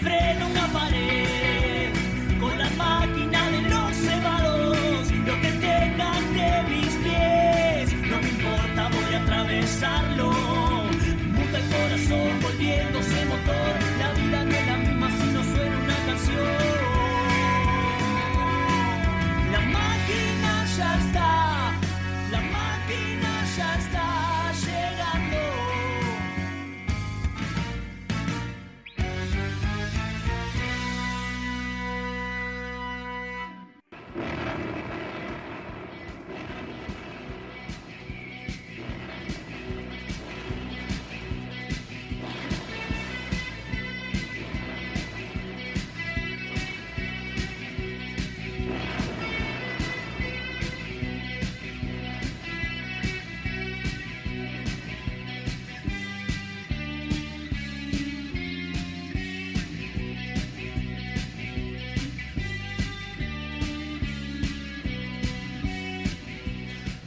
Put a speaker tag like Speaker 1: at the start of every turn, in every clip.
Speaker 1: frena una pared con la máquina de los cebados. Lo que tengan de mis pies, no me importa, voy a atravesarlo. Muta el corazón volviéndose motor. La vida no es la misma si no suena una canción. La máquina ya está, la máquina ya está llegando.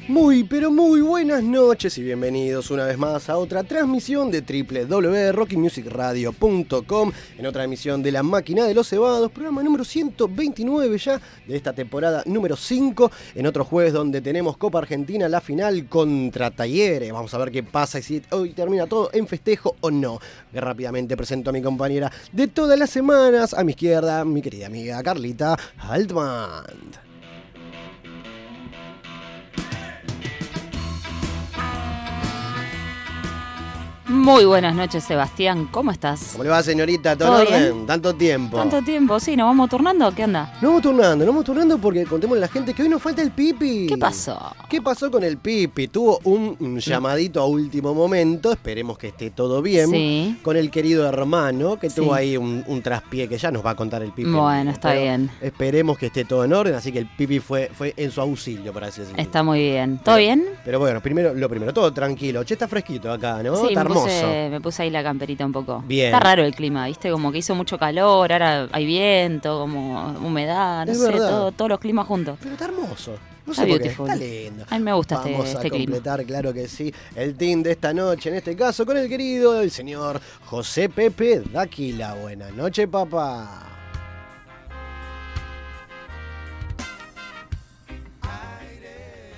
Speaker 2: Muy, pero muy buenas noches y bienvenidos una vez más a otra transmisión de www.rockymusicradio.com en otra emisión de La Máquina de los Cebados, programa número 129 ya de esta temporada número 5, en otro jueves donde tenemos Copa Argentina, la final contra Talleres, vamos a ver qué pasa y si hoy termina todo en festejo o no. Rápidamente presento a mi compañera de todas las semanas, a mi izquierda, mi querida amiga Carlita Altman.
Speaker 3: Muy buenas noches, Sebastián. ¿Cómo estás?
Speaker 2: ¿Cómo le va, señorita? ¿Todo,
Speaker 3: ¿Todo
Speaker 2: en orden?
Speaker 3: bien?
Speaker 2: Tanto tiempo.
Speaker 3: Tanto tiempo, sí, ¿nos vamos turnando? ¿Qué onda?
Speaker 2: No vamos turnando, no vamos turnando porque contemos a la gente que hoy nos falta el Pipi.
Speaker 3: ¿Qué pasó?
Speaker 2: ¿Qué pasó con el Pipi? Tuvo un mm, llamadito a último momento, esperemos que esté todo bien.
Speaker 3: Sí.
Speaker 2: Con el querido hermano, que
Speaker 3: Sí.
Speaker 2: tuvo ahí un, un traspié que ya nos va a contar el Pipi.
Speaker 3: Bueno, está
Speaker 2: Pero
Speaker 3: bien.
Speaker 2: Esperemos que esté todo en orden, así que el Pipi fue, fue en su auxilio, por así decirlo.
Speaker 3: Está muy bien. ¿Todo bien?
Speaker 2: Pero bueno, primero, lo primero, todo tranquilo. Che, está fresquito acá, ¿no?
Speaker 3: sí,
Speaker 2: está
Speaker 3: me,
Speaker 2: hermoso.
Speaker 3: Puse, me puse ahí la camperita un poco.
Speaker 2: Bien.
Speaker 3: Está raro el clima, ¿viste? Como que hizo mucho calor, ahora hay viento, como humedad, no
Speaker 2: Es
Speaker 3: sé,
Speaker 2: verdad.
Speaker 3: todo- todos los climas juntos.
Speaker 2: Pero está hermoso. No
Speaker 3: Está
Speaker 2: sé por qué,
Speaker 3: beautiful.
Speaker 2: Está lindo.
Speaker 3: A mí me gusta este-
Speaker 2: Vamos
Speaker 3: este
Speaker 2: a
Speaker 3: clima.
Speaker 2: completar, claro que sí, el team de esta noche, en este caso con el querido, el señor José Pepe Daquila. Buenas noches, papá.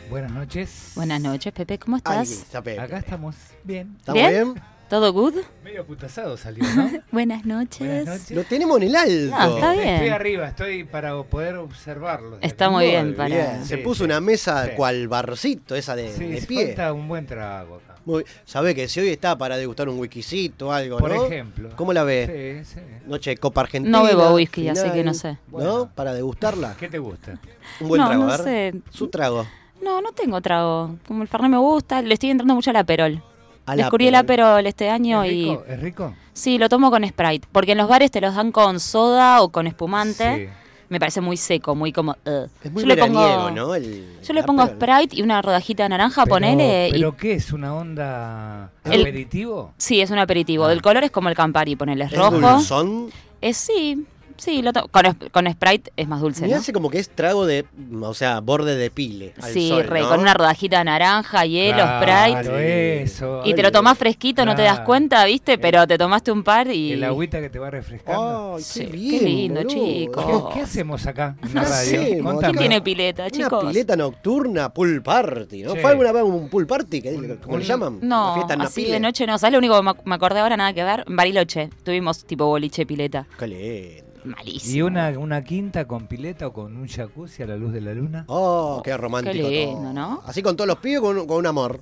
Speaker 4: Buenas noches.
Speaker 3: Buenas noches, Pepe, ¿cómo
Speaker 2: Ahí
Speaker 3: estás?
Speaker 2: está Pepe.
Speaker 4: Acá estamos bien.
Speaker 2: ¿Estamos bien?
Speaker 3: ¿Todo good?
Speaker 4: Medio putasado salió, ¿no?
Speaker 3: Buenas noches.
Speaker 4: Buenas noches.
Speaker 2: Lo tenemos en el alto.
Speaker 3: No, Ah, está bien.
Speaker 4: Estoy arriba, estoy para poder observarlo. desde
Speaker 3: Está
Speaker 4: acá.
Speaker 3: muy bien para-
Speaker 2: Bien, Se
Speaker 4: Sí,
Speaker 2: puso
Speaker 4: sí.
Speaker 2: una mesa
Speaker 4: Sí.
Speaker 2: cual barcito, esa de,
Speaker 4: Sí,
Speaker 2: de
Speaker 4: sí,
Speaker 2: pie.
Speaker 4: falta un buen trago acá.
Speaker 2: Muy, sabe que si hoy está para degustar un wikisito o algo,
Speaker 4: Por
Speaker 2: ¿no?
Speaker 4: ejemplo.
Speaker 2: ¿Cómo la ve?
Speaker 4: Sí, sí.
Speaker 2: Noche de Copa Argentina.
Speaker 3: No bebo whisky, así
Speaker 2: final,
Speaker 3: que no sé.
Speaker 2: ¿No?
Speaker 4: Bueno.
Speaker 2: Para degustarla.
Speaker 4: ¿Qué te gusta?
Speaker 2: Un buen
Speaker 3: No,
Speaker 2: trago,
Speaker 3: no
Speaker 2: a ver.
Speaker 3: sé.
Speaker 2: Su trago.
Speaker 3: No, no tengo trago. Como el Fernet me gusta, le estoy entrando mucho al Aperol.
Speaker 2: Al
Speaker 3: Descubrí el
Speaker 2: Aperol.
Speaker 3: Aperol este año
Speaker 4: ¿Es
Speaker 3: y
Speaker 4: rico? ¿Es rico?
Speaker 3: Sí, lo tomo con Sprite, porque en los bares te los dan con soda o con espumante. Me parece muy seco, muy como... "Ugh".
Speaker 2: Es muy
Speaker 3: yo le
Speaker 2: veraniego,
Speaker 3: pongo,
Speaker 2: ¿no? El-
Speaker 3: Yo le
Speaker 2: el
Speaker 3: pongo
Speaker 2: Aperol.
Speaker 3: Sprite y una rodajita de naranja,
Speaker 4: Pero-
Speaker 3: ponele...
Speaker 4: ¿Pero
Speaker 3: y,
Speaker 4: qué es? ¿Una onda
Speaker 3: El-
Speaker 4: aperitivo? Ah.
Speaker 3: sí, es un aperitivo. El color es como el Campari, ponele, es
Speaker 2: ¿Es
Speaker 3: rojo.
Speaker 2: dulzón?
Speaker 3: Es, sí, sí, lo to- con, es- con Sprite es más dulce,
Speaker 2: Me
Speaker 3: ¿no?
Speaker 2: hace como que es trago de, mm, o sea, borde de pile. al
Speaker 3: Sí,
Speaker 2: sol,
Speaker 3: re,
Speaker 2: ¿no?
Speaker 3: con una rodajita de naranja, hielo, Sprite.
Speaker 4: Claro, eso.
Speaker 3: Y te lo tomás fresquito, no te das
Speaker 4: Claro. Eh,
Speaker 3: cuenta, ¿viste? Pero te tomaste un par y...
Speaker 4: El agüita que te va refrescando.
Speaker 2: Ay, qué
Speaker 3: Sí, qué
Speaker 2: bien,
Speaker 3: lindo,
Speaker 2: boludo.
Speaker 3: chico.
Speaker 4: ¿Qué, qué hacemos acá en
Speaker 2: No
Speaker 4: la radio?
Speaker 2: sé, ¿no?
Speaker 3: ¿Quién
Speaker 4: Contame.
Speaker 3: tiene pileta,
Speaker 2: Una
Speaker 3: chicos?
Speaker 2: pileta nocturna, pool party, ¿no?
Speaker 4: Sí.
Speaker 2: ¿Fue alguna vez un pool party? que-
Speaker 4: Un-
Speaker 2: ¿Cómo le
Speaker 4: un-
Speaker 2: llaman? Una
Speaker 3: No,
Speaker 2: fiesta en una
Speaker 3: así
Speaker 2: pile.
Speaker 3: de noche no. ¿Sabes lo único que me ac- me acordé ahora? Nada que ver. En Bariloche. Tuvimos tipo boliche pileta.
Speaker 2: Qué lindo.
Speaker 3: Malísimo.
Speaker 4: ¿Y una, una quinta con pileta o con un jacuzzi a la luz de la luna?
Speaker 2: Oh, qué romántico
Speaker 3: Qué lindo,
Speaker 2: todo.
Speaker 3: ¿no?
Speaker 2: Así con todos los pibes, con, un- con un amor.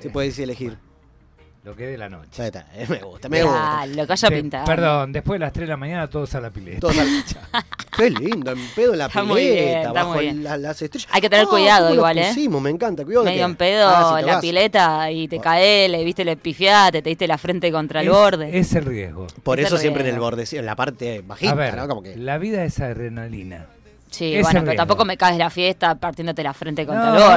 Speaker 2: Se puede decir elegir.
Speaker 4: Lo que es de la noche.
Speaker 2: Ya está, eh, me gusta, me gusta.
Speaker 3: Ah, lo que haya
Speaker 4: Te-
Speaker 3: pintado.
Speaker 4: Perdón, después de las 3 de la mañana todos a la pileta.
Speaker 2: Todos al- Qué lindo, en pedo en la
Speaker 3: Está
Speaker 2: pileta,
Speaker 3: muy bien, está
Speaker 2: bajo
Speaker 3: muy bien.
Speaker 2: la- las estrellas.
Speaker 3: Hay que tener
Speaker 2: Ah,
Speaker 3: cuidado
Speaker 2: ¿cómo lo
Speaker 3: igual, ¿eh?
Speaker 2: pusimos? me encanta, cuidado. de
Speaker 3: Medio
Speaker 2: que-
Speaker 3: en pedo,
Speaker 2: Ah, si te
Speaker 3: la
Speaker 2: vas. Ah.
Speaker 3: pileta y te cae, le viste, le pifiaste, te diste la frente contra el
Speaker 4: Es-
Speaker 3: borde.
Speaker 4: Es el riesgo.
Speaker 2: Por
Speaker 3: Está
Speaker 2: eso
Speaker 3: re
Speaker 2: siempre en
Speaker 3: bien.
Speaker 2: el borde, en la parte bajita,
Speaker 4: A ver,
Speaker 2: ¿no? Como que...
Speaker 4: la vida es adrenalina.
Speaker 3: sí,
Speaker 4: es
Speaker 3: bueno,
Speaker 4: el
Speaker 3: pero
Speaker 4: riesgo.
Speaker 3: tampoco me caes la fiesta partiéndote la frente contra
Speaker 4: No,
Speaker 3: el borde.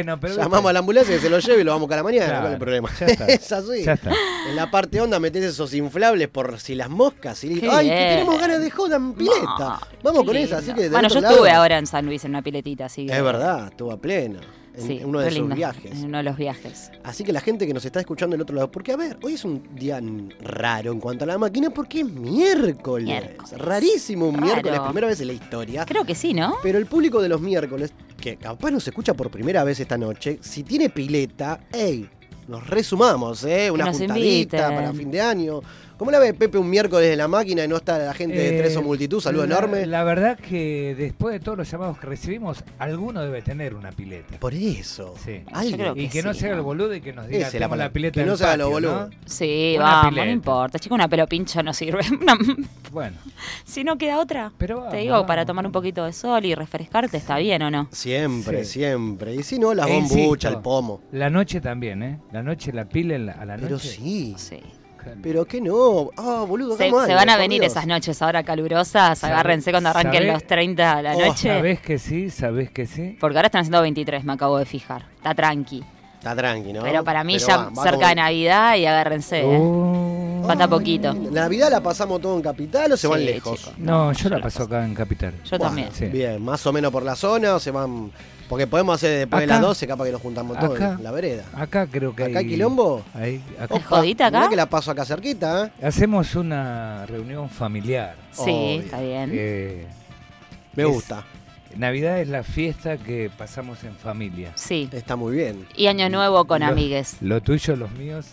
Speaker 3: ¿entendés?
Speaker 4: bueno, pero...
Speaker 2: Llamamos a la ambulancia que se lo lleve y lo vamos a buscar a la mañana,
Speaker 4: Claro,
Speaker 2: ¿cuál es el problema?
Speaker 4: ya está.
Speaker 2: es así.
Speaker 4: Ya está.
Speaker 2: En la parte onda metés esos inflables por si las moscas y
Speaker 3: Qué
Speaker 2: ¡Ay, que
Speaker 3: bien.
Speaker 2: tenemos ganas de joda en pileta!
Speaker 3: Ay,
Speaker 2: Vamos
Speaker 3: qué
Speaker 2: con esa,
Speaker 3: lindo.
Speaker 2: así que de
Speaker 3: Bueno, yo
Speaker 2: otro lado-
Speaker 3: estuve ahora en San Luis en una piletita, así que.
Speaker 2: Es verdad, estuvo a pleno. en
Speaker 3: Sí,
Speaker 2: uno de
Speaker 3: re
Speaker 2: sus
Speaker 3: lindo,
Speaker 2: viajes.
Speaker 3: En uno de los viajes.
Speaker 2: Así que la gente que nos está escuchando del otro lado, porque a ver, hoy es un día n- raro en cuanto a la máquina, porque es miércoles.
Speaker 3: Miércoles.
Speaker 2: Rarísimo un
Speaker 3: Raro.
Speaker 2: miércoles, primera vez en la historia.
Speaker 3: Creo que sí, ¿no?
Speaker 2: Pero el público de los miércoles, que capaz nos escucha por primera vez esta noche, si tiene pileta, ¡ey! Nos resumamos, ¿eh? Una
Speaker 3: nos
Speaker 2: juntadita
Speaker 3: inviten.
Speaker 2: para fin de año. ¿Cómo la ve Pepe un miércoles en la máquina y no está la gente de
Speaker 4: Eh,
Speaker 2: Tres o Multitud? Saludo
Speaker 4: la-
Speaker 2: enorme.
Speaker 4: La verdad que después de todos los llamados que recibimos, alguno debe tener una pileta.
Speaker 2: Por eso.
Speaker 4: Sí.
Speaker 2: Alguien.
Speaker 3: creo
Speaker 4: Y
Speaker 3: que
Speaker 4: que no
Speaker 3: sí,
Speaker 4: se haga
Speaker 3: ¿no?
Speaker 4: el boludo y que nos diga
Speaker 2: Esa es la
Speaker 4: "Tengo la,
Speaker 2: palabra.
Speaker 4: pileta
Speaker 2: Que
Speaker 4: del
Speaker 2: no se haga lo
Speaker 4: patio",
Speaker 2: boludo.
Speaker 4: ¿no?
Speaker 3: Sí,
Speaker 4: Una
Speaker 3: vamos,
Speaker 4: pileta.
Speaker 3: no importa. Chico, una pelo pincho no sirve. Una-
Speaker 4: Bueno,
Speaker 3: si no queda otra.
Speaker 4: pero vamos,
Speaker 3: Te digo,
Speaker 4: vamos,
Speaker 3: para tomar un
Speaker 4: vamos.
Speaker 3: poquito de sol y refrescarte, ¿está bien o no?
Speaker 2: Siempre,
Speaker 4: Sí.
Speaker 2: siempre. Y si no, la
Speaker 4: E insisto,
Speaker 2: bombucha, el pomo.
Speaker 4: La noche también, ¿eh? La noche la pila en la- a la
Speaker 2: Pero
Speaker 4: noche.
Speaker 2: sí.
Speaker 3: Sí.
Speaker 2: Pero que no. Ah, boludo,
Speaker 3: Se,
Speaker 2: hagamos
Speaker 3: se
Speaker 2: algo,
Speaker 3: van a
Speaker 2: por
Speaker 3: venir
Speaker 2: Dios.
Speaker 3: esas noches ahora calurosas,
Speaker 4: Sabe-
Speaker 3: agárrense cuando arranquen
Speaker 4: sabe-
Speaker 3: los 30 a la
Speaker 2: Oh,
Speaker 3: noche.
Speaker 4: ¿Sabés que sí? ¿Sabés que sí?
Speaker 3: Porque ahora están haciendo 23, me acabo de fijar. Está tranqui.
Speaker 2: Está tranqui, ¿no?
Speaker 3: Pero para mí
Speaker 2: Pero
Speaker 3: ya
Speaker 2: va, va
Speaker 3: cerca
Speaker 2: como-
Speaker 3: de Navidad y agárrense. ¿eh?
Speaker 4: Oh.
Speaker 3: Falta
Speaker 2: Ay,
Speaker 3: poquito.
Speaker 2: ¿La Navidad la pasamos todo en capital o se van
Speaker 3: Sí,
Speaker 2: lejos?
Speaker 3: chicos.
Speaker 4: No, yo la paso acá en Capital.
Speaker 3: Yo también.
Speaker 4: Sí.
Speaker 2: Bien, más o menos por la zona o se van. Porque podemos hacer después de
Speaker 4: Acá.
Speaker 2: las 12, capaz que nos juntamos todos
Speaker 4: Acá.
Speaker 2: en la vereda.
Speaker 4: Acá creo que
Speaker 2: ¿Acá
Speaker 4: hay...
Speaker 2: quilombo?
Speaker 4: Hay, acá.
Speaker 3: ¿Es jodita acá?
Speaker 2: mirá que la paso acá cerquita, ¿eh?
Speaker 4: Hacemos una reunión familiar.
Speaker 3: Sí,
Speaker 2: Obvio.
Speaker 3: está bien.
Speaker 4: Eh,
Speaker 2: Me
Speaker 4: Es-
Speaker 2: gusta,
Speaker 4: Navidad es la fiesta que pasamos en familia.
Speaker 3: Sí.
Speaker 2: está muy bien.
Speaker 3: Y Año Nuevo con
Speaker 4: Lo-
Speaker 3: amigues.
Speaker 4: Lo tuyo, los míos.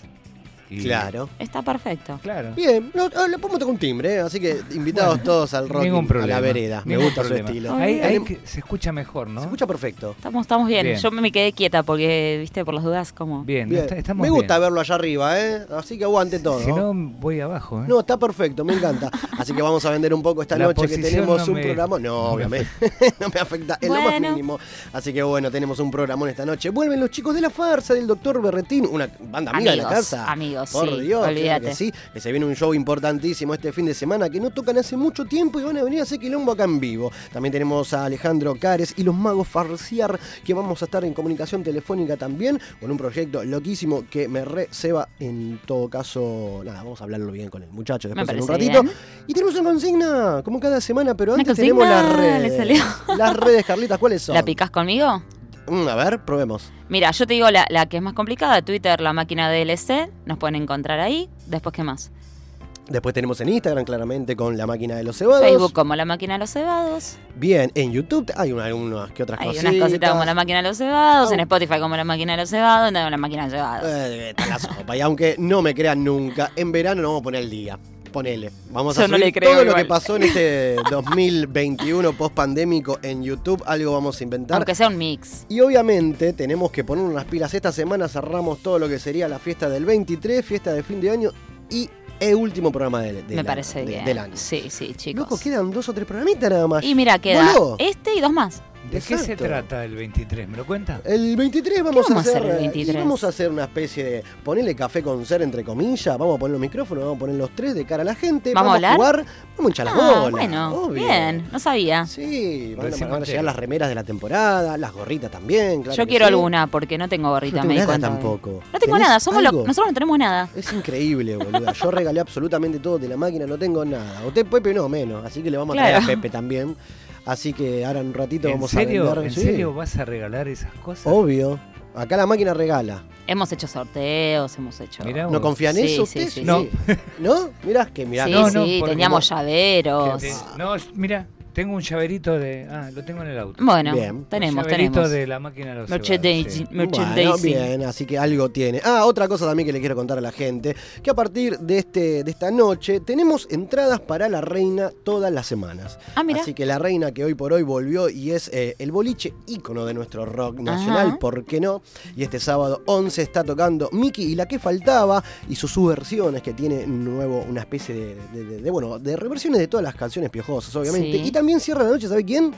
Speaker 4: y-
Speaker 2: Claro.
Speaker 3: Está perfecto.
Speaker 4: Claro.
Speaker 2: Bien, no, ah, le podemos tocar un timbre, ¿eh? así que invitados todos al rock,
Speaker 4: Ningún
Speaker 2: a
Speaker 4: problema.
Speaker 2: la vereda. Me
Speaker 4: Ningún
Speaker 2: gusta
Speaker 4: problema.
Speaker 2: su estilo.
Speaker 4: Ahí- ahí
Speaker 2: Tenemos-
Speaker 4: que se escucha mejor, ¿no?
Speaker 2: Se escucha perfecto.
Speaker 3: Estamos, estamos bien.
Speaker 4: Bien.
Speaker 3: Yo me quedé quieta porque, viste, por las dudas, como.
Speaker 4: Bien,
Speaker 2: Bien.
Speaker 4: está- estamos
Speaker 2: me gusta
Speaker 4: bien.
Speaker 2: verlo allá arriba, ¿eh? así que aguante todo.
Speaker 4: Si no, voy abajo. ¿eh?
Speaker 2: No, está perfecto, me encanta. Así que vamos a vender un poco esta
Speaker 4: La
Speaker 2: noche que
Speaker 4: posición
Speaker 2: tenemos
Speaker 4: no
Speaker 2: un
Speaker 4: me-
Speaker 2: programa. No,
Speaker 4: no me
Speaker 2: obviamente. no me afecta en lo más
Speaker 3: Bueno.
Speaker 2: mínimo. Así que bueno, tenemos un programón esta noche. Vuelven los chicos de la farsa del doctor Berretín, una banda amiga de la
Speaker 3: Amigos,
Speaker 2: casa.
Speaker 3: amigos,
Speaker 2: Por
Speaker 3: sí,
Speaker 2: Dios, claro
Speaker 3: olvídate.
Speaker 2: que sí. Que se viene un show importantísimo este fin de semana que no tocan hace mucho tiempo y van a venir a hacer quilombo acá en vivo. También tenemos a Alejandro Cares y los magos Farciar, que vamos a estar en comunicación telefónica también con un proyecto loquísimo que me re ceba en todo caso. Nada, vamos a hablarlo bien con el muchacho
Speaker 3: Me
Speaker 2: después en un
Speaker 3: parece
Speaker 2: ratito.
Speaker 3: bien.
Speaker 2: Y tenemos una consigna, como cada semana, pero
Speaker 3: Una
Speaker 2: antes tenemos
Speaker 3: consigna,
Speaker 2: las redes.
Speaker 3: le salió.
Speaker 2: Las redes, Carlitas, ¿cuáles son?
Speaker 3: ¿La picás conmigo?
Speaker 2: Mm, a ver, probemos.
Speaker 3: Mira, yo te digo la, la que es más complicada, Twitter, la máquina DLC, nos pueden encontrar ahí. Después, ¿qué más?
Speaker 2: Después tenemos en Instagram, claramente, con la máquina de los cebados.
Speaker 3: Facebook como la máquina de los cebados.
Speaker 2: Bien, en YouTube hay una- algunas que otras
Speaker 3: Hay
Speaker 2: cositas. Ah.
Speaker 3: unas cositas como la máquina de los cebados, en
Speaker 2: Au.
Speaker 3: Spotify como la máquina de los cebados, en la máquina de los cebados.
Speaker 2: Eh, está la sopa. Y aunque no me crean nunca, en verano nos vamos a poner el día. Ponele. Vamos a
Speaker 3: Yo no
Speaker 2: subir
Speaker 3: le creo
Speaker 2: todo lo
Speaker 3: igual.
Speaker 2: que pasó en este 2021 post pandémico en YouTube. Algo vamos a inventar.
Speaker 3: Aunque sea un mix.
Speaker 2: Y obviamente tenemos que poner unas pilas. Esta semana cerramos todo lo que sería la fiesta del 23, fiesta de fin de año y el último programa del, del
Speaker 3: me
Speaker 2: año-
Speaker 3: parece
Speaker 2: de-
Speaker 3: bien.
Speaker 2: del año.
Speaker 3: Sí, sí, chicos.
Speaker 2: Loco, quedan dos o tres programitas nada más.
Speaker 3: y mira, queda
Speaker 2: Voló.
Speaker 3: este y dos más.
Speaker 4: ¿De qué se
Speaker 2: Exacto.
Speaker 4: trata el 23? ¿Me lo cuenta?
Speaker 2: El 23 vamos,
Speaker 3: vamos a hacer el
Speaker 2: eh,
Speaker 3: 23?
Speaker 2: y vamos a hacer una especie de ponerle café con ser entre comillas, vamos a poner los micrófonos, vamos a poner los tres de cara a la gente,
Speaker 3: ¿Vamos a
Speaker 2: a
Speaker 3: hablar?
Speaker 2: jugar, vamos a hinchar las
Speaker 3: Ah,
Speaker 2: bolas,
Speaker 3: bueno,
Speaker 2: obvio.
Speaker 3: bien, no sabía.
Speaker 2: Sí, van a,
Speaker 4: Recién
Speaker 2: van a
Speaker 4: entero.
Speaker 2: llegar las remeras de la temporada, las gorritas también, claro
Speaker 3: Yo
Speaker 2: que
Speaker 3: quiero
Speaker 2: sí.
Speaker 3: alguna porque no tengo
Speaker 2: Yo
Speaker 3: gorrita,
Speaker 2: no tengo
Speaker 3: me di
Speaker 2: nada
Speaker 3: cuenta.
Speaker 2: tampoco.
Speaker 3: No tengo
Speaker 2: ¿Tenés
Speaker 3: nada, somos lo-
Speaker 2: algo?
Speaker 3: nosotros no tenemos nada.
Speaker 2: Es increíble, boluda. Yo regalé absolutamente todo de la máquina, no tengo nada. Usted, Pepe, no, menos. Así que le vamos a traer
Speaker 3: Claro.
Speaker 2: a Pepe también. Así que ahora en un ratito
Speaker 4: ¿En
Speaker 2: vamos
Speaker 4: serio?
Speaker 2: a vender.
Speaker 4: ¿En
Speaker 2: Sí,
Speaker 4: serio vas a regalar esas cosas?
Speaker 2: Obvio. Acá la máquina regala.
Speaker 3: Hemos hecho sorteos, hemos hecho.
Speaker 4: Mirá
Speaker 2: ¿No
Speaker 4: vos.
Speaker 2: confía en
Speaker 3: Sí,
Speaker 2: eso
Speaker 3: sí,
Speaker 2: usted?
Speaker 3: sí.
Speaker 4: No.
Speaker 2: ¿No? Mirá que mirá.
Speaker 3: sí,
Speaker 4: no, no,
Speaker 3: sí,
Speaker 4: porque
Speaker 3: teníamos
Speaker 4: Que
Speaker 3: llaveros.
Speaker 4: te- No, mira, tengo un llaverito de. Ah, lo tengo en el auto.
Speaker 3: Bueno,
Speaker 2: Bien.
Speaker 3: tenemos,
Speaker 4: llaverito
Speaker 3: tenemos.
Speaker 4: de la máquina de los cebados, sí.
Speaker 3: Merchandising.
Speaker 2: Bueno,
Speaker 3: merchandising.
Speaker 2: bien, así que algo tiene. Ah, otra cosa también que le quiero contar a la gente, que a partir de, este, de esta noche tenemos entradas para la reina todas las semanas.
Speaker 3: Ah, mira.
Speaker 2: Así que la reina que hoy por hoy volvió y es eh, el boliche ícono de nuestro rock nacional,
Speaker 3: Ajá.
Speaker 2: ¿por qué no? Y este sábado 11 está tocando Mickey y la que faltaba y sus subversiones que tiene nuevo una especie de, de- de- de, bueno, de reversiones de todas las canciones piojosas, obviamente.
Speaker 3: Sí.
Speaker 2: Y también cierra la noche, ¿sabe quién?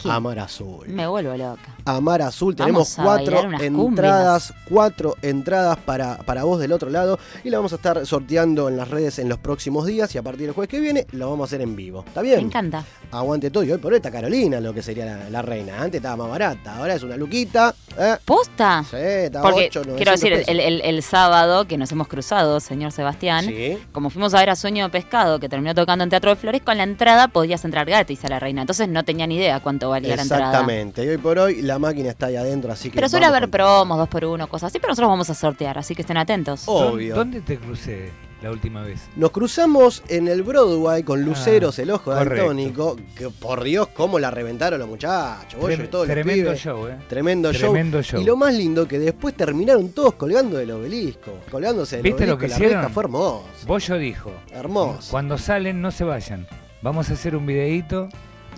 Speaker 3: ¿Quién?
Speaker 2: Amar Azul.
Speaker 3: Me vuelvo loca.
Speaker 2: Amar Azul.
Speaker 3: Vamos
Speaker 2: Tenemos
Speaker 3: a
Speaker 2: cuatro
Speaker 3: bailar unas
Speaker 2: entradas, cuatro entradas para, para vos del otro lado y la vamos a estar sorteando en las redes en los próximos días y a partir del jueves que viene la vamos a hacer en vivo. ¿Está
Speaker 3: Me
Speaker 2: bien?
Speaker 3: encanta.
Speaker 2: Aguante todo y hoy por hoy está Carolina, lo que sería la, la reina. Antes estaba más barata, ahora es una luquita. ¿eh?
Speaker 3: ¿Posta?
Speaker 2: Sí, está
Speaker 3: Porque
Speaker 2: ocho,
Speaker 3: quiero
Speaker 2: 900
Speaker 3: decir, el,
Speaker 2: pesos.
Speaker 3: el- el sábado que nos hemos cruzado, señor Sebastián,
Speaker 2: Sí.
Speaker 3: como fuimos a ver a Sueño de Pescado, que terminó tocando en Teatro de Flores, con la entrada podías entrar gratis a la reina. Entonces no tenía ni idea cuánto valía la entrada.
Speaker 2: Exactamente. Y hoy por hoy la máquina está ahí adentro, así que.
Speaker 3: Pero suele
Speaker 2: vamos
Speaker 3: haber
Speaker 2: con-
Speaker 3: promos, dos por uno, cosas así, pero nosotros vamos a sortear, así que estén atentos.
Speaker 2: Obvio.
Speaker 4: ¿Dónde te crucé la última vez?
Speaker 2: Nos cruzamos en el Broadway con Luceros, el ojo de
Speaker 4: correcto.
Speaker 2: Antónico. Que por Dios, cómo la reventaron los muchachos. Bollo y
Speaker 4: Trem-
Speaker 2: todos los
Speaker 4: tremendo
Speaker 2: pibes.
Speaker 4: show, ¿eh?
Speaker 2: Tremendo,
Speaker 4: Tremendo
Speaker 2: show.
Speaker 4: show.
Speaker 2: Y lo más lindo que después terminaron todos colgando del obelisco. Colgándose del
Speaker 4: ¿Viste lo
Speaker 2: obelisco,
Speaker 4: que
Speaker 2: la
Speaker 4: hicieron?
Speaker 2: reja, Fue hermoso.
Speaker 4: Bollo dijo.
Speaker 2: Hermoso.
Speaker 4: Cuando salen, no se vayan. Vamos a hacer un videíto.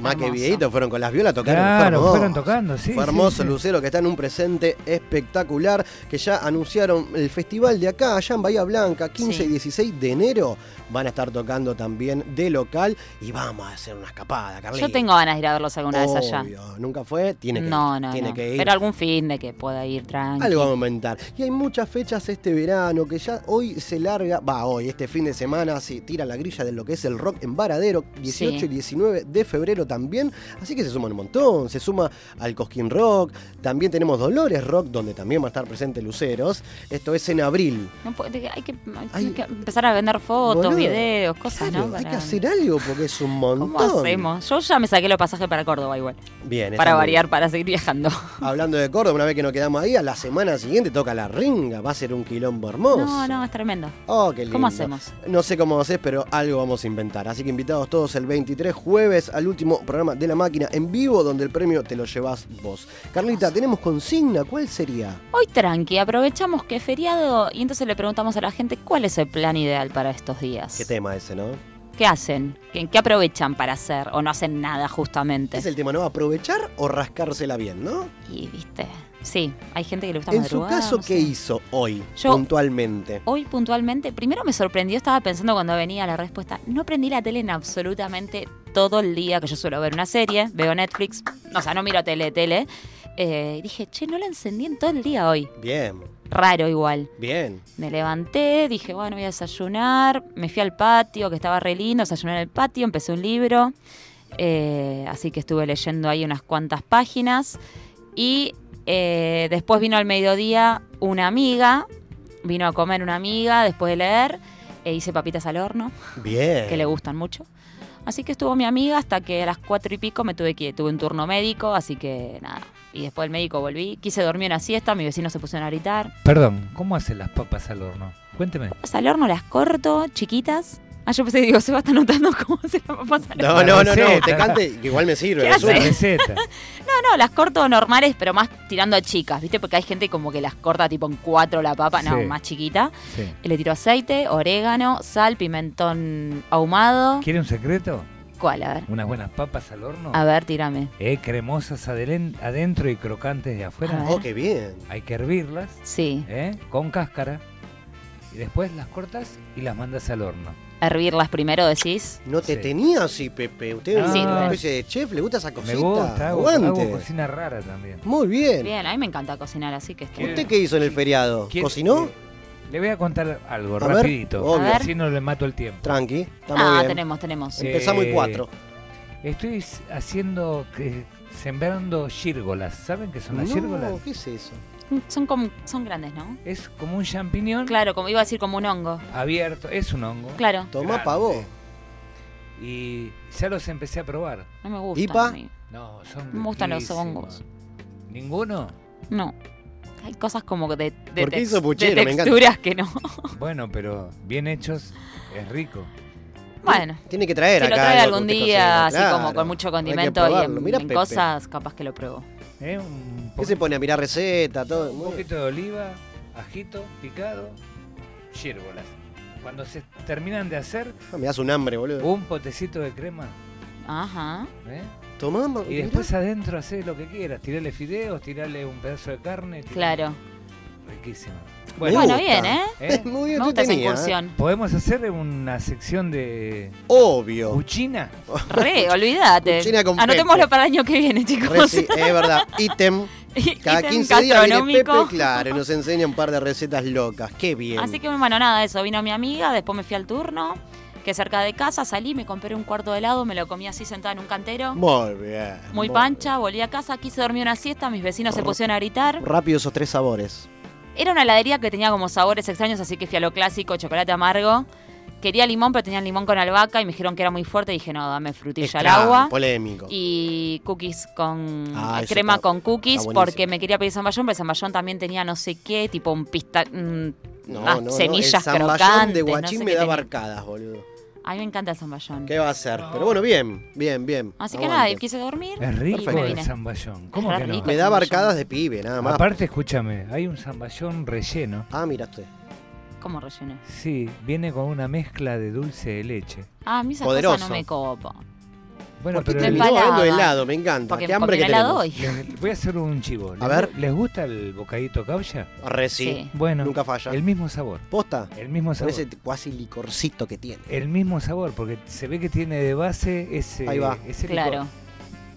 Speaker 2: Más que
Speaker 3: Hermoso.
Speaker 2: videito, fueron con las violas tocaron.
Speaker 4: Claro,
Speaker 2: fue hermoso.
Speaker 4: fueron tocando, sí,
Speaker 2: Fue
Speaker 4: sí,
Speaker 2: hermoso
Speaker 4: sí.
Speaker 2: Lucero que está en un presente espectacular. Que ya anunciaron el festival de acá, allá en Bahía Blanca, 15 y
Speaker 3: Sí.
Speaker 2: 16 de enero. Van a estar tocando también de local y vamos a hacer una escapada, Carlitos.
Speaker 3: Yo tengo ganas de ir a verlos alguna vez allá.
Speaker 2: Obvio, Nunca fue, tiene que
Speaker 3: no,
Speaker 2: ir.
Speaker 3: no,
Speaker 2: tiene
Speaker 3: no.
Speaker 2: que ir.
Speaker 3: Pero algún fin de que pueda ir tranqui.
Speaker 2: Algo vamos a inventar. Y hay muchas fechas este verano que ya hoy se larga, va hoy, este fin de semana se tira la grilla de lo que es el rock en Varadero, 18
Speaker 3: Sí.
Speaker 2: y 19 de febrero también. Así que se suman un montón, se suma al Cosquín Rock, también tenemos Dolores Rock, donde también va a estar presente Luceros. Esto es en abril.
Speaker 3: No puede- hay, que, hay
Speaker 2: Ay,
Speaker 3: que empezar a vender fotos,
Speaker 2: Boludo,
Speaker 3: videos, cosas,
Speaker 2: claro,
Speaker 3: ¿no?
Speaker 2: Hay que
Speaker 3: Para-
Speaker 2: hacer algo porque es un montón.
Speaker 3: ¿Cómo hacemos? Yo ya me saqué los pasajes para Córdoba igual.
Speaker 2: Bien, está
Speaker 3: Para
Speaker 2: muy
Speaker 3: variar, para seguir viajando.
Speaker 2: bien. Hablando de Córdoba, una vez que nos quedamos ahí, a la semana siguiente toca la ringa, va a ser un quilombo hermoso.
Speaker 3: No, no, es tremendo.
Speaker 2: Oh, qué lindo.
Speaker 3: ¿Cómo hacemos?
Speaker 2: No sé cómo haces, pero algo vamos a inventar. Así que invitados todos el 23 jueves al último programa de la máquina en vivo, donde el premio te lo llevas vos. Carlita, tenemos consigna, ¿cuál sería?
Speaker 3: Hoy tranqui, aprovechamos que es feriado y entonces le preguntamos a la gente cuál es el plan ideal para estos días.
Speaker 2: ¿Qué tema ese, no?
Speaker 3: ¿Qué hacen? ¿Qué, qué aprovechan para hacer? ¿O no hacen nada justamente?
Speaker 2: Es el tema, ¿no? Aprovechar o rascársela bien, ¿no?
Speaker 3: Y viste, sí, hay gente que le gusta
Speaker 2: en su
Speaker 3: madrugar.
Speaker 2: caso,
Speaker 3: no
Speaker 2: ¿qué
Speaker 3: sé.
Speaker 2: hizo hoy,
Speaker 3: Yo-
Speaker 2: puntualmente?
Speaker 3: Hoy puntualmente, primero me sorprendió, estaba pensando cuando venía la respuesta, no prendí la tele en absolutamente todo el día, que yo suelo ver una serie, veo Netflix, no, o sea, no miro tele, tele. Eh, y dije, che, no la encendí en todo el día hoy.
Speaker 2: Bien,
Speaker 3: Raro igual.
Speaker 2: bien.
Speaker 3: Me levanté, dije, bueno, voy a desayunar. Me fui al patio, que estaba re lindo, desayuné en el patio, empecé un libro. eh, así que estuve leyendo ahí unas cuantas páginas. Y eh, después vino al mediodía una amiga, vino a comer una amiga después de leer. E hice papitas al horno,
Speaker 2: Bien.
Speaker 3: que le gustan mucho. Así que estuvo mi amiga hasta que a las cuatro y pico me tuve que tuve un turno médico, así que nada. Y después del médico volví, quise dormir una siesta, mis vecinos se pusieron a gritar.
Speaker 4: Perdón, ¿cómo hacen las papas al horno? Cuénteme.
Speaker 3: papas al horno las corto, chiquitas. Ah, yo pensé, digo, se va a estar notando cómo se las papas al
Speaker 2: No,
Speaker 3: horno.
Speaker 2: no, no, no,
Speaker 4: receta.
Speaker 2: te cante, que igual me sirve.
Speaker 3: ¿Qué
Speaker 2: me
Speaker 3: hace?
Speaker 4: La
Speaker 2: suena.
Speaker 4: receta.
Speaker 3: No, no, las corto normales, pero más tirando a chicas, ¿viste? Porque hay gente como que las corta tipo en cuatro la papa, no,
Speaker 4: Sí.
Speaker 3: más chiquita.
Speaker 4: Sí.
Speaker 3: Y Le tiro aceite, orégano, sal, pimentón ahumado.
Speaker 4: ¿Quiere un secreto?
Speaker 3: ¿Cuál? A ver.
Speaker 4: ¿Unas buenas papas al horno?
Speaker 3: A ver, tírame.
Speaker 4: Eh, cremosas adelen- adentro y crocantes de afuera.
Speaker 3: A ver.
Speaker 2: Oh, qué bien.
Speaker 4: Hay que hervirlas,
Speaker 3: Sí,
Speaker 4: ¿eh? Con cáscara. Y después las cortas y las mandas al horno.
Speaker 3: hervirlas primero, decís.
Speaker 2: No te
Speaker 4: Sí.
Speaker 2: tenía así, Pepe. Usted
Speaker 3: Ah,
Speaker 2: es
Speaker 4: Sí.
Speaker 2: una especie de chef, le gusta esa cosita.
Speaker 4: Me gusta, hago,
Speaker 2: Aguante.
Speaker 4: hago cocina rara también.
Speaker 2: Muy bien.
Speaker 3: Bien, a mí me encanta cocinar, así que está
Speaker 4: ¿Quiere-
Speaker 2: ¿Usted qué hizo en el feriado?
Speaker 4: ¿Quiere-
Speaker 2: ¿Cocinó?
Speaker 4: Le voy a contar algo,
Speaker 2: A ver,
Speaker 4: Eh, rapidito.
Speaker 2: obvio.
Speaker 3: A ver.
Speaker 4: Así no le mato el tiempo.
Speaker 2: Tranqui, estamos
Speaker 3: Ah,
Speaker 2: bien.
Speaker 3: tenemos, tenemos.
Speaker 4: Sí.
Speaker 2: Empezamos el
Speaker 4: Eh,
Speaker 2: 4.
Speaker 4: Estoy s- haciendo, que- sembrando gírgolas. ¿Saben qué son las gírgolas?
Speaker 2: ¿qué es eso?
Speaker 3: Son, como- son grandes, ¿no?
Speaker 4: Es como un champiñón
Speaker 3: Claro, como iba a decir, como un hongo.
Speaker 4: abierto. Es un hongo.
Speaker 3: Claro,
Speaker 2: Tomá
Speaker 4: Grande.
Speaker 2: pa' vos.
Speaker 4: Y ya los empecé a probar.
Speaker 3: no me gusta.
Speaker 2: ¿Ipa?
Speaker 3: a mí.
Speaker 4: No, son
Speaker 3: Me gustan los
Speaker 4: riquísimos.
Speaker 3: hongos.
Speaker 4: ¿Ninguno?
Speaker 3: No. Hay cosas como de, de,
Speaker 2: ¿Por qué
Speaker 3: tex-
Speaker 2: hizo puchero?
Speaker 3: de
Speaker 2: Me encanta.
Speaker 3: texturas que no.
Speaker 4: Bueno, pero bien hechos es rico.
Speaker 3: Bueno,
Speaker 2: Tiene que traer
Speaker 3: si lo
Speaker 2: acá.
Speaker 3: trae
Speaker 2: algo que
Speaker 3: algún
Speaker 2: usted
Speaker 3: día,
Speaker 2: cocina,
Speaker 3: así
Speaker 2: claro.
Speaker 3: como con mucho
Speaker 2: Hay que
Speaker 3: condimento y
Speaker 2: probarlo.
Speaker 3: en,
Speaker 2: Mirá,
Speaker 3: en
Speaker 2: Pepe.
Speaker 3: cosas, capaz que lo pruebo.
Speaker 4: ¿Eh? Un,
Speaker 2: ¿Qué
Speaker 4: poco-
Speaker 2: se pone a mirar receta, todo?
Speaker 4: un
Speaker 2: Muy bien.
Speaker 4: poquito de oliva, ajito, picado, gírgolas. Cuando se terminan de hacer,
Speaker 2: Ah, me das un hambre, boludo.
Speaker 4: un potecito de crema.
Speaker 3: Ajá.
Speaker 4: ¿eh?
Speaker 2: Tomamos.
Speaker 4: Y después adentro haces lo que quieras. Tirale fideos, tirale un pedazo de carne. tirale-
Speaker 3: Claro.
Speaker 4: Riquísimo.
Speaker 2: Me
Speaker 3: Bueno,
Speaker 4: Bueno,
Speaker 2: gusta.
Speaker 3: bien, ¿eh?
Speaker 4: ¿eh?
Speaker 2: Muy
Speaker 3: Me
Speaker 2: bien, yo
Speaker 3: gusta esa
Speaker 2: tenía.
Speaker 3: incursión.
Speaker 4: podemos hacer una sección de
Speaker 2: Obvio.
Speaker 4: cuchina.
Speaker 3: Re, olvídate.
Speaker 2: Cuchina con
Speaker 3: Anotémoslo
Speaker 2: Pepe.
Speaker 3: para el año que viene,
Speaker 2: Re,
Speaker 3: chicos.
Speaker 2: sí, es verdad. Ítem.
Speaker 3: Y-
Speaker 2: Cada
Speaker 3: ítem
Speaker 2: 15 días viene Pepe,
Speaker 3: gastronómico.
Speaker 2: claro, y nos enseña un par de recetas locas. Qué bien.
Speaker 3: Así que, bueno, nada, eso. Vino mi amiga, después me fui al turno, que cerca de casa salí, me compré un cuarto de helado, me lo comí así sentada en un cantero.
Speaker 2: Muy bien.
Speaker 3: Muy pancha, volví a casa, quise dormir una siesta, mis vecinos se pusieron a gritar.
Speaker 2: Rápido esos tres sabores.
Speaker 3: Era una heladería que tenía como sabores extraños, así que fui a lo clásico, chocolate amargo. Quería limón, pero tenían limón con albahaca y me dijeron que era muy fuerte. Y dije, no, dame frutilla
Speaker 2: Es
Speaker 3: al
Speaker 2: claro,
Speaker 3: agua.
Speaker 2: Polémico.
Speaker 3: Y cookies con
Speaker 2: Ah, eso
Speaker 3: crema
Speaker 2: está-
Speaker 3: con cookies
Speaker 2: está buenísimo.
Speaker 3: porque me quería pedir zamballón, pero el zamballón también tenía no sé qué, tipo un pista, mm, unas semillas
Speaker 2: el zamballón
Speaker 3: crocantes.
Speaker 2: de
Speaker 3: no
Speaker 2: guachín
Speaker 3: sé
Speaker 2: me
Speaker 3: qué
Speaker 2: da
Speaker 3: tenía.
Speaker 2: barcadas, boludo.
Speaker 3: A mí me encanta el zamballón.
Speaker 2: ¿Qué va a hacer? Pero bueno, bien, bien, bien.
Speaker 3: Así que
Speaker 2: Aguante.
Speaker 3: nada, y quise dormir.
Speaker 4: Es rico
Speaker 3: y me
Speaker 4: el
Speaker 3: vine.
Speaker 4: zamballón. ¿Cómo
Speaker 3: Es
Speaker 4: que no?
Speaker 3: rico.
Speaker 2: Me da barcadas de pibe, nada más.
Speaker 4: Aparte, escúchame, hay un zamballón relleno.
Speaker 2: Ah, mira usted.
Speaker 3: ¿Cómo rellené?
Speaker 4: Sí, viene con una mezcla de dulce de leche.
Speaker 3: Ah, a mí esas
Speaker 2: Poderoso.
Speaker 3: cosas no me copo.
Speaker 4: Bueno,
Speaker 2: Porque
Speaker 4: pero
Speaker 3: te
Speaker 4: el-
Speaker 2: terminó
Speaker 3: empalaba.
Speaker 2: hablando de helado, me encanta.
Speaker 3: Porque
Speaker 2: Qué hambre que
Speaker 3: comí helado
Speaker 2: tenemos.
Speaker 3: hoy.
Speaker 4: les- voy a hacer un chivo. ¿Les,
Speaker 2: ver.
Speaker 4: ¿Les gusta el bocadito caucha?
Speaker 2: Re sí.
Speaker 4: Bueno,
Speaker 2: Nunca falla.
Speaker 4: el mismo sabor.
Speaker 2: Posta.
Speaker 4: El mismo
Speaker 2: Con
Speaker 4: sabor.
Speaker 2: ese cuasi licorcito que tiene.
Speaker 4: El mismo sabor, porque se ve que tiene de base ese.
Speaker 2: Ahí va.
Speaker 4: ese licor.
Speaker 3: Claro.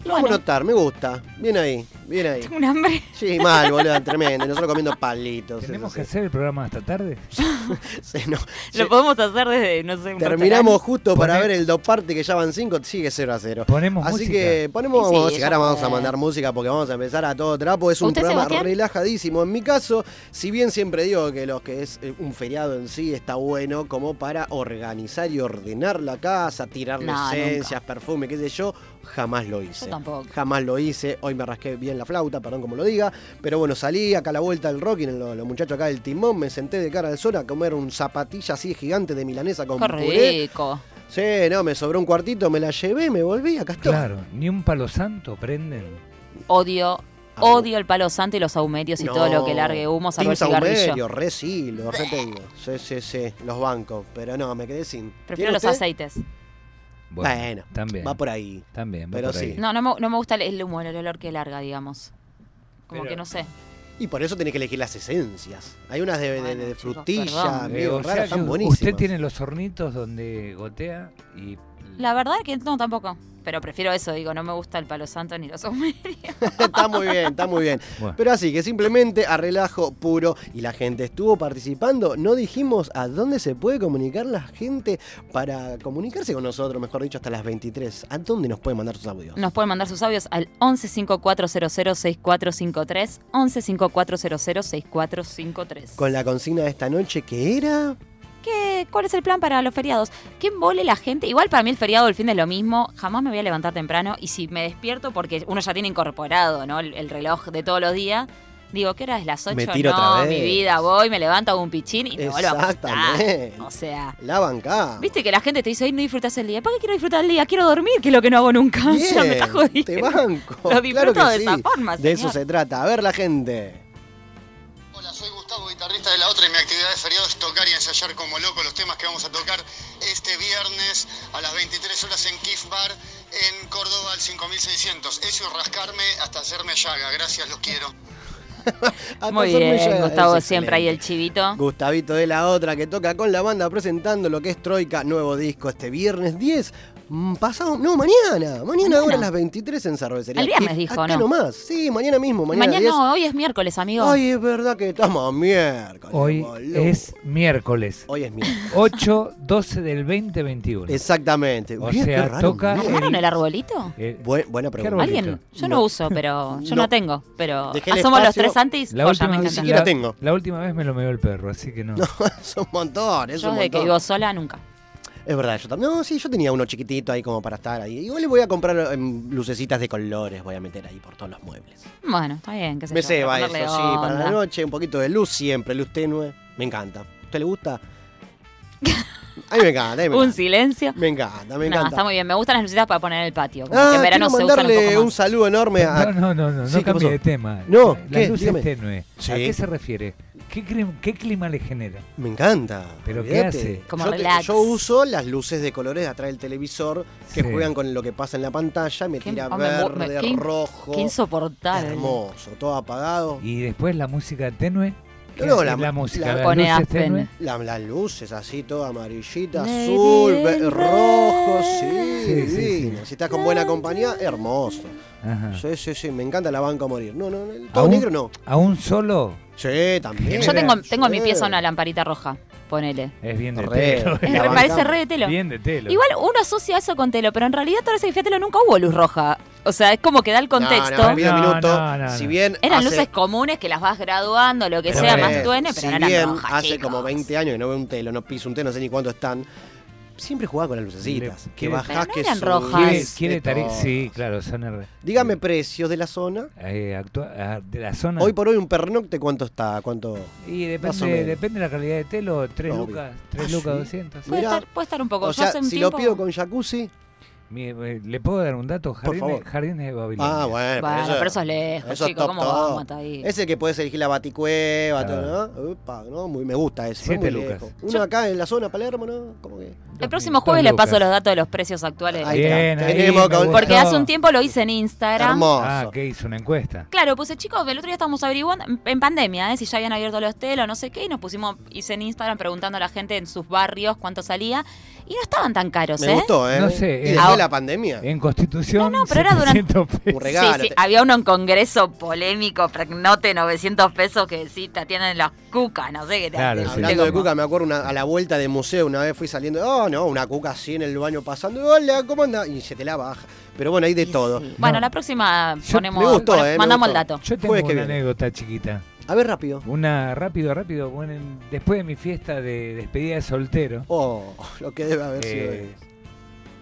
Speaker 2: Lo voy a
Speaker 3: Bueno.
Speaker 2: notar, me gusta. Bien ahí, bien ahí.
Speaker 3: Tengo un hambre.
Speaker 2: Sí, mal, boludo, tremendo. Nosotros comiendo palitos.
Speaker 4: ¿Tenemos que
Speaker 2: eso sí.
Speaker 4: hacer el programa hasta tarde?
Speaker 2: Sí, no.
Speaker 3: Lo podemos hacer desde, no sé, un
Speaker 2: Terminamos justo para
Speaker 4: Poné-
Speaker 2: ver el doparte que ya van 5, sigue 0 a 0.
Speaker 4: Ponemos
Speaker 2: Así
Speaker 4: música.
Speaker 2: que ponemos
Speaker 3: Y sí,
Speaker 2: música,
Speaker 3: eso
Speaker 2: ahora vamos a
Speaker 3: fue.
Speaker 2: mandar música porque vamos a empezar a todo trapo. Es un
Speaker 3: ¿Usted,
Speaker 2: programa
Speaker 3: Sebastián?
Speaker 2: relajadísimo. En mi caso, si bien siempre digo que lo que es eh, un feriado en sí está bueno como para organizar y ordenar la casa, tirarle
Speaker 3: No,
Speaker 2: esencias, perfume, qué sé yo, jamás lo hice.
Speaker 3: Yo tampoco.
Speaker 2: Jamás lo hice. Hoy me rasqué bien la flauta, perdón como lo diga. Pero bueno, salí acá a la vuelta del Rocky, en lo- los muchachos acá del timón, me senté de cara al sol a comer un zapatilla así gigante de milanesa con
Speaker 3: Qué
Speaker 2: puré.
Speaker 3: rico.
Speaker 2: Sí, no, me sobró un cuartito, me la llevé, me volví, acá estoy.
Speaker 4: Claro, ni un palo santo prenden.
Speaker 3: Odio,
Speaker 2: Ah,
Speaker 3: odio el palo santo y los ahumerios y
Speaker 2: No.
Speaker 3: todo lo que largue humo, salvo el
Speaker 2: Team
Speaker 3: cigarrillo.
Speaker 2: Saumerio, re sí, lo re tengo. Sí, sí, sí, los bancos, pero no, me quedé sin. ¿Tiene
Speaker 3: Prefiero los
Speaker 2: usted?
Speaker 3: aceites.
Speaker 2: Bueno,
Speaker 4: también.
Speaker 2: va por ahí.
Speaker 4: También, va
Speaker 2: pero
Speaker 4: por
Speaker 2: sí.
Speaker 4: ahí.
Speaker 3: No, no me, no me gusta el, el humo, el olor que larga, digamos. Como
Speaker 4: Pero-
Speaker 3: que no sé.
Speaker 2: Y por eso tenés que elegir las esencias. Hay unas de, de- de
Speaker 3: Bueno, chicos, perdón.
Speaker 2: frutilla,
Speaker 4: Eh,
Speaker 2: amigo,
Speaker 4: o sea que
Speaker 2: raras, están buenísimas.
Speaker 4: usted tiene los hornitos donde gotea y.
Speaker 3: La verdad es que no, tampoco. Pero prefiero eso, digo, no me gusta el palo santo ni los ahumerios.
Speaker 2: está muy bien, está muy bien.
Speaker 4: Bueno.
Speaker 2: Pero así que simplemente a relajo puro y la gente estuvo participando. No dijimos a dónde se puede comunicar la gente para comunicarse con nosotros, mejor dicho, hasta las 23. ¿A dónde nos pueden mandar sus audios?
Speaker 3: Nos pueden mandar sus audios al 1154006453, 1154006453.
Speaker 2: Con la consigna de esta noche que era...
Speaker 3: ¿Qué- ¿Cuál es el plan para los feriados? ¿Qué embole la gente? Igual para mí el feriado, el fin es lo mismo. Jamás me voy a levantar temprano. Y si me despierto, porque uno ya tiene incorporado ¿no? el, el reloj de todos los días, digo, ¿qué hora es? ¿Las 8?
Speaker 2: Me tiro
Speaker 3: no,
Speaker 2: otra vez.
Speaker 3: mi vida, voy, me levanto, hago un pichín y me vuelvo a acostar.
Speaker 2: Exactamente.
Speaker 3: O sea,
Speaker 2: La banca.
Speaker 3: viste que la gente te dice, hoy no disfrutas el día. ¿Para qué quiero disfrutar el día? Quiero dormir, que es lo que no hago nunca. O sea, me está
Speaker 2: Bien,
Speaker 3: jodiendo.
Speaker 2: te banco.
Speaker 3: Lo disfruto
Speaker 2: claro que
Speaker 3: de esa
Speaker 2: sí.
Speaker 3: forma,
Speaker 2: De eso
Speaker 3: señor.
Speaker 2: se trata. A ver la gente.
Speaker 5: Hola, soy Gustavo, guitarrista de la otra y mi actividad de feriado es tocar y ensayar como loco los temas que vamos a tocar este viernes a las 23 horas en Kif Bar en Córdoba al 5600. Eso y rascarme hasta hacerme llaga. Gracias, los quiero.
Speaker 2: A
Speaker 3: Muy
Speaker 2: Tarzán
Speaker 3: bien,
Speaker 2: Mella,
Speaker 3: Gustavo,
Speaker 2: es
Speaker 3: siempre ahí el
Speaker 2: excelente.
Speaker 3: chivito.
Speaker 2: Gustavito de la otra que toca con la banda presentando lo que es Troika, nuevo disco este viernes 10. mm, Pasado, no, mañana. Mañana ahora a las 23 en cervecería.
Speaker 3: El viernes
Speaker 2: Kif,
Speaker 3: dijo,
Speaker 2: acá
Speaker 3: ¿no?
Speaker 2: nomás. Sí, mañana mismo, mañana,
Speaker 3: Mañana
Speaker 2: 10.
Speaker 3: no, hoy es miércoles, amigo.
Speaker 2: Ay, es verdad que estamos a miércoles.
Speaker 4: Hoy
Speaker 2: boludo.
Speaker 4: es miércoles.
Speaker 2: Hoy es miércoles.
Speaker 4: 8, 12 del 2021.
Speaker 2: Exactamente.
Speaker 4: O
Speaker 2: Bien,
Speaker 4: sea,
Speaker 2: qué raro,
Speaker 4: toca-
Speaker 2: ¿no?
Speaker 3: ¿Armaron el arbolito?
Speaker 4: Eh,
Speaker 2: Bu- buena pregunta.
Speaker 4: Arbolito.
Speaker 3: ¿Alguien? Yo no,
Speaker 2: No.
Speaker 3: uso, pero yo
Speaker 2: No.
Speaker 3: no, tengo. Pero
Speaker 2: Dejé el
Speaker 3: somos los
Speaker 2: espacio.
Speaker 3: tres antes.
Speaker 4: la,
Speaker 3: Joya,
Speaker 4: última
Speaker 3: me
Speaker 4: vez,
Speaker 3: encanta.
Speaker 2: Ni siquiera tengo.
Speaker 4: la última vez me lo meó el perro, así que no.
Speaker 2: es un montón, es
Speaker 3: Yo
Speaker 2: un
Speaker 3: desde que
Speaker 2: montón.
Speaker 3: vivo sola nunca.
Speaker 2: Es verdad, yo también. No, sí, yo tenía uno chiquitito ahí como para estar ahí. Igual le voy a comprar em, lucecitas de colores, voy a meter ahí por todos los muebles.
Speaker 3: Bueno, está bien, qué sé
Speaker 2: Me
Speaker 3: yo, para
Speaker 2: ceba eso,
Speaker 3: ponerle
Speaker 2: sí, para la
Speaker 3: onda.
Speaker 2: noche, un poquito de luz siempre, luz tenue. Me encanta. ¿A usted le gusta? A mí me encanta, a mí me
Speaker 3: Un
Speaker 2: encanta.
Speaker 3: silencio.
Speaker 2: Me encanta, me
Speaker 3: No,
Speaker 2: encanta.
Speaker 3: está muy bien. Me gustan las lucitas para poner en el patio. Como
Speaker 2: ah,
Speaker 3: que en verano se
Speaker 2: quiero
Speaker 3: usan un
Speaker 2: mandarle un,
Speaker 3: poco más.
Speaker 2: saludo enorme a...
Speaker 4: No, no, no, no,
Speaker 2: Sí, ¿qué
Speaker 4: no
Speaker 2: pasó?
Speaker 4: cambie de tema.
Speaker 2: No,
Speaker 4: la
Speaker 2: ¿qué?
Speaker 4: luz este
Speaker 2: Dígame.
Speaker 4: es tenue.
Speaker 2: Sí.
Speaker 4: ¿A qué se refiere? ¿Qué, clim- qué clima le genera?
Speaker 2: Me encanta.
Speaker 4: ¿Pero qué
Speaker 2: olvídate.
Speaker 4: hace?
Speaker 3: Como
Speaker 2: yo, te-
Speaker 3: relax.
Speaker 2: yo uso las luces de colores de atrás del televisor que
Speaker 4: Sí.
Speaker 2: juegan con lo que pasa en la pantalla. Me
Speaker 3: Qué-
Speaker 2: tira
Speaker 3: oh, me mu- me-
Speaker 2: verde,
Speaker 3: qué in-
Speaker 2: rojo.
Speaker 3: Qué insoportable.
Speaker 2: Hermoso, todo apagado.
Speaker 4: ¿Y después la música tenue? ¿Qué
Speaker 2: No,
Speaker 4: es
Speaker 2: la-
Speaker 4: música,
Speaker 2: la-
Speaker 4: las
Speaker 3: Pone
Speaker 4: luces
Speaker 3: Aspen.
Speaker 4: tenue.
Speaker 2: La- las luces así, toda amarillita,
Speaker 3: Lady
Speaker 2: azul, ve-
Speaker 3: in
Speaker 2: rojo,
Speaker 3: Red.
Speaker 2: sí,
Speaker 4: Sí, sí,
Speaker 2: divino. Si estás con buena compañía, hermoso.
Speaker 4: Ajá.
Speaker 2: Sí, sí, sí, me encanta la banca a morir. No, no, no, todo
Speaker 4: ¿Aún?
Speaker 2: negro no.
Speaker 4: A un solo
Speaker 2: Sí, también.
Speaker 3: Yo tengo, tengo en mi
Speaker 2: Sí.
Speaker 3: pieza una lamparita roja. Ponele.
Speaker 4: es bien de
Speaker 2: Re.
Speaker 4: telo.
Speaker 2: La
Speaker 3: Es- me
Speaker 2: bancamos.
Speaker 3: parece re de telo.
Speaker 4: Bien de telo.
Speaker 3: Igual uno asocia eso con telo, pero en realidad todo ese telo nunca hubo luz roja. O sea, es como que da el contexto.
Speaker 2: No, no, olvida un
Speaker 4: No,
Speaker 2: minuto.
Speaker 4: no, no,
Speaker 2: si
Speaker 4: no.
Speaker 2: bien
Speaker 3: Eran
Speaker 2: hace-
Speaker 3: luces comunes que las vas graduando, lo que
Speaker 4: Pero
Speaker 3: sea,
Speaker 4: bueno,
Speaker 3: más tuene, pero
Speaker 2: si
Speaker 3: no eran
Speaker 2: bien
Speaker 3: rojas,
Speaker 2: hace
Speaker 3: chicos.
Speaker 2: como 20 años que no veo un telo, no piso un telo, no sé ni cuánto están. siempre jugaba con las lucecitas.
Speaker 4: Le-
Speaker 2: que
Speaker 4: Pero
Speaker 2: bajás,
Speaker 3: no
Speaker 2: que
Speaker 3: eran
Speaker 2: subís,
Speaker 3: rojas.
Speaker 4: ¿Quiere, quiere
Speaker 2: de
Speaker 4: tare-
Speaker 2: todo.
Speaker 4: Sí, claro, son R.
Speaker 2: Dígame precios de la zona.
Speaker 4: Eh, actua- ah, de la zona.
Speaker 2: Hoy por hoy un pernocte, ¿cuánto está? ¿Cuánto?
Speaker 4: y
Speaker 2: más o
Speaker 4: depende,
Speaker 2: menos.
Speaker 4: depende de la calidad de telo, 3
Speaker 2: Obvio.
Speaker 4: lucas,
Speaker 2: Ah,
Speaker 4: 3 lucas
Speaker 2: sí.
Speaker 4: 200.
Speaker 3: Puede,
Speaker 2: Mirá.
Speaker 3: estar, puede estar un poco.
Speaker 2: O
Speaker 3: Yo
Speaker 2: sea,
Speaker 3: hace un
Speaker 2: si lo
Speaker 3: tiempo-
Speaker 2: pido con jacuzzi.
Speaker 4: Mi- eh, ¿Le puedo dar un dato? Jardines,
Speaker 2: favor.
Speaker 4: jardines de Babilonia.
Speaker 2: Ah, bueno.
Speaker 3: Bueno, pero eso es lejos,
Speaker 2: eso es
Speaker 3: chico,
Speaker 2: top,
Speaker 3: Eh, ¿cómo
Speaker 2: top.
Speaker 3: vamos hasta ahí?
Speaker 2: Ese que podés elegir la baticueva,
Speaker 4: Claro.
Speaker 2: todo, ¿no? Upa, ¿no? Muy, me gusta ese.
Speaker 4: Siete
Speaker 2: muy
Speaker 4: lucas.
Speaker 2: lejos. Uno
Speaker 3: Yo-
Speaker 2: acá en la zona Palermo, ¿no? Como que.
Speaker 3: El próximo jueves le paso los datos de los precios actuales.
Speaker 2: Ahí está.
Speaker 4: Bien, ahí
Speaker 2: Tenemos
Speaker 4: me
Speaker 2: con-
Speaker 4: gustó.
Speaker 3: Porque hace un tiempo lo hice en Instagram.
Speaker 2: Hermoso.
Speaker 4: Ah, que hizo una encuesta.
Speaker 3: Claro, puse, chicos, el otro día estábamos averiguando, en- en pandemia, ¿eh? si ya habían abierto los telos, no sé qué, y nos pusimos, hice en Instagram preguntando a la gente en sus barrios cuánto salía, y no estaban tan caros,
Speaker 2: me
Speaker 3: ¿eh?
Speaker 2: gustó, ¿eh?
Speaker 4: No sé, eh,
Speaker 2: Y después de
Speaker 3: ahora-
Speaker 2: la pandemia.
Speaker 4: En Constitución,
Speaker 3: No, no, pero era durante-
Speaker 4: 700 pesos.
Speaker 2: Un
Speaker 3: Sí,
Speaker 2: regalo.
Speaker 3: sí,
Speaker 2: te-
Speaker 3: había uno en congreso polémico, pregnote, 900 pesos que sí, te atienden las cucas, no sé qué te
Speaker 4: Claro,
Speaker 3: hacen,
Speaker 4: sí.
Speaker 3: ¿viste?
Speaker 2: Hablando de
Speaker 3: Como-
Speaker 2: cuca, me acuerdo una- a la vuelta de museo, una vez fui saliendo, oh no, una cuca así en el baño pasando, hola, ¿cómo anda? Y se te la baja. Pero bueno, hay de
Speaker 3: Y
Speaker 2: todo.
Speaker 3: sí. Bueno,
Speaker 4: No.
Speaker 3: la próxima
Speaker 2: Yo-
Speaker 3: ponemos,
Speaker 2: me gustó,
Speaker 3: pone-
Speaker 2: eh, me
Speaker 3: mandamos
Speaker 2: gustó.
Speaker 3: el dato.
Speaker 4: Yo tengo
Speaker 2: Jueves
Speaker 4: una
Speaker 2: que viene.
Speaker 4: anécdota chiquita.
Speaker 2: A ver, rápido.
Speaker 4: Una, rápido, rápido. Bueno, en- después de mi fiesta de despedida de soltero,
Speaker 2: Oh, lo que debe haber sido.
Speaker 4: eh,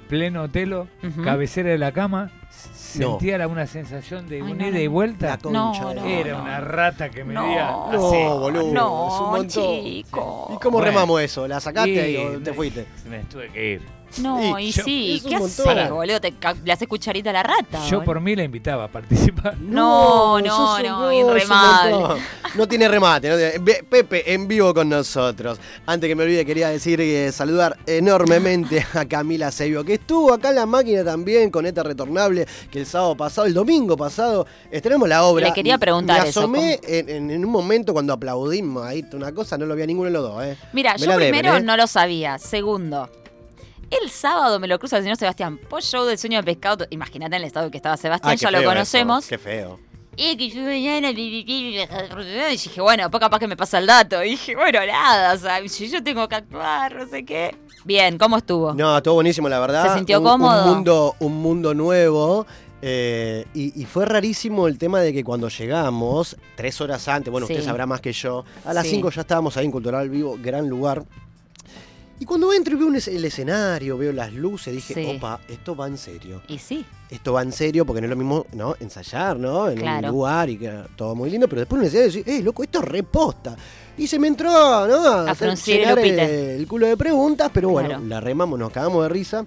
Speaker 4: pleno telo,
Speaker 3: Ujú.
Speaker 4: cabecera de la cama, s-
Speaker 2: No.
Speaker 4: sentía la- una sensación de
Speaker 3: Ay,
Speaker 4: un
Speaker 3: no,
Speaker 4: ida y
Speaker 3: no.
Speaker 4: vuelta.
Speaker 2: La concha.
Speaker 3: No,
Speaker 2: de la-
Speaker 3: no,
Speaker 4: Era una rata que me veía
Speaker 3: No,
Speaker 4: así.
Speaker 2: No, boludo. es un
Speaker 3: No,
Speaker 2: montón.
Speaker 3: chico.
Speaker 2: ¿Y cómo
Speaker 4: Bueno.
Speaker 2: remamos eso? ¿La sacaste
Speaker 4: Y
Speaker 2: o te
Speaker 4: me-
Speaker 2: fuiste?
Speaker 4: Me tuve que ir.
Speaker 3: No, y,
Speaker 2: Y yo-
Speaker 3: sí,
Speaker 2: es un
Speaker 3: ¿qué
Speaker 2: montón.
Speaker 3: haces, boludo? Te ca- le haces cucharita a la rata.
Speaker 4: Yo
Speaker 3: boludo.
Speaker 4: por mí la invitaba a participar.
Speaker 3: No, no,
Speaker 2: sos un-
Speaker 3: no, bien
Speaker 2: sos un
Speaker 3: remable.
Speaker 2: montón. No tiene remate. no tiene- Ve- Pepe en vivo con nosotros. Antes que me olvide, quería decir eh, saludar enormemente a Camila Sebio, que estuvo acá en la máquina también con esta retornable que el sábado pasado, el domingo pasado, estrenamos la obra.
Speaker 3: Le quería preguntar
Speaker 2: Me
Speaker 3: eso,
Speaker 2: asomé en, en- en un momento cuando aplaudimos ahí una cosa, no lo vi a ninguno de los dos. Eh.
Speaker 3: Mira,
Speaker 2: Me
Speaker 3: yo
Speaker 2: la deben,
Speaker 3: primero
Speaker 2: eh.
Speaker 3: no lo sabía. Segundo, el sábado me lo cruza el señor Sebastián. Post show del sueño de pescado. Imagínate en el estado en que estaba Sebastián,
Speaker 2: Ah, qué
Speaker 3: ya lo
Speaker 2: feo
Speaker 3: conocemos.
Speaker 2: eso, Qué feo.
Speaker 3: Y que yo mañana, bi, bi, bi, bi, y dije, bueno, pues capaz que me pasa el dato. Y dije, bueno, nada, o sea, si yo tengo que actuar, no sé qué. Bien, ¿cómo estuvo?
Speaker 2: No, todo buenísimo, la verdad.
Speaker 3: ¿Se sintió
Speaker 2: Un-
Speaker 3: cómodo?
Speaker 2: Un mundo, un mundo nuevo. eh, y, y fue rarísimo el tema de que cuando llegamos, tres horas antes, bueno,
Speaker 3: Sí.
Speaker 2: usted sabrá más que yo, a las
Speaker 3: Sí.
Speaker 2: cinco ya estábamos ahí en Cultural Vivo, gran lugar. Y cuando entro y veo un es- el escenario, veo las luces, dije,
Speaker 3: Sí.
Speaker 2: opa, esto va en serio.
Speaker 3: Y sí,
Speaker 2: Esto va en serio porque no es lo mismo, ¿no? Ensayar, ¿no? En
Speaker 3: Claro.
Speaker 2: un lugar y que era todo muy lindo, pero después un escenario y decís, eh, loco, esto es reposta. Y se me entró, ¿no?
Speaker 3: A
Speaker 2: hacer
Speaker 3: fruncir el
Speaker 2: llenar el,
Speaker 3: upite.
Speaker 2: el culo de preguntas, pero bueno,
Speaker 3: Claro.
Speaker 2: la remamos, nos cagamos de risa.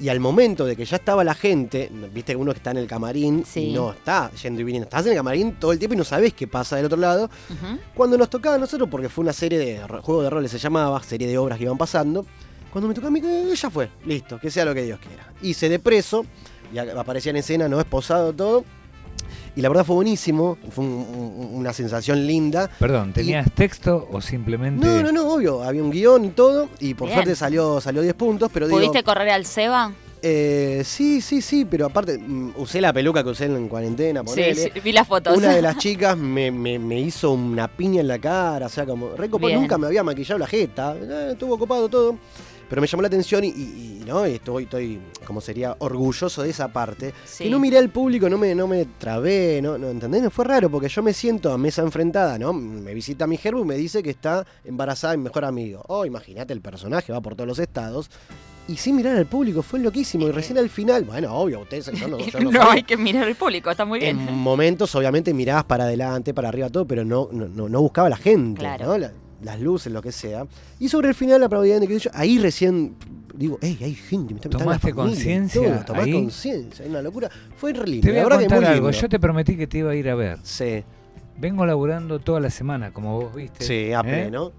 Speaker 2: Y al momento de que ya estaba la gente, viste que uno que está en el camarín
Speaker 3: Sí.
Speaker 2: y no está yendo y viniendo, estás en el camarín todo el tiempo y no sabes qué pasa del otro lado.
Speaker 3: ujú,
Speaker 2: Cuando nos tocaba a nosotros, porque fue una serie de ro- juego de roles, se llamaba, serie de obras que iban pasando. Cuando me tocaba a mí, eh, ya fue, listo, que sea lo que Dios quiera. Hice de preso, y a- aparecía en escena, no esposado, todo. Y la verdad fue buenísimo, fue un- un- una sensación linda.
Speaker 4: Perdón, ¿tenías texto o simplemente.?
Speaker 2: No, no, no, obvio, había un guión y todo, y por
Speaker 3: Bien.
Speaker 2: suerte salió, salió 10 puntos, pero digo.
Speaker 3: ¿Pudiste correr al Seba?
Speaker 2: eh, sí, sí, sí, pero aparte, mm, usé la peluca que usé en cuarentena,
Speaker 3: Sí,
Speaker 2: ponele.
Speaker 3: sí, vi las fotos.
Speaker 2: Una de las chicas me, me- me hizo una piña en la cara, o sea, como. Re copado,
Speaker 3: Bien.
Speaker 2: nunca me había maquillado la jeta, eh, estuvo copado todo. Pero me llamó la atención y, y- y, ¿no? Y estoy, estoy, como sería, orgulloso de esa parte.
Speaker 3: Sí.
Speaker 2: Y no miré al público, no me, no me trabé, no, no, ¿entendés? No fue raro, porque yo me siento a mesa enfrentada, ¿no? Me visita mi gerbo y me dice que está embarazada de mi mejor amigo. Oh, imagínate, el personaje va por todos los estados. Y sin mirar al público, fue loquísimo. Y recién al final, bueno, obvio, ustedes, yo no, Pues yo no Em,
Speaker 3: no,
Speaker 2: sabía.
Speaker 3: hay que mirar el público, está muy bien.
Speaker 2: En momentos, obviamente, mirabas para adelante, para arriba, todo, pero no, no, no, no buscaba la gente,
Speaker 3: Claro.
Speaker 2: ¿no? La- las luces, lo que sea. Y sobre el final, la probabilidad de que yo, ahí recién digo, hey, hay gente, me está está la
Speaker 4: ¿Tomaste
Speaker 2: familia y
Speaker 4: conciencia
Speaker 2: todo, Tomás
Speaker 4: ahí?
Speaker 2: conciencia, es una locura. Fue re lindo.
Speaker 4: Te voy
Speaker 2: la
Speaker 4: a
Speaker 2: verdad que
Speaker 4: contar
Speaker 2: muy
Speaker 4: algo.
Speaker 2: lindo.
Speaker 4: Yo te prometí que te iba a ir a ver.
Speaker 2: Sí,
Speaker 4: Vengo laburando toda la semana, como vos viste.
Speaker 2: sí, a
Speaker 4: ¿eh?
Speaker 2: pleno.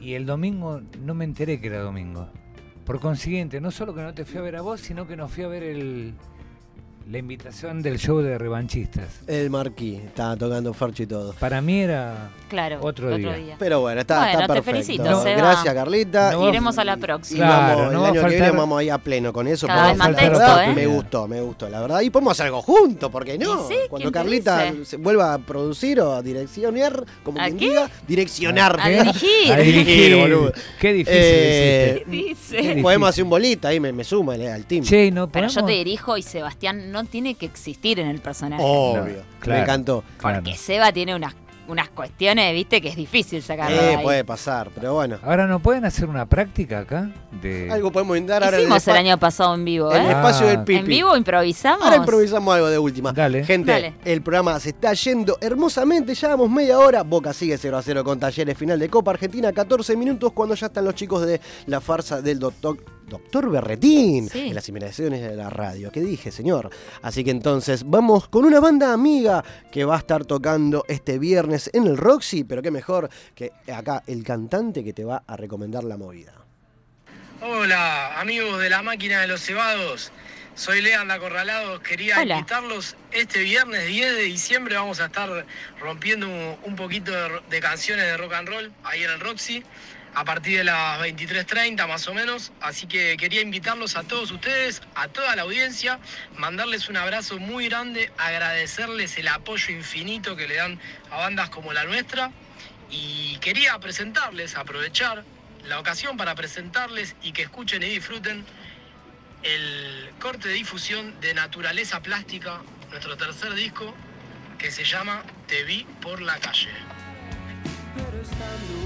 Speaker 4: Y el domingo no me enteré que era domingo. Por consiguiente, no solo que no te fui a ver a vos, sino que no fui a ver el, la invitación del show de revanchistas.
Speaker 2: El marquí estaba tocando Fercho y todo.
Speaker 4: Para mí era.
Speaker 3: Claro,
Speaker 4: Otro día.
Speaker 2: Pero bueno, está,
Speaker 3: Bueno,
Speaker 2: está
Speaker 3: te
Speaker 2: perfecto.
Speaker 3: felicito,
Speaker 2: No,
Speaker 3: Seba.
Speaker 2: Gracias, Carlita.
Speaker 4: No
Speaker 2: Y-
Speaker 3: Iremos a la
Speaker 2: y-
Speaker 3: próxima.
Speaker 2: y vamos,
Speaker 4: Claro, no va a
Speaker 2: el año que viene
Speaker 4: faltar-
Speaker 2: vamos ahí a pleno con eso.
Speaker 3: Cada
Speaker 2: porque
Speaker 3: vez más
Speaker 2: la verdad
Speaker 3: texto, ¿eh?
Speaker 2: Me gustó, me gustó, la verdad. Y podemos hacer algo juntos, ¿por qué no?
Speaker 3: Y sí,
Speaker 2: Cuando
Speaker 3: ¿quién te
Speaker 2: Carlita
Speaker 3: dice?
Speaker 2: se vuelva a producir o a direccionar, como
Speaker 3: ¿A
Speaker 2: quien
Speaker 3: qué?
Speaker 2: diga, direccionar.
Speaker 3: A dirigir.
Speaker 4: A dirigir,
Speaker 2: boludo.
Speaker 4: Qué difícil
Speaker 2: Eh,
Speaker 4: hiciste.
Speaker 3: Dice.
Speaker 2: Podemos hacer un bolita ahí, me, me suma eh, al team.
Speaker 4: Che, no,
Speaker 3: Pero yo
Speaker 4: podemos-
Speaker 3: te dirijo y Sebastián no tiene que existir en el personaje.
Speaker 2: Obvio,
Speaker 4: claro.
Speaker 2: me encantó.
Speaker 4: Claro.
Speaker 3: Que Seba tiene unas unas cuestiones, viste, que es difícil sacarlo. de
Speaker 2: Eh,
Speaker 3: ahí.
Speaker 2: puede pasar, pero bueno.
Speaker 4: Ahora, ¿no pueden hacer una práctica acá? De...
Speaker 2: Algo podemos intentar ahora. en
Speaker 3: Hicimos el
Speaker 2: espa-
Speaker 3: año pasado en vivo,
Speaker 2: en el
Speaker 3: ¿eh?
Speaker 4: Ah.
Speaker 2: espacio del
Speaker 4: En
Speaker 2: Pipi.
Speaker 3: En vivo improvisamos.
Speaker 2: Ahora improvisamos algo de última.
Speaker 4: Dale.
Speaker 2: Gente,
Speaker 3: Dale.
Speaker 2: el programa se está yendo hermosamente. Ya damos media hora. Boca sigue 0 a 0 con Talleres. Final de Copa Argentina, 14 minutos. Cuando ya están los chicos de la farsa del doctor. Doctor Berretín,
Speaker 3: Sí.
Speaker 2: en las imitaciones de la radio. ¿Qué dije, señor? Así que entonces vamos con una banda amiga que va a estar tocando este viernes en el Roxy, pero qué mejor que acá el cantante que te va a recomendar la movida.
Speaker 6: Hola, amigos de la máquina de los cebados. Soy Leanda Corralados. Quería
Speaker 3: Hola.
Speaker 6: invitarlos este viernes 10 de diciembre. Vamos a estar rompiendo un- un poquito de, ro- de canciones de rock and roll ahí en el Roxy a partir de las 23.30 más o menos. Así que quería invitarlos a todos ustedes, a toda la audiencia, mandarles un abrazo muy grande, agradecerles el apoyo infinito que le dan a bandas como la nuestra. Y quería presentarles, aprovechar la ocasión para presentarles y que escuchen y disfruten el corte de difusión de Naturaleza Plástica, nuestro tercer disco, que se llama Te vi por la calle.
Speaker 1: pero estando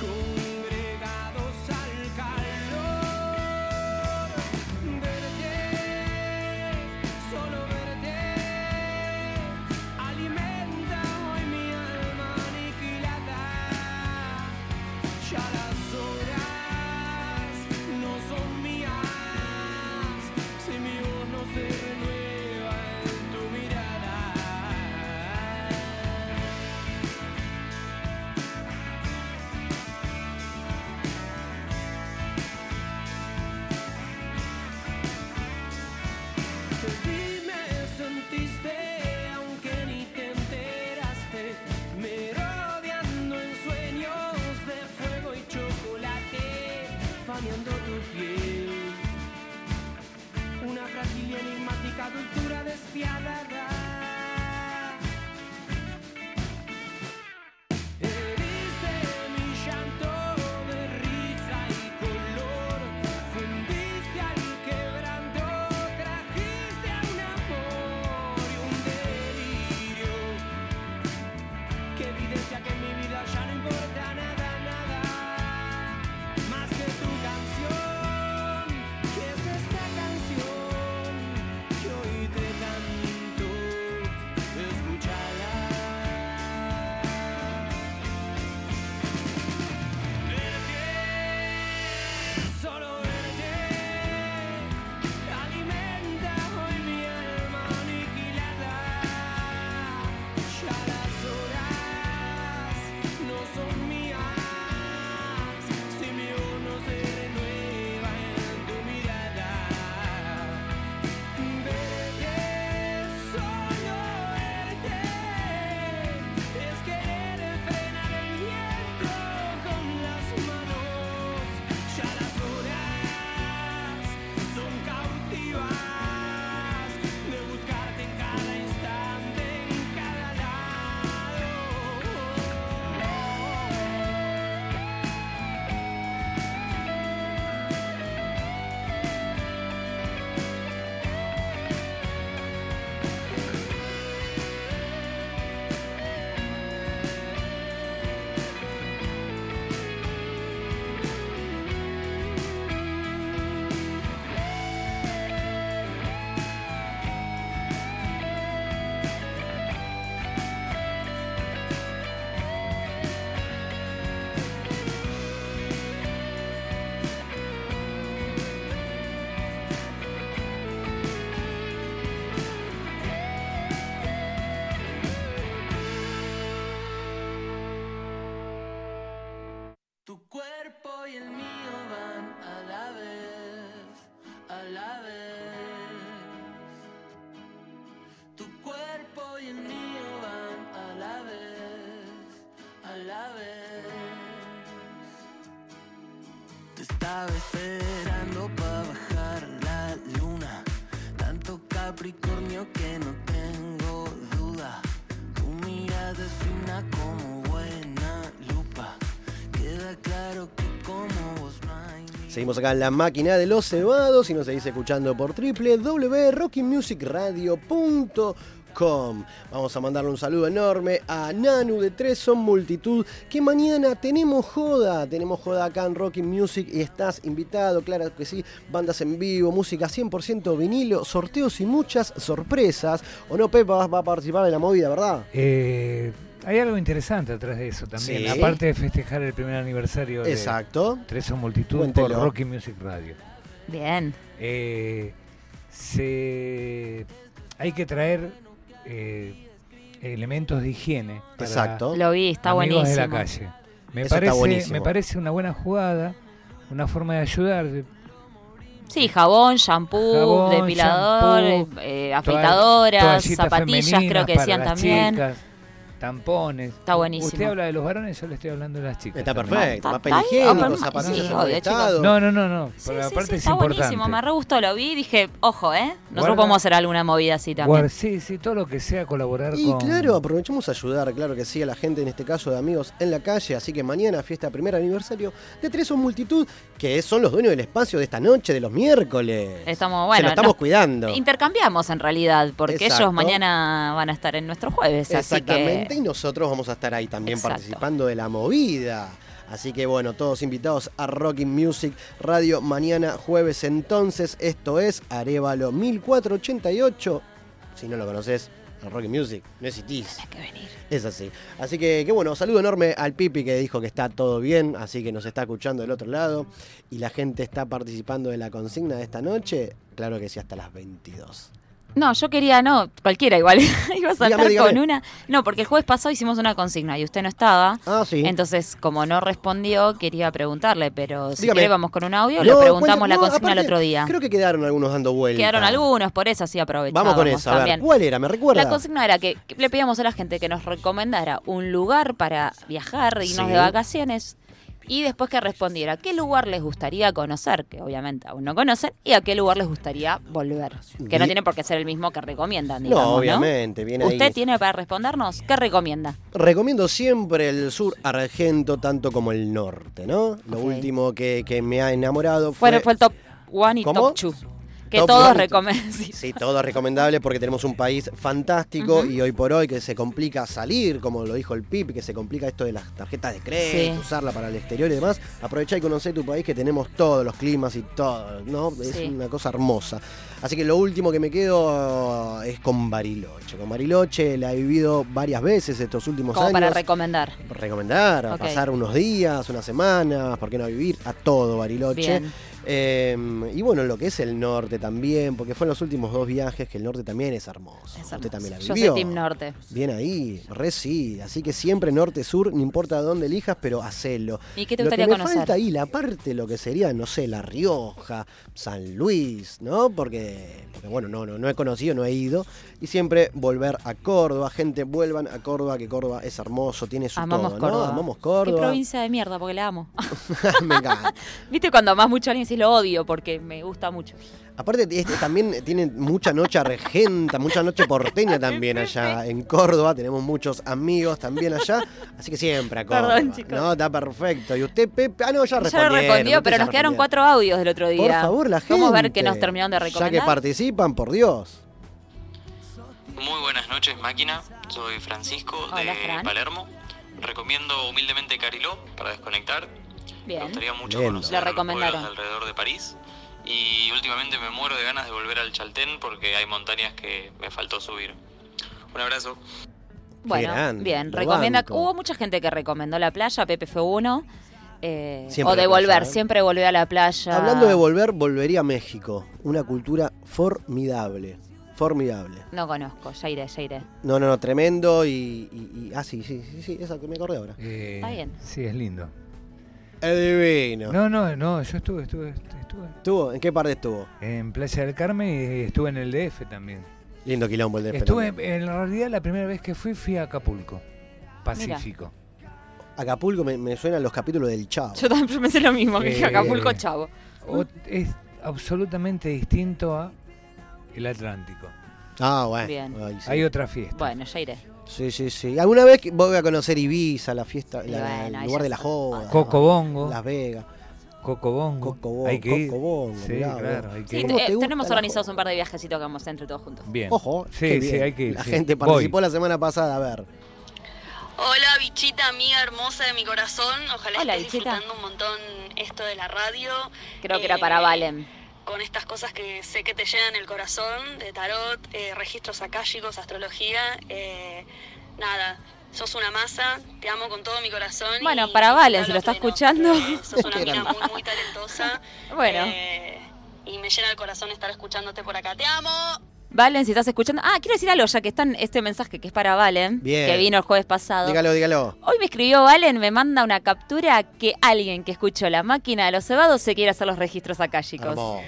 Speaker 1: congregados al calor. Verte, solo verte, alimenta hoy mi alma aniquilada. Ya las horas no son mías, si mi voz no se renueva en tu mirada. Te vi, me sentiste, aunque ni te enteraste. Me rodeando en sueños de fuego y chocolate, bañando tu piel. Una frágil y enigmática dulzura despiadada. Heriste mi llanto de risa y color, fundiste al quebranto, trajiste a un amor y un delirio que evidencia que en mi vida ya no importa nada, nada más que tu canción, que es esta canción que hoy te canto, escúchala. Verte, solo verte, alimenta hoy mi alma aniquilada. Ya las horas no son mías, si mi voz no se renueva en tu mirada. Verte, solo verte, es querer frenar el viento con las manos, ya las horas son cautivas de buscarte en cada instante, en cada lado. Tu cuerpo y el mío van a la vez, a la vez. Tu cuerpo y el mío van a la vez, a la vez. Te estaba esperando para bajar la luna. Tanto Capricornio que no tengo duda. Tu mirada es fina como buena lupa. Queda claro que como vos no hay ni-
Speaker 2: Seguimos acá en la máquina de los cebados y nos seguís escuchando por www.rockymusicradio.com www.radionacional.com. Vamos a mandarle un saludo enorme a Nanu de Tres Son Multitud, que mañana tenemos joda. Tenemos joda acá en Rocking Music y estás invitado, claro que sí. Bandas en vivo, música 100% vinilo, sorteos y muchas sorpresas. ¿O no, Pepa, vas- va a participar de la movida, verdad?
Speaker 4: Eh, hay algo interesante atrás de eso también.
Speaker 2: Sí.
Speaker 4: Aparte de festejar el primer aniversario
Speaker 2: Exacto.
Speaker 4: de Tres o Multitud
Speaker 2: Cuéntelo.
Speaker 4: por Rocky Music Radio.
Speaker 3: Bien.
Speaker 4: Eh, se, Eh, hay que traer eh, elementos de higiene. para
Speaker 2: Exacto.
Speaker 3: Lo vi, está
Speaker 4: amigos
Speaker 3: buenísimo.
Speaker 4: de la calle. Me
Speaker 2: Eso está
Speaker 4: parece,
Speaker 2: buenísimo.
Speaker 4: me parece una buena jugada, una forma de ayudar. de-
Speaker 3: Sí, jabón, shampoo,
Speaker 4: Jabón,
Speaker 3: depilador,
Speaker 4: shampoo,
Speaker 3: eh,
Speaker 4: toall-
Speaker 3: afeitadoras,
Speaker 4: toallitas
Speaker 3: zapatillas,
Speaker 4: femeninas
Speaker 3: creo que
Speaker 4: para
Speaker 3: decían
Speaker 4: las
Speaker 3: también.
Speaker 4: chicas, tampones.
Speaker 3: Está buenísimo.
Speaker 4: Usted habla de los varones, yo le estoy hablando de las chicas.
Speaker 2: Está
Speaker 4: también.
Speaker 2: perfecto.
Speaker 3: Está-
Speaker 2: Papel
Speaker 3: está bien,
Speaker 2: higiénico,
Speaker 3: papel-
Speaker 2: zapatillas
Speaker 3: sí,
Speaker 2: en
Speaker 3: obvio,
Speaker 2: buen
Speaker 3: chicos.
Speaker 2: estado.
Speaker 4: No, no, no, no.
Speaker 3: Sí,
Speaker 4: Pero
Speaker 3: sí,
Speaker 4: aparte
Speaker 3: sí,
Speaker 4: es
Speaker 3: está
Speaker 4: importante.
Speaker 3: buenísimo, me re gustó, lo vi y dije, ojo, ¿eh? Nosotros
Speaker 4: Guarda-
Speaker 3: podemos hacer alguna movida así también.
Speaker 4: Guar- sí, sí, todo lo que sea colaborar
Speaker 2: Y
Speaker 4: con.
Speaker 2: claro, aprovechemos a ayudar, claro que sí, a la gente, en este caso de amigos en la calle. Así que mañana, fiesta primer aniversario de Tres o Multitud, que son los dueños del espacio de esta noche, de los miércoles.
Speaker 3: Estamos,
Speaker 2: Se
Speaker 3: Eh, bueno,
Speaker 2: lo estamos
Speaker 3: nos-
Speaker 2: cuidando.
Speaker 3: intercambiamos en realidad, porque
Speaker 2: Exacto.
Speaker 3: ellos mañana van a estar en nuestro jueves, así
Speaker 2: Exactamente, y
Speaker 3: que
Speaker 2: nosotros vamos a estar ahí también
Speaker 3: Exacto.
Speaker 2: participando de la movida. Así que bueno, todos invitados a Rocking Music Radio mañana jueves entonces. Esto es Arevalo 1488. Si no lo conoces, Rocking Music, no existís.
Speaker 3: hay que venir.
Speaker 2: Es así. Así que, qué bueno, saludo enorme al Pipi que dijo que está todo bien, así que nos está escuchando del otro lado. Y la gente está participando de la consigna de esta noche. Claro que sí, hasta las 22.
Speaker 3: No, yo quería, no, cualquiera igual. Iba a saltar
Speaker 2: Dígame, dígame.
Speaker 3: con una. No, porque el jueves pasado hicimos una consigna y usted no estaba.
Speaker 2: Ah, sí.
Speaker 3: Entonces, como no respondió, quería preguntarle, pero si
Speaker 2: Dígame.
Speaker 3: quiere vamos con un audio, le preguntamos
Speaker 2: cuenta-
Speaker 3: la
Speaker 2: no,
Speaker 3: consigna el
Speaker 2: aparte,
Speaker 3: otro día.
Speaker 2: Creo que quedaron algunos dando vueltas.
Speaker 3: Quedaron algunos, por eso así aprovechamos
Speaker 2: Vamos con eso, a ver.
Speaker 3: también.
Speaker 2: ¿Cuál era? ¿Me recuerda?
Speaker 3: La consigna era que que le pedíamos a la gente que nos recomendara un lugar para viajar, irnos
Speaker 2: Sí.
Speaker 3: de vacaciones. Y después que respondiera qué lugar les gustaría conocer, que obviamente aún no conocen, y a qué lugar les gustaría volver. Que no
Speaker 2: Di-
Speaker 3: tiene por qué ser el mismo que recomiendan,
Speaker 2: No,
Speaker 3: digamos,
Speaker 2: obviamente, viene ahí.
Speaker 3: ¿Usted tiene para respondernos qué recomienda?
Speaker 2: Recomiendo siempre el sur argento tanto como el norte, ¿no? Lo
Speaker 3: Ok.
Speaker 2: último que, que me ha enamorado fue...
Speaker 3: Bueno, fue el top one y
Speaker 2: ¿Cómo?
Speaker 3: top two. Que
Speaker 2: Top one
Speaker 3: todos
Speaker 2: y top-
Speaker 3: recomiendan. sí.
Speaker 2: Sí, todo es recomendable porque tenemos un país fantástico y hoy por hoy que se complica salir, como lo dijo el PIB, que se complica esto de las tarjetas de crédito,
Speaker 3: Sí.
Speaker 2: usarla para el exterior y demás. Aprovechá y conocé tu país que tenemos todos los climas y todo, ¿no? Es
Speaker 3: Sí.
Speaker 2: una cosa hermosa. Así que lo último que me quedo ah, es con Bariloche. Con Bariloche la he vivido varias veces estos últimos
Speaker 3: Como
Speaker 2: años
Speaker 3: para recomendar.
Speaker 2: recomendar, a
Speaker 3: Ok.
Speaker 2: pasar unos días, unas semanas, ¿por qué no vivir? A todo Bariloche.
Speaker 3: Bien.
Speaker 2: Eh, y bueno, lo que es el norte también, porque fue en los últimos dos viajes que el norte también es hermoso.
Speaker 3: Es
Speaker 2: Usted también la
Speaker 3: hermoso. Yo
Speaker 2: vivió.
Speaker 3: soy Team Norte.
Speaker 2: Bien ahí, re sí. Así que siempre norte-sur, no importa dónde elijas, pero hacelo.
Speaker 3: ¿Y qué te
Speaker 2: lo
Speaker 3: gustaría
Speaker 2: que me
Speaker 3: conocer?
Speaker 2: falta ahí, la parte, lo que sería, no sé, La Rioja, San Luis, ¿no? Porque, porque bueno, no, no, no he conocido, no he ido. Y siempre volver a Córdoba. Gente, vuelvan a Córdoba, que Córdoba es hermoso, tiene su
Speaker 3: Amamos
Speaker 2: todo,
Speaker 3: Córdoba.
Speaker 2: ¿no? Amamos
Speaker 3: Qué
Speaker 2: Córdoba.
Speaker 3: provincia de mierda, porque la amo.
Speaker 2: Me encanta.
Speaker 3: Viste cuando amás mucho a alguien decís lo odio porque me gusta mucho.
Speaker 2: Aparte, este también tiene mucha noche regenta, mucha noche porteña también allá en Córdoba. Tenemos muchos amigos también allá. Así que siempre a Córdoba.
Speaker 3: Perdón, chicos.
Speaker 2: No, está perfecto. Y usted, Pepe. Ah, no, ya
Speaker 3: Yo lo
Speaker 2: respondieron.
Speaker 3: respondió,
Speaker 2: ustedes
Speaker 3: pero
Speaker 2: ya
Speaker 3: nos quedaron
Speaker 2: respondieron.
Speaker 3: cuatro audios del otro
Speaker 2: Por
Speaker 3: día.
Speaker 2: favor, la gente.
Speaker 3: Vamos a ver qué nos terminaron de recomendar.
Speaker 2: Ya que participan, por Dios.
Speaker 7: Muy buenas noches, máquina. Soy Francisco
Speaker 3: Hola,
Speaker 7: de
Speaker 3: Fran.
Speaker 7: Palermo. Recomiendo humildemente Cariló para desconectar. Me
Speaker 3: Bien.
Speaker 7: gustaría mucho
Speaker 2: Bien.
Speaker 7: conocer
Speaker 3: Lo
Speaker 7: los pueblos
Speaker 3: recomendaron.
Speaker 7: alrededor de París. Y últimamente me muero de ganas de volver al Chaltén porque hay montañas que me faltó subir. Un abrazo.
Speaker 3: Bueno,
Speaker 2: grande,
Speaker 3: bien.
Speaker 2: lo
Speaker 3: Recomienda.
Speaker 2: banco.
Speaker 3: Hubo mucha gente que recomendó la playa, Pepe fue uno. Eh,
Speaker 2: Siempre
Speaker 3: o
Speaker 2: la
Speaker 3: de volver,
Speaker 2: playa, ¿eh?
Speaker 3: siempre volver a la playa.
Speaker 2: Hablando de volver, volvería a México. Una cultura formidable. Formidable.
Speaker 3: No conozco, ya iré, ya iré.
Speaker 2: No, no, no, tremendo. Y. y- y- ah, sí, sí, sí, sí, esa que me acordé ahora.
Speaker 4: Eh,
Speaker 3: Está bien.
Speaker 4: Sí, es lindo.
Speaker 2: Es divino.
Speaker 4: No, no, no, yo estuve, estuve, estuve
Speaker 2: ¿Estuvo? ¿En qué parte estuvo?
Speaker 4: en Playa del Carmen y estuve en el DF también.
Speaker 2: Lindo quilombo el de
Speaker 4: Estuve, en realidad, la primera vez que fui, fui a Acapulco, Pacífico.
Speaker 2: Acapulco me, me suena a los capítulos del Chavo.
Speaker 3: Yo también pensé lo mismo, que dije
Speaker 4: Eh,
Speaker 3: Acapulco Chavo.
Speaker 4: O- es absolutamente distinto a el Atlántico.
Speaker 2: Ah, bueno.
Speaker 3: Bien.
Speaker 2: Ahí sí.
Speaker 4: Hay otra fiesta.
Speaker 3: Bueno, ya iré.
Speaker 2: sí, sí, sí. Alguna vez que- voy a conocer Ibiza, la fiesta, la-
Speaker 3: Bueno,
Speaker 2: el lugar
Speaker 3: ahí ya Ah,
Speaker 2: de la
Speaker 3: está.
Speaker 2: joda.
Speaker 4: Cocobongo.
Speaker 2: Las Vegas.
Speaker 4: Cocobongo.
Speaker 2: Cocobongo,
Speaker 4: Hay que ir.
Speaker 2: Cocobongo,
Speaker 4: Sí,
Speaker 2: mirá,
Speaker 4: claro,
Speaker 2: vos.
Speaker 4: hay que
Speaker 3: Sí,
Speaker 4: ir.
Speaker 2: ¿Cómo te
Speaker 3: eh,
Speaker 2: gusta
Speaker 3: tenemos
Speaker 2: la
Speaker 3: organizados
Speaker 2: joda?
Speaker 3: un par de viajecitos que vamos a hacer entre todos juntos.
Speaker 4: Bien.
Speaker 2: Ojo, eh,
Speaker 4: sí,
Speaker 2: qué
Speaker 4: sí,
Speaker 2: bien.
Speaker 4: hay que ir.
Speaker 2: La
Speaker 4: sí.
Speaker 2: gente
Speaker 4: Voy.
Speaker 2: participó la semana pasada, a ver.
Speaker 8: Hola, bichita amiga hermosa de mi corazón. Ojalá
Speaker 3: Hola,
Speaker 8: estés
Speaker 3: bichita.
Speaker 8: disfrutando un montón esto de la radio
Speaker 3: Creo que era para
Speaker 8: Eh,
Speaker 3: Valen.
Speaker 8: con estas cosas que sé que te llenan el corazón de tarot, eh, registros akáshicos, astrología. eh, nada, sos una masa, te amo con todo mi corazón.
Speaker 3: Bueno,
Speaker 8: y
Speaker 3: para Valen,
Speaker 8: disfrutalo
Speaker 3: si lo está
Speaker 8: pleno.
Speaker 3: escuchando.
Speaker 8: Eh, sos una
Speaker 2: Qué
Speaker 8: amiga
Speaker 2: grande.
Speaker 8: muy, muy talentosa.
Speaker 3: Bueno,
Speaker 8: eh, y me llena el corazón estar escuchándote por acá. ¡Te amo!
Speaker 3: Valen, si estás escuchando. Ah, quiero decir algo, ya que está en este mensaje que es para Valen,
Speaker 2: Bien.
Speaker 3: que vino el jueves pasado.
Speaker 2: Dígalo, dígalo.
Speaker 3: Hoy me escribió Valen, me manda una captura que alguien que escuchó la máquina de los cebados se quiere hacer los registros acá, chicos.
Speaker 2: Hermoso,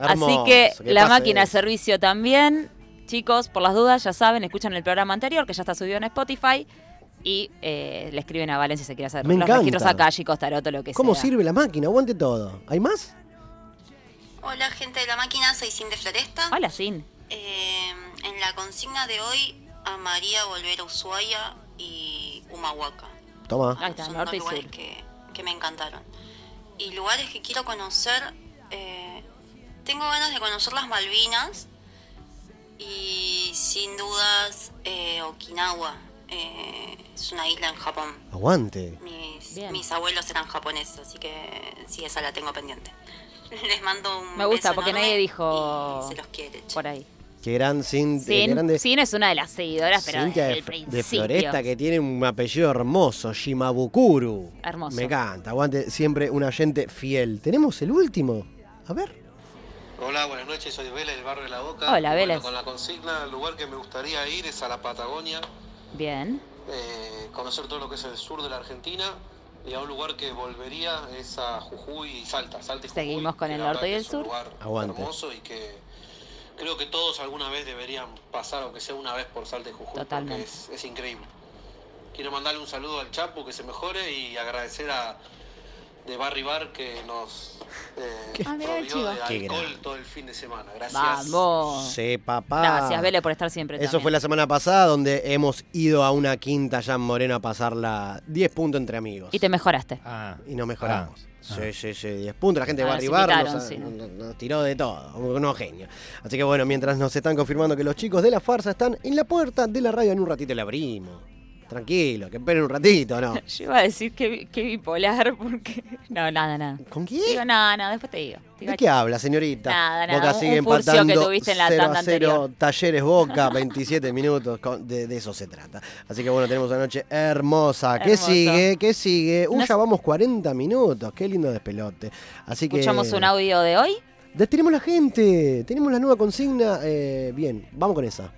Speaker 3: Así
Speaker 2: hermoso,
Speaker 3: que la
Speaker 2: pase
Speaker 3: máquina de
Speaker 2: eso.
Speaker 3: servicio también. Chicos, por las dudas, ya saben, escuchan el programa anterior que ya está subido en Spotify y eh, le escriben a Valen si se quiere hacer
Speaker 2: Me
Speaker 3: los
Speaker 2: encanta.
Speaker 3: registros acá, chicos, tarot, lo que sea.
Speaker 2: ¿Cómo sirve la máquina? Aguante todo. ¿Hay más?
Speaker 9: Hola gente de la máquina, soy Sin de Floresta.
Speaker 3: Hola, Sin.
Speaker 9: Eh, en la consigna de hoy, a María volver a Ushuaia y Humahuaca.
Speaker 2: Toma.
Speaker 3: Ahí está,
Speaker 9: Son dos
Speaker 3: norte y sur.
Speaker 9: lugares que, que me encantaron. Y lugares que quiero conocer, eh, tengo ganas de conocer las Malvinas y sin dudas eh, Okinawa. eh, es una isla en Japón.
Speaker 2: Aguante.
Speaker 9: Mis,
Speaker 3: Bien.
Speaker 9: mis abuelos eran japoneses, así que sí, esa la tengo pendiente. Les mando un
Speaker 3: Me gusta,
Speaker 9: beso
Speaker 3: porque
Speaker 9: enorme
Speaker 3: nadie dijo
Speaker 9: y se los quiere, che.
Speaker 3: Por ahí.
Speaker 2: Qué gran sin, eh, qué
Speaker 3: Sin,
Speaker 2: grande
Speaker 3: Sin es una de las seguidoras, pero
Speaker 2: Cintia de,
Speaker 3: desde el
Speaker 2: F- de
Speaker 3: principio.
Speaker 2: Floresta que tiene un apellido hermoso, Shimabukuru.
Speaker 3: Hermoso.
Speaker 2: Me encanta, aguante siempre un oyente fiel. ¿Tenemos el último? A ver.
Speaker 10: Hola, buenas noches, soy Vélez del barrio de la Boca.
Speaker 3: Hola,
Speaker 10: Bueno,
Speaker 3: Vélez.
Speaker 10: con la consigna, el lugar que me gustaría ir es a la Patagonia,
Speaker 3: Bien.
Speaker 10: eh, conocer todo lo que es el sur de la Argentina. Y a un lugar que volvería es a Jujuy y Salta. Salta y Jujuy,
Speaker 3: Seguimos con
Speaker 10: que
Speaker 3: el
Speaker 10: la verdad
Speaker 3: norte y
Speaker 10: que
Speaker 3: el
Speaker 10: es un
Speaker 3: sur.
Speaker 10: lugar
Speaker 2: Aguante.
Speaker 10: hermoso y que creo que todos alguna vez deberían pasar, aunque sea una vez por Salta y Jujuy, porque
Speaker 3: Totalmente.
Speaker 10: es, es increíble. Quiero mandarle un saludo al Chapo, que se mejore, y agradecer a de Barry Bar que nos eh,
Speaker 3: Ah, mirá el
Speaker 10: provió de
Speaker 2: Qué
Speaker 10: alcohol
Speaker 2: grande.
Speaker 10: todo el fin de semana. Gracias.
Speaker 3: Vamos.
Speaker 2: Sí, papá.
Speaker 3: Oh. Gracias, Vele, por estar siempre.
Speaker 2: Eso fue la semana pasada donde hemos ido a una quinta allá en Moreno a pasarla 10 puntos entre amigos.
Speaker 3: Y te mejoraste.
Speaker 4: Ah,
Speaker 2: Y nos mejoramos.
Speaker 4: Ah, ah.
Speaker 2: Sí, sí, sí, 10 puntos. La gente de
Speaker 3: Ah,
Speaker 2: Barry
Speaker 3: nos
Speaker 2: Bar
Speaker 3: invitaron,
Speaker 2: nos,
Speaker 3: sí.
Speaker 2: nos- nos tiró de todo. Unos genios. Así que bueno, mientras nos están confirmando que los chicos de la farsa están en la puerta de la radio, en un ratito la abrimos. Tranquilo, que esperen un ratito, ¿no?
Speaker 3: Yo iba a decir que, bi- que bipolar porque... No, nada, nada.
Speaker 2: ¿Con
Speaker 3: Digo,
Speaker 2: quién?
Speaker 3: nada, nada, después te digo. Te iba
Speaker 2: ¿De
Speaker 3: a-
Speaker 2: qué habla, señorita?
Speaker 3: Nada, nada,
Speaker 2: Boca
Speaker 3: un-
Speaker 2: sigue
Speaker 3: un furcio que
Speaker 2: empatando
Speaker 3: tuviste en la
Speaker 2: 0
Speaker 3: tanda
Speaker 2: a 0,
Speaker 3: anterior.
Speaker 2: Talleres Boca, 27 minutos, con- de, de eso se trata. Así que bueno, tenemos una noche hermosa. ¿Qué
Speaker 3: Hermoso.
Speaker 2: sigue? ¿Qué sigue? Uy,
Speaker 3: Nos-
Speaker 2: ya vamos 40 minutos, qué lindo despelote. Así que...
Speaker 3: Escuchamos un audio de hoy.
Speaker 2: Ya Tenemos la gente, tenemos la nueva consigna. eh, bien, vamos con esa.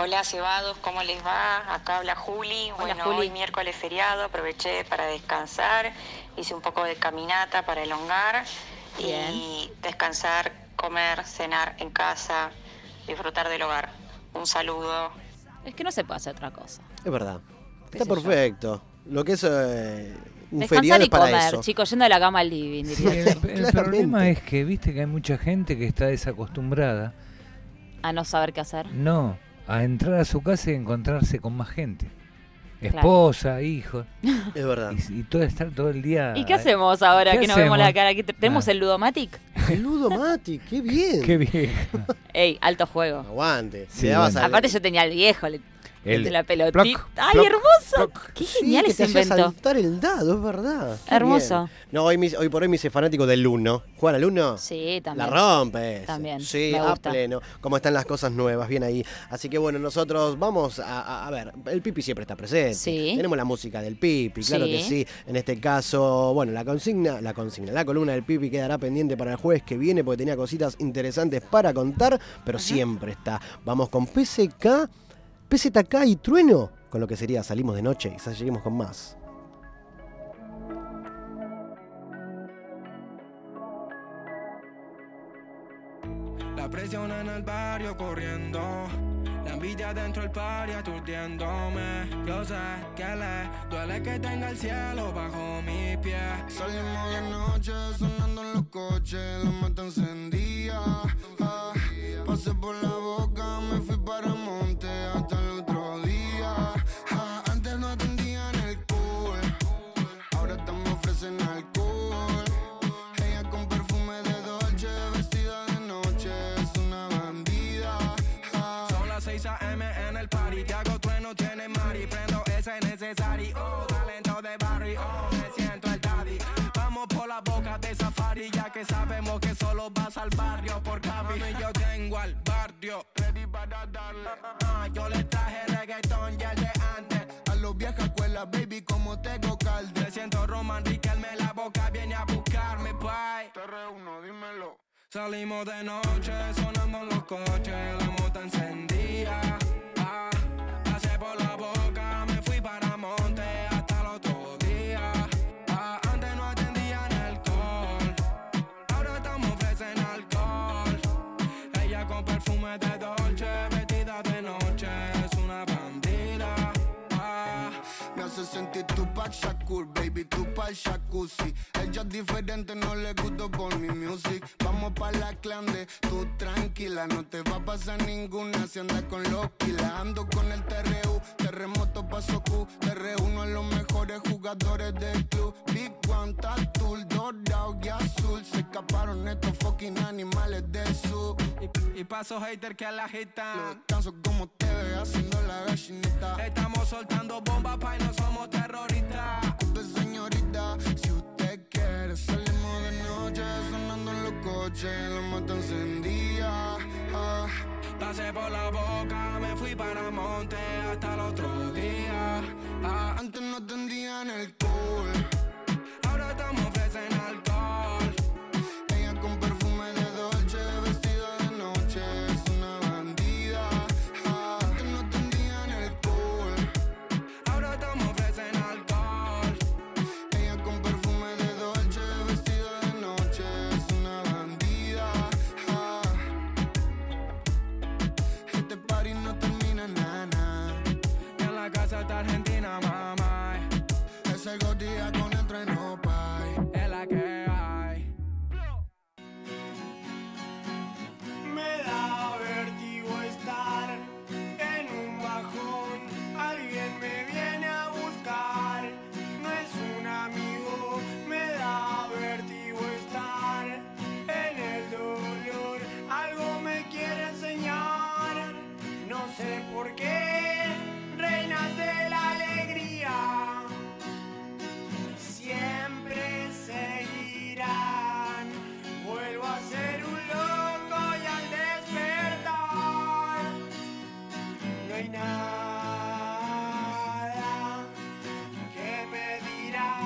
Speaker 11: Hola Cebados, ¿cómo les va? Acá habla Juli. bueno,
Speaker 3: Juli.
Speaker 11: hoy miércoles feriado, aproveché para descansar, hice un poco de caminata para elongar y
Speaker 3: Bien.
Speaker 11: descansar, comer, cenar en casa, disfrutar del hogar. Un saludo.
Speaker 3: Es que no se puede hacer otra cosa.
Speaker 2: Es verdad.
Speaker 3: ¿Qué
Speaker 2: Está
Speaker 3: sé yo?
Speaker 2: perfecto. Lo que es eh, un
Speaker 3: Descansar
Speaker 2: feriado es
Speaker 3: y
Speaker 2: para
Speaker 3: comer,
Speaker 2: eso.
Speaker 3: chicos, yendo de la cama al living.
Speaker 4: Sí,
Speaker 3: diría.
Speaker 4: el, el
Speaker 2: Claramente.
Speaker 4: problema es que viste que hay mucha gente que está desacostumbrada,
Speaker 3: A no saber qué hacer.
Speaker 4: no, a entrar a su casa y encontrarse con más gente.
Speaker 3: Claro.
Speaker 4: Esposa, hijos,
Speaker 2: Es verdad.
Speaker 4: y, y todo estar todo el día.
Speaker 3: ¿Y qué hacemos ahora
Speaker 4: ¿Qué
Speaker 3: que nos vemos
Speaker 4: hacemos?
Speaker 3: la cara? Aquí te- tenemos
Speaker 4: Ah.
Speaker 3: el Ludomatic.
Speaker 2: El Ludo Mati, qué bien.
Speaker 4: Qué bien.
Speaker 3: Ey, alto juego.
Speaker 2: Aguante.
Speaker 4: Sí,
Speaker 2: Le dabas
Speaker 4: bueno.
Speaker 2: al-
Speaker 3: Aparte yo tenía al viejo, le- el de la pelotita.
Speaker 4: ploc,
Speaker 3: ¡Ay,
Speaker 4: ploc,
Speaker 3: hermoso!
Speaker 4: ploc.
Speaker 3: ¡Qué
Speaker 2: Sí,
Speaker 3: genial
Speaker 2: que
Speaker 3: ese
Speaker 2: te hacía
Speaker 3: invento!
Speaker 2: saltar el dado, es verdad. Qué
Speaker 3: Hermoso.
Speaker 2: bien. No, hoy, me hice- hoy por hoy me hice fanático del Uno. ¿Juegan al Uno?
Speaker 3: Sí,
Speaker 2: La
Speaker 3: también.
Speaker 2: rompe. ese.
Speaker 3: También,
Speaker 2: Sí,
Speaker 3: me
Speaker 2: a
Speaker 3: gusta.
Speaker 2: pleno. Como están las cosas nuevas, bien ahí. Así que bueno, nosotros vamos a, a- a ver. El Pipi siempre está presente.
Speaker 3: Sí.
Speaker 2: Tenemos la música del Pipi, claro
Speaker 3: Sí.
Speaker 2: que sí. En este caso, bueno, la consigna, la consigna, la columna del Pipi quedará pendiente para el jueves que viene porque tenía cositas interesantes para contar, pero siempre está. Vamos con PSK, PZK y Trueno, con lo que sería salimos de noche y quizás lleguemos con más.
Speaker 12: La presión en el barrio corriendo. La envidia dentro del barrio aturdiéndome. Yo sé que le duele que tenga el cielo bajo mi pie. Salimos de noche sonando en los coches. La mata encendía. Ah, pasé por la boca, me fui para el monte hasta el otro día. Ah, antes no atendían el cool. Ahora hasta me ofrecen alcohol. al barrio por Cavi. Mami, yo tengo al barrio ready para darle. Ah, yo le traje reggaetón ya de antes. A los viejas escuelas, baby, como tengo calde. Me siento Roman Riquelme, la boca viene a buscarme, bye. Te reúno, dímelo. Salimos de noche, sonando los coches, la mota encendida. Ah, pasé por la boca, me fui para monte hasta el otro día. Ah, antes no atendían alcohol, ahora estamos ofrecen alcohol. Ella con perfume de Dolce, vestida de noche, es una bandida. Ah,
Speaker 13: Me hace sentir Tupac Shakur, baby, Tupac Jacuzzi. Ella es diferente, no le gusta por mi music. Vamos pa' la clande, tú tranquila, no te va a pasar ninguna si andas con los la Ando con el TRU, terremoto paso Q. Te reúno a los mejores jugadores del club. Big One, Tatul, Dorado y Azul. Se escaparon estos fucking animales del sur.
Speaker 12: y paso hater que la agitan.
Speaker 13: Los descanso como te ve haciendo la gallinita.
Speaker 12: Estamos soltando bombas, pa' y no somos terroristas.
Speaker 13: Pues, señorita, si usted quiere, salimos de noche, sonando en los coches, la mata encendida. Ah.
Speaker 12: Pasé por la boca, me fui para monte hasta el otro día. Ah,
Speaker 13: antes no atendían el cool.
Speaker 12: Ahora estamos ofrecen alcohol.
Speaker 13: Ella con perfume de Dolce, vestida de noche, es una bandida. Ah. Antes no atendían el cool.
Speaker 12: Ahora estamos ofrecen alcohol.
Speaker 13: Ella con perfume de Dolce, vestida de noche, es una bandida. Ah. Este party no termina, nana.
Speaker 12: Y en la casa está Argentina, mamá.
Speaker 13: Ese día con el treno, pay.
Speaker 12: Es la que hay.
Speaker 1: Me da vértigo estar en un bajón. Alguien me viene a buscar. No es un amigo. Me da vértigo estar en el dolor. Algo me quiere enseñar. No sé por qué. Reinas de la alegría. Siempre seguirán. Vuelvo a ser un loco y al despertar no hay nada que me dirá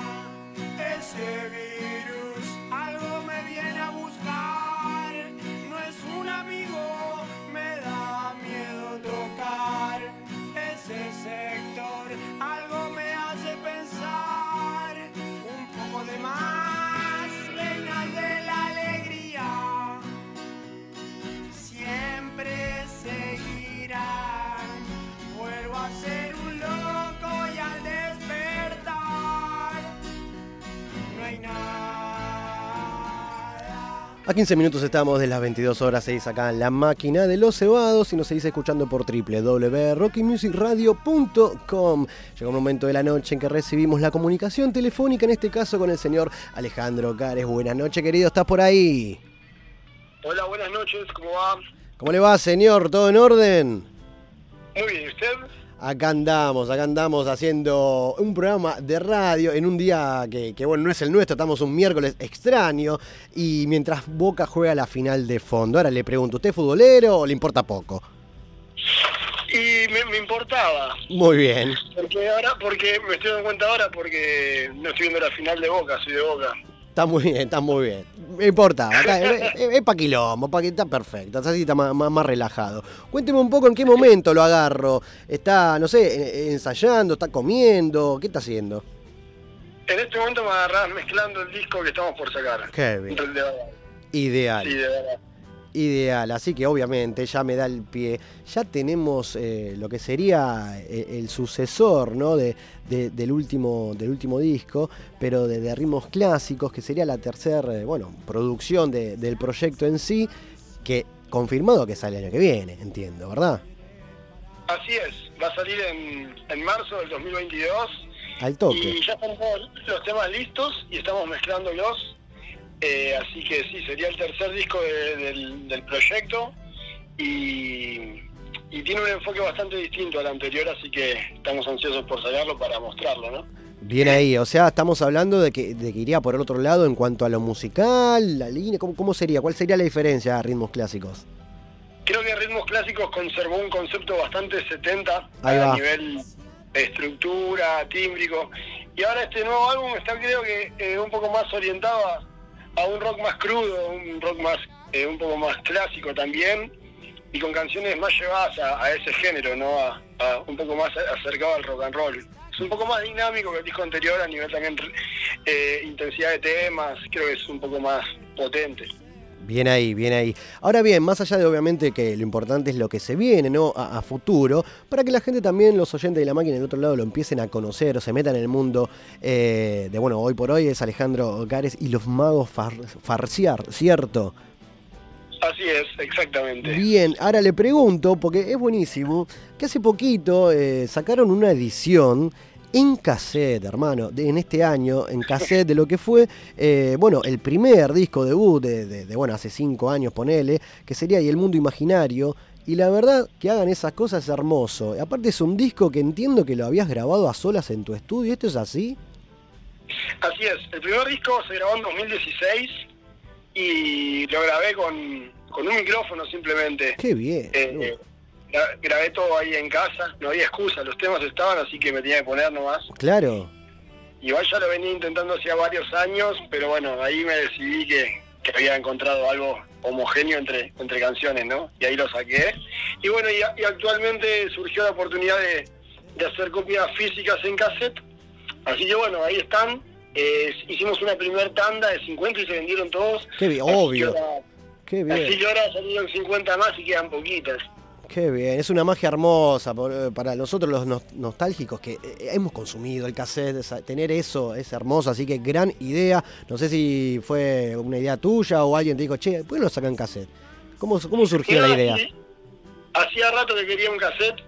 Speaker 1: ese virus. Algo me viene a buscar, no es un amigo, me da miedo tocar ese sector. Algo me hace pensar un poco de más, reinas de la alegría siempre seguirán. Vuelvo a ser un loco y al despertar no hay nada.
Speaker 2: A 15 minutos estamos de las 22 horas 6 acá en la máquina de los cebados y nos seguís escuchando por www.rockymusicradio.com. Llega un momento de la noche en que recibimos la comunicación telefónica, en este caso con el señor Alejandro Cares. Buenas noches, querido, ¿estás por ahí?
Speaker 5: Hola, buenas noches, ¿cómo va?
Speaker 2: ¿Cómo le va, señor? ¿Todo en orden?
Speaker 5: Muy bien, ¿y usted?
Speaker 2: Acá andamos, acá andamos haciendo un programa de radio en un día que, que, bueno, no es el nuestro, estamos un miércoles extraño y mientras Boca juega la final de fondo. Ahora le pregunto, ¿usted es futbolero o le importa poco?
Speaker 5: Y me, me importaba,
Speaker 2: Muy bien.
Speaker 5: porque ahora, porque me estoy dando cuenta ahora, porque no estoy viendo la final de Boca, soy de Boca.
Speaker 2: Está muy bien, está muy bien. Me importa, acá es, es- es pa' quilombo, pa' que está perfecto, así está más, más- más relajado. Cuénteme un poco en qué momento lo agarro. ¿Está, no sé, en- ensayando, está comiendo? ¿Qué está haciendo?
Speaker 5: En este momento me agarrás mezclando el disco que estamos por sacar.
Speaker 2: Qué bien.
Speaker 5: De verdad,
Speaker 2: Ideal.
Speaker 5: sí, de verdad.
Speaker 2: Ideal, así que obviamente ya me da el pie. Ya tenemos eh, lo que sería eh, el, sucesor ¿no? de, de- del, último, del último disco, pero de, de ritmos clásicos, que sería la tercera bueno, producción de- del proyecto en sí, que confirmado que sale el año que viene, entiendo, ¿verdad?
Speaker 5: Así es, va a salir en, en marzo del 2022
Speaker 2: Al toque.
Speaker 5: y ya están todos los temas listos y estamos mezclándolos. Eh, así que sí, sería el tercer disco de- del, del proyecto y, y tiene un enfoque bastante distinto al anterior, así que estamos ansiosos por sacarlo para mostrarlo, ¿no?
Speaker 2: Bien ahí, o sea, estamos hablando de que, de que iría por el otro lado en cuanto a lo musical, la línea, ¿cómo, cómo sería? ¿Cuál sería la diferencia a ritmos clásicos?
Speaker 14: Creo que Ritmos Clásicos conservó un concepto bastante 70
Speaker 2: Ahí va.
Speaker 14: a nivel de estructura, tímbrico. Y ahora este nuevo álbum está creo que eh, un poco más orientado a, a un rock más crudo, un rock más eh, un poco más clásico también y con canciones más llevadas a, a ese género, ¿no? A, a un poco más acercado al rock and roll. Es un poco más dinámico que el disco anterior a nivel también eh, intensidad de temas, creo que es un poco más potente.
Speaker 2: Bien ahí, bien ahí. Ahora bien, más allá de obviamente que lo importante es lo que se viene, ¿no? A, a futuro, para que la gente también, los oyentes de la máquina del otro lado, lo empiecen a conocer o se metan en el mundo eh, de, bueno, hoy por hoy es Alejandro Gárez y los magos far- farciar, ¿cierto?
Speaker 14: Así es, exactamente.
Speaker 2: Bien, ahora le pregunto, porque es buenísimo, que hace poquito eh, sacaron una edición en cassette, hermano, de- en este año, en cassette, de lo que fue, eh, bueno, el primer disco debut de, de- de, bueno, hace cinco años, ponele, que sería Y el Mundo Imaginario. Y la verdad que hagan esas cosas es hermoso. Aparte es un disco que entiendo que lo habías grabado a solas en tu estudio, ¿esto es así?
Speaker 14: Así es, el primer disco se grabó en 2016 y lo grabé con, con un micrófono simplemente.
Speaker 2: Qué bien.
Speaker 14: Eh, eh, gra- grabé todo ahí en casa, no había excusa, los temas estaban, así que me tenía que poner nomás.
Speaker 2: Claro.
Speaker 14: Igual ya lo venía intentando hacía varios años, pero bueno, ahí me decidí que, que había encontrado algo homogéneo entre, entre canciones, ¿no? Y ahí lo saqué. Y bueno, y, a- y actualmente surgió la oportunidad de, de hacer copias físicas en cassette. Así que bueno, ahí están. Eh, hicimos una primera tanda de 50 y se vendieron todos.
Speaker 2: Qué bien,
Speaker 14: Así que
Speaker 2: obvio.
Speaker 14: ahora-
Speaker 2: Qué bien.
Speaker 14: Así que ahora salieron 50 más y quedan poquitas.
Speaker 2: Qué bien, es una magia hermosa por- eh, para nosotros los nos- nostálgicos que eh, hemos consumido el cassette, esa- tener eso es hermoso, así que gran idea. No sé si fue una idea tuya o alguien te dijo, che, ¿por qué no lo sacan cassette? ¿Cómo, cómo surgió la
Speaker 14: Mira,
Speaker 2: idea?
Speaker 14: sí, Hacía rato que quería un cassette.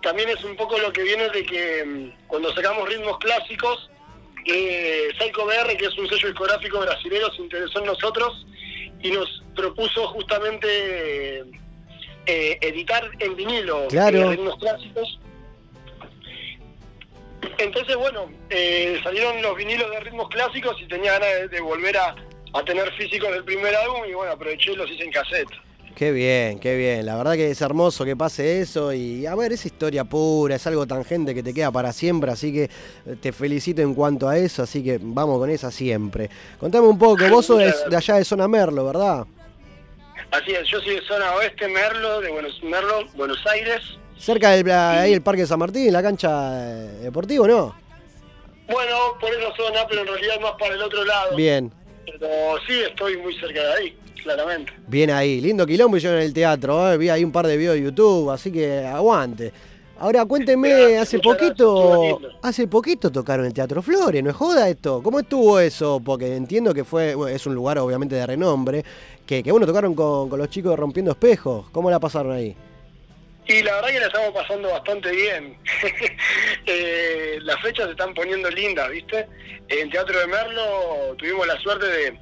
Speaker 14: También es un poco lo que viene de que mm, cuando sacamos ritmos clásicos, eh, Psycho BR, que es un sello discográfico brasileño, se interesó en nosotros y nos propuso justamente eh, editar en vinilo
Speaker 2: Claro.
Speaker 14: eh, ritmos clásicos. Entonces, bueno, eh, salieron los vinilos de ritmos clásicos y tenía ganas de, de volver a, a tener físicos del primer álbum y bueno, aproveché y los hice en cassette.
Speaker 2: Qué bien, qué bien. La verdad que es hermoso que pase eso y a ver, es historia pura, es algo tangente que te queda para siempre, así que eh, te felicito en cuanto a eso, así que vamos con esa siempre. Contame un poco, vos sos de, de allá de Zona Merlo, ¿verdad?
Speaker 14: Así es, yo soy de zona oeste, Merlo, de Buenos, Merlo, Buenos Aires.
Speaker 2: Cerca del pla- ahí el Parque San Martín, la cancha eh, deportiva, ¿no?
Speaker 14: Bueno, por esa zona, pero en realidad más para el otro lado.
Speaker 2: Bien,
Speaker 14: Pero sí, estoy muy cerca de ahí, claramente.
Speaker 2: bien ahí. Lindo quilombo y yo en el teatro, ¿eh? vi ahí un par de videos de YouTube, así que aguante. Ahora cuéntenme, hace poquito, hace poquito tocaron el Teatro Flores, no es joda esto. ¿Cómo estuvo eso? Porque entiendo que fue, bueno, es un lugar obviamente de renombre, que, que bueno, tocaron con, con los chicos de Rompiendo Espejos. ¿Cómo la pasaron ahí?
Speaker 14: Y la verdad que la estamos pasando bastante bien. Eh, las fechas se están poniendo lindas, ¿viste? En Teatro de Merlo tuvimos la suerte de,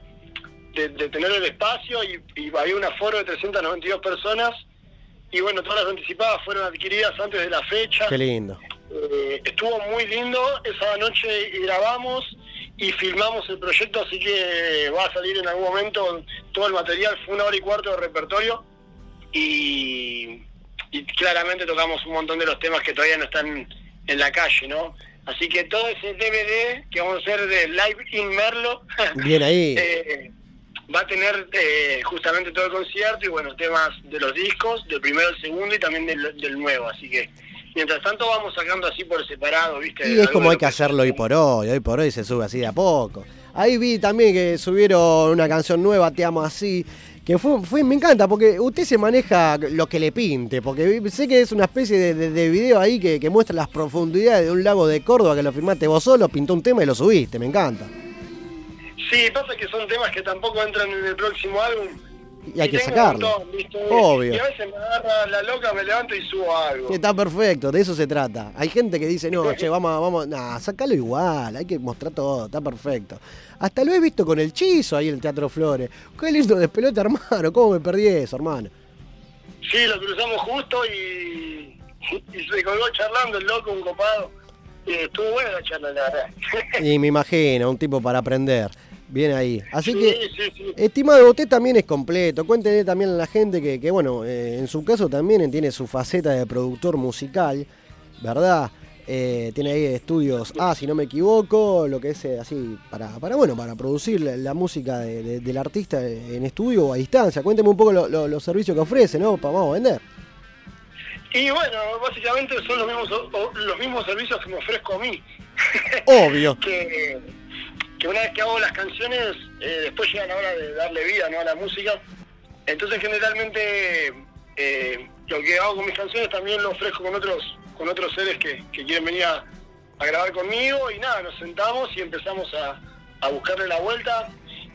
Speaker 14: de- de tener el espacio y, y había un aforo de 392 personas. Y bueno, todas las anticipadas fueron adquiridas antes de la fecha.
Speaker 2: Qué lindo.
Speaker 14: Eh, estuvo muy lindo, esa noche grabamos y filmamos el proyecto, así que va a salir en algún momento todo el material, fue una hora y cuarto de repertorio y, y claramente tocamos un montón de los temas que todavía no están en la calle, ¿no? Así que todo ese DVD que vamos a hacer de Live in Merlo
Speaker 2: Bien ahí.
Speaker 14: eh, va a tener eh, justamente todo el concierto y bueno, temas de los discos, del primero, del segundo y también del, del nuevo, así que mientras tanto vamos sacando así por separado, ¿viste?
Speaker 2: Y es
Speaker 14: Algo
Speaker 2: como
Speaker 14: de
Speaker 2: hay que hacerlo hoy por hoy, hoy por hoy se sube así de a poco. Ahí vi también que subieron una canción nueva, Te amo así, que fue, fue me encanta, porque usted se maneja lo que le pinte, porque vi- sé que es una especie de, de- de video ahí que, que muestra las profundidades de un lago de Córdoba, que lo firmaste vos solo, pintó un tema y lo subiste, me encanta.
Speaker 14: Sí, pasa que son temas que tampoco entran en el próximo álbum.
Speaker 2: Y hay que
Speaker 14: tengo un
Speaker 2: sacarlo.
Speaker 14: montón, ¿viste?
Speaker 2: Obvio.
Speaker 14: Y a veces me agarra la loca, me levanto y subo algo.
Speaker 2: Sí, Está perfecto, de eso se trata. Hay gente que dice, no, che, vamos, vamos, nah, sacalo igual, hay que mostrar todo, está perfecto. Hasta lo he visto con el chizo ahí en el Teatro Flores. Qué lindo despelote, hermano, cómo me perdí eso, hermano.
Speaker 14: Sí, lo cruzamos justo y, y se colgó charlando el loco, un copado. Y estuvo buena la charla, la verdad.
Speaker 2: Y me imagino, un tipo para aprender. Bien ahí. Así
Speaker 14: Sí,
Speaker 2: que,
Speaker 14: sí, sí.
Speaker 2: estimado, usted también es completo. Cuéntele también a la gente que, que, bueno, eh, en su caso también tiene su faceta de productor musical, ¿verdad? Eh, tiene ahí estudios A, si no me equivoco, lo que es eh, así, para, para bueno, para producir la, la música de- de- del artista en estudio o a distancia. Cuénteme un poco lo- lo- los servicios que ofrece, ¿no? Para vamos a vender.
Speaker 14: Y bueno, básicamente son los mismos, o- los mismos servicios que me ofrezco a mí.
Speaker 2: Obvio.
Speaker 14: que, que una vez que hago las canciones, eh, después llega la hora de darle vida ¿no? a la música. Entonces generalmente eh, lo que hago con mis canciones también lo ofrezco con otros, con otros seres que, que quieren venir a, a grabar conmigo y nada, nos sentamos y empezamos a, a buscarle la vuelta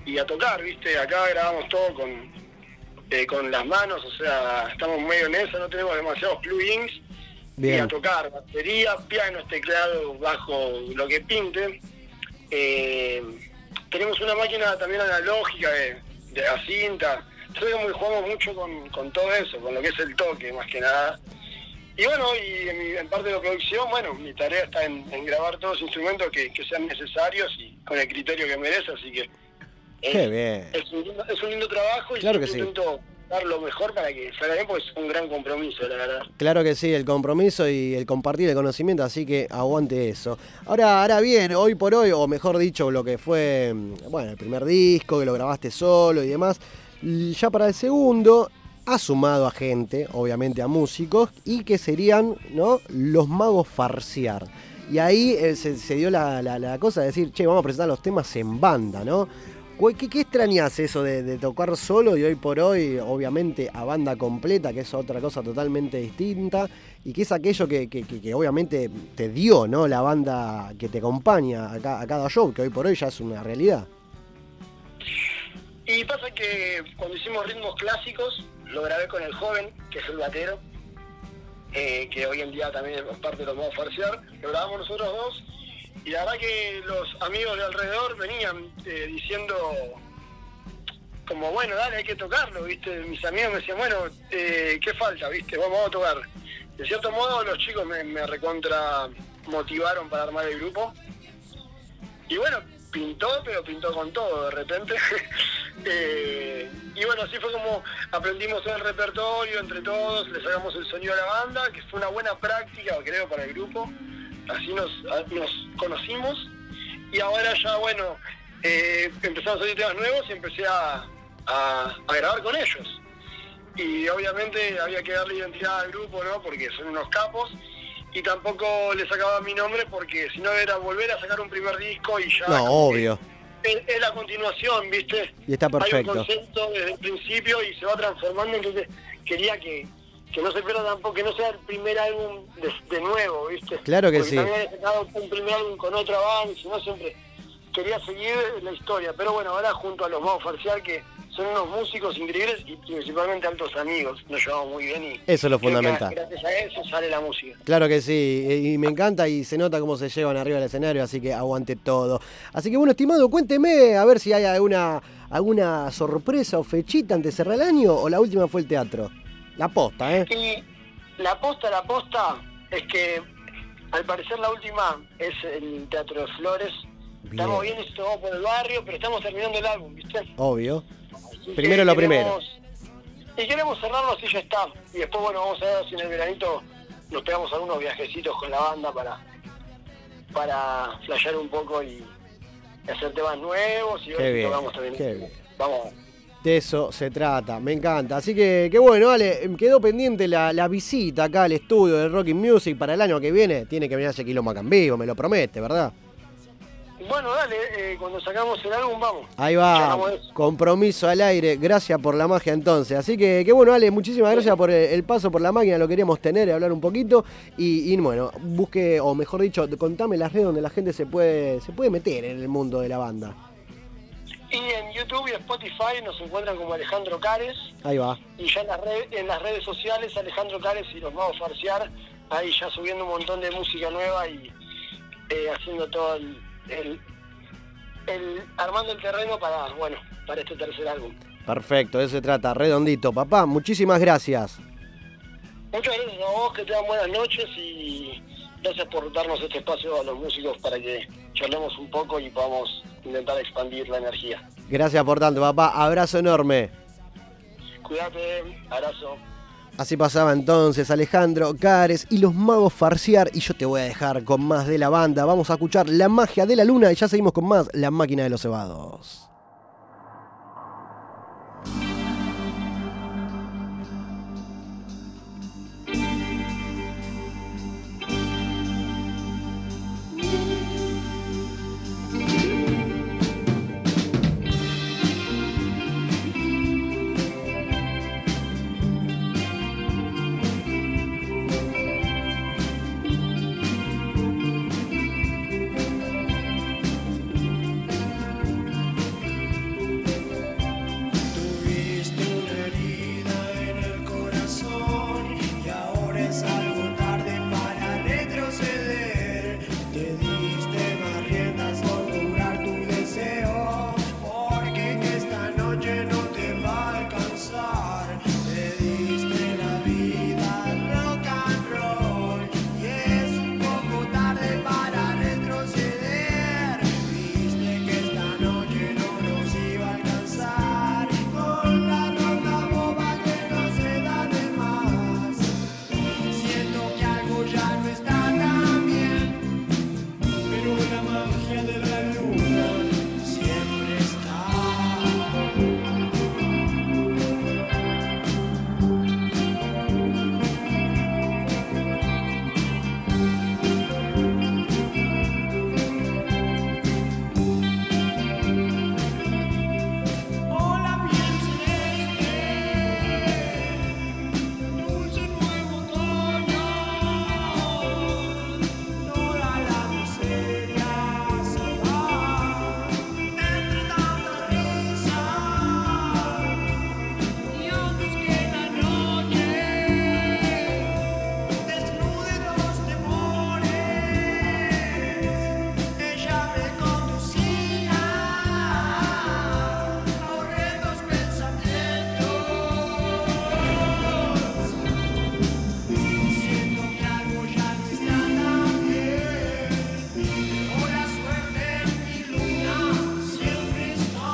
Speaker 14: y a tocar, viste, acá grabamos todo con, eh, con las manos, o sea, estamos medio en esa, no tenemos demasiados plugins y a
Speaker 2: Bien.
Speaker 14: tocar batería, pianos, teclados, bajo, lo que pinte. Eh, tenemos una máquina también analógica de, de la cinta. Nosotros como que jugamos mucho con, con todo eso, con lo que es el toque más que nada. Y bueno, y en, mi- en parte de la producción, bueno, mi tarea está en, en grabar todos los instrumentos que, que sean necesarios y con el criterio que merece, así que
Speaker 2: Qué bien.
Speaker 14: es un lindo, es un lindo trabajo y
Speaker 2: Claro
Speaker 14: yo
Speaker 2: que sí.
Speaker 14: intento dar lo mejor para que salga bien, porque es un gran compromiso, la verdad.
Speaker 2: Claro que sí, el compromiso y el compartir el conocimiento, así que aguante eso. Ahora, ahora bien, hoy por hoy, o mejor dicho, lo que fue, mm, bueno, el primer disco, que lo grabaste solo y demás, l- ya para el segundo, ha sumado a gente, obviamente a músicos, y que serían, ¿no? Los magos farsear. Y ahí eh, se, se dio la, la- la cosa de decir, che, vamos a presentar los temas en banda, ¿no? Güey, ¿Qué, qué extrañas eso de, de tocar solo y hoy por hoy, obviamente, a banda completa, que es otra cosa totalmente distinta, y que es aquello que, que- que- que obviamente te dio, ¿no? La banda que te acompaña a, ca- a cada show, que hoy por hoy ya es una realidad.
Speaker 14: Y pasa que cuando hicimos ritmos clásicos, lo grabé con el joven, que es el batero, eh, que hoy en día también es parte de los modos farsear, lo grabamos nosotros dos, y la verdad que los amigos de alrededor venían eh, diciendo, como bueno, dale, hay que tocarlo, ¿viste? Mis amigos me decían, bueno, eh, ¿qué falta, viste? Vamos a tocar. De cierto modo, los chicos me, me recontra motivaron para armar el grupo. Y bueno, pintó, pero pintó con todo de repente. Eh, y bueno, así fue como aprendimos todo el repertorio entre todos, le sacamos el sonido a la banda, que fue una buena práctica, creo, para el grupo. Así nos, a- nos conocimos y ahora ya, bueno, eh, empezaron a salir temas nuevos y empecé a, a- a grabar con ellos. Y obviamente había que darle identidad al grupo, ¿no? Porque son unos capos. Y tampoco le sacaba mi nombre porque si no era volver a sacar un primer disco y ya
Speaker 2: No, obvio.
Speaker 14: es, es la continuación, ¿viste?
Speaker 2: Y está perfecto.
Speaker 14: Hay un concepto desde el principio y se va transformando, entonces quería que, que no se pierda tampoco, que no sea el primer álbum de, de nuevo, ¿viste?
Speaker 2: Claro que
Speaker 14: Porque
Speaker 2: sí.
Speaker 14: También he sacado un primer álbum con otra banda, y si no siempre quería seguir la historia, pero bueno, ahora junto a los Mau Farcial, que son unos músicos increíbles y principalmente altos amigos, nos llevamos muy bien y...
Speaker 2: Eso es lo
Speaker 14: creo que
Speaker 2: fundamental.
Speaker 14: Gracias a eso sale la música.
Speaker 2: Claro que sí, y y me encanta y se nota cómo se llevan arriba del escenario, así que aguante todo. Así que bueno, estimado, cuénteme a ver si hay alguna, alguna sorpresa o fechita antes de cerrar el año o la última fue el teatro. La posta, ¿eh?
Speaker 14: Y la posta, la posta es que al parecer la última es el Teatro de Flores. Estamos bien esto por el barrio, pero estamos terminando el álbum, ¿viste?
Speaker 2: Obvio.
Speaker 14: Así
Speaker 2: Primero
Speaker 14: que
Speaker 2: lo primero.
Speaker 14: queremos- Y queremos cerrarlo así ya está. Y después, bueno, vamos a ver si en el veranito nos pegamos algunos viajecitos con la banda para, para flashear un poco y hacer temas nuevos y ver
Speaker 2: Qué
Speaker 14: si
Speaker 2: bien,
Speaker 14: tocamos también.
Speaker 2: qué bien.
Speaker 14: Vamos.
Speaker 2: De eso se trata, me encanta. Así que, qué bueno, Ale, em, quedó pendiente la, la visita acá al estudio de Rock and Music para el año que viene. Tiene que venir a Quilombo acá en vivo, me lo promete, ¿verdad?
Speaker 14: Bueno, dale, eh, cuando sacamos el álbum, vamos.
Speaker 2: Ahí
Speaker 14: Ya
Speaker 2: va,
Speaker 14: vamos.
Speaker 2: compromiso al aire, gracias por la magia entonces. Así que, qué bueno, Ale, muchísimas gracias por el, el paso por la máquina, lo queríamos tener y hablar un poquito. Y, y, bueno, busque, o mejor dicho, contame las redes donde la gente se puede, se puede meter en el mundo de la banda.
Speaker 14: Y en YouTube y Spotify nos encuentran como Alejandro Cares.
Speaker 2: Ahí va.
Speaker 14: Y ya en las, red- en las redes sociales, Alejandro Cares y los Magos Farciar, ahí ya subiendo un montón de música nueva y eh, haciendo todo el, el- el- armando el terreno para, bueno, para este tercer álbum.
Speaker 2: Perfecto, de eso se trata, redondito. Papá, muchísimas gracias.
Speaker 14: Muchas gracias a vos, que tengan buenas noches y Gracias por darnos este espacio a los músicos para que charlemos un poco y podamos intentar expandir la energía.
Speaker 2: Gracias por tanto, papá. Abrazo enorme.
Speaker 14: Cuídate, abrazo.
Speaker 2: Así pasaba entonces Alejandro Cares y los magos farciar. Y yo te voy a dejar con más de la banda. Vamos a escuchar La magia de la luna y ya seguimos con más La máquina de los cebados.
Speaker 1: Tuviste una herida en el corazón y ahora es algo tarde para retroceder. Te diste más riendas por curar tu deseo, porque esta noche no te va a alcanzar. Te diste la vida al rock and roll y es un poco tarde para retroceder. Viste que esta noche no nos iba a alcanzar con la ronda boba que no se da de más. Siento que algo ya no está tan bien, pero la magia de la luna siempre está. Hola, piel celeste, dulce nuevo otoño. Toda la miseria se va entre tanta risa y otros que la noche desnude los temores. Ella me conducía. Horrendos pensamientos Siento que algo ya no está tan bien Pero la suerte en mi luna siempre está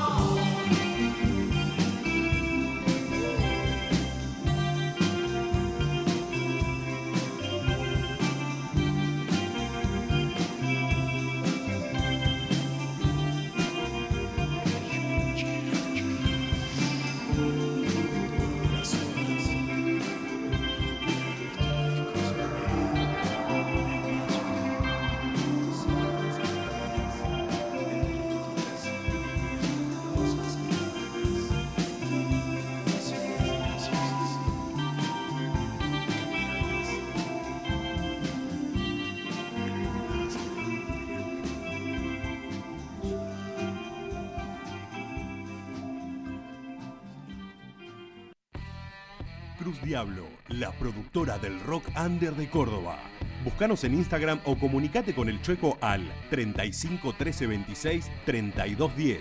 Speaker 15: Cruz Diablo, la productora del rock under de Córdoba. Búscanos en Instagram o comunicate con el Chueco al 35 13 26 32 10.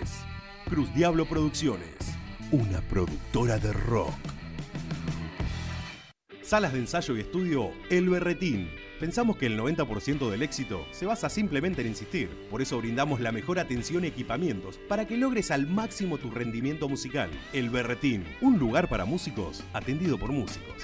Speaker 15: Cruz Diablo Producciones, una productora de rock. Salas de ensayo y estudio El Berretín. Pensamos que el 90% del éxito se basa simplemente en insistir. Por eso brindamos la mejor atención y equipamientos para que logres al máximo tu rendimiento musical. El Berretín, un lugar para músicos atendido por músicos.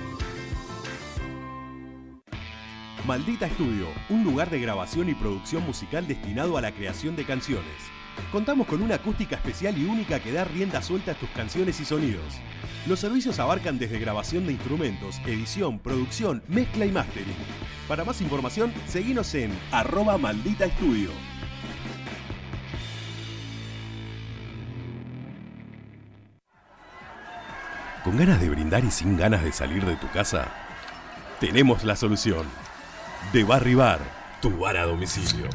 Speaker 15: Maldita Estudio, un lugar de grabación y producción musical destinado a la creación de canciones. Contamos con una acústica especial y única que da rienda suelta a tus canciones y sonidos. Los servicios abarcan desde grabación de instrumentos, edición, producción, mezcla y mastering. Para más información, seguinos en arroba maldita estudio. ¿Con ganas de brindar y sin ganas de salir de tu casa? Tenemos la solución. De Barry Bar, Tu bar a domicilio.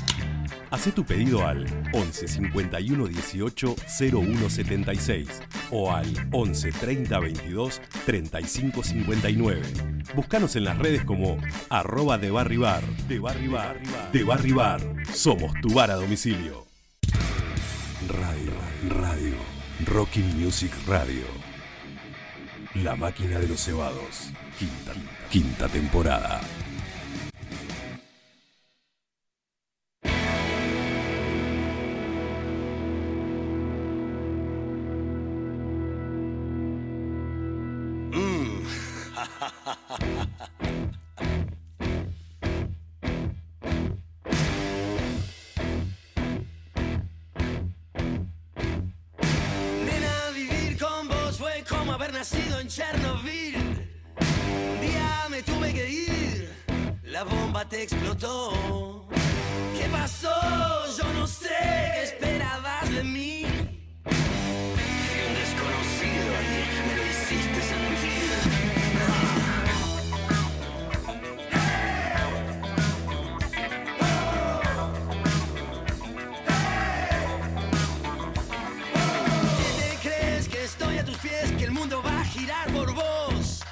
Speaker 15: Hacé tu pedido al 11 51 18 01 76 o al 11 30 22 35 59. Búscanos en las redes como arroba de Barry Bar. De Barry Bar. De Barry Bar. Somos tu bar a domicilio. Radio, radio. Rocking Music Radio. La máquina de los cebados. Quinta, quinta temporada.
Speaker 16: Mm.
Speaker 1: Nena, vivir con vos fue como haber nacido en Chernobyl. Un día me tuve que ir, la bomba te explotó. ¿Qué pasó? Yo no sé qué esperabas de mí. Fui un desconocido y me lo hiciste sentir. ¿Qué te crees que estoy a tus pies? Que el mundo va a girar por vos.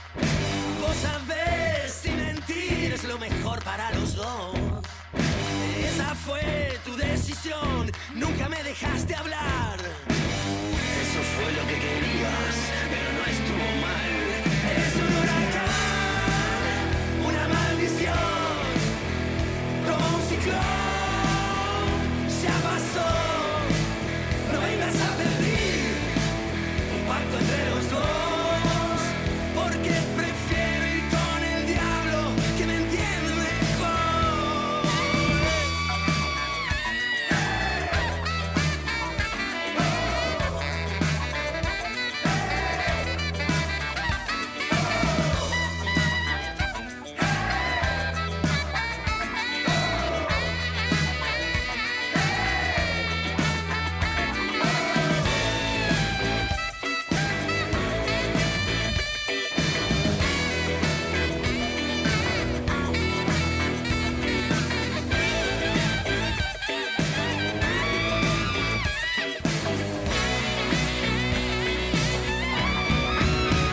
Speaker 1: Vos sabés, sin mentir, es lo mejor para los dos. Esa fue tu decisión, nunca me dejaste hablar. Eso fue lo que querías, pero no estuvo mal. Es un huracán, una maldición, como un ciclón, ya pasó. No vengas a pedir un pacto entre los dos, porque prefiero ir con el diablo que me entiende mejor.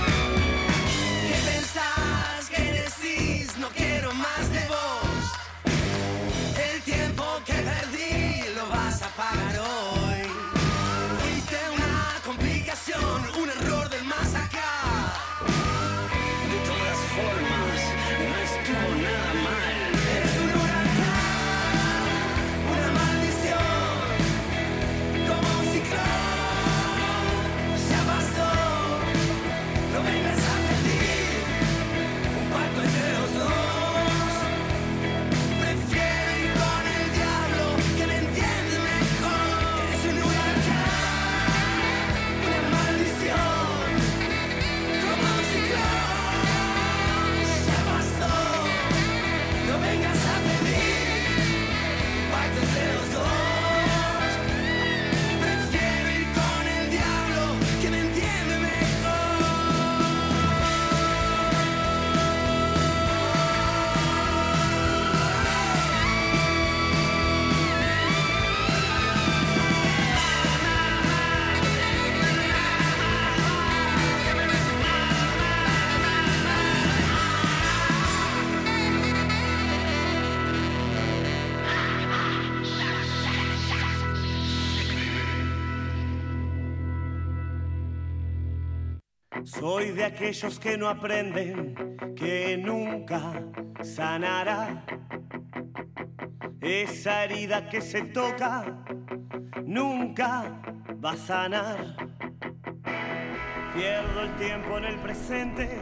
Speaker 1: ¿Qué pensás? ¿Qué decís? No quiero más de vos. El tiempo que perdí lo vas a pagar hoy. Fuiste una complicación, un error del más acá. De todas formas, no estuvo nada mal. Eres un huracán, una maldición, como un ciclón. Ya pasó. No vengas a pedir un pacto entre los dos. Prefiero ir con el diablo que me entiende mejor. Eres un huracán, una maldición, como un ciclón. Ya pasó. No vengas a pedir un pacto entre los dos. Prefiero ir con el diablo que me entiende mejor.
Speaker 17: Soy de aquellos que no aprenden, que nunca sanará. Esa herida que se toca nunca va a sanar. Pierdo el tiempo en el presente,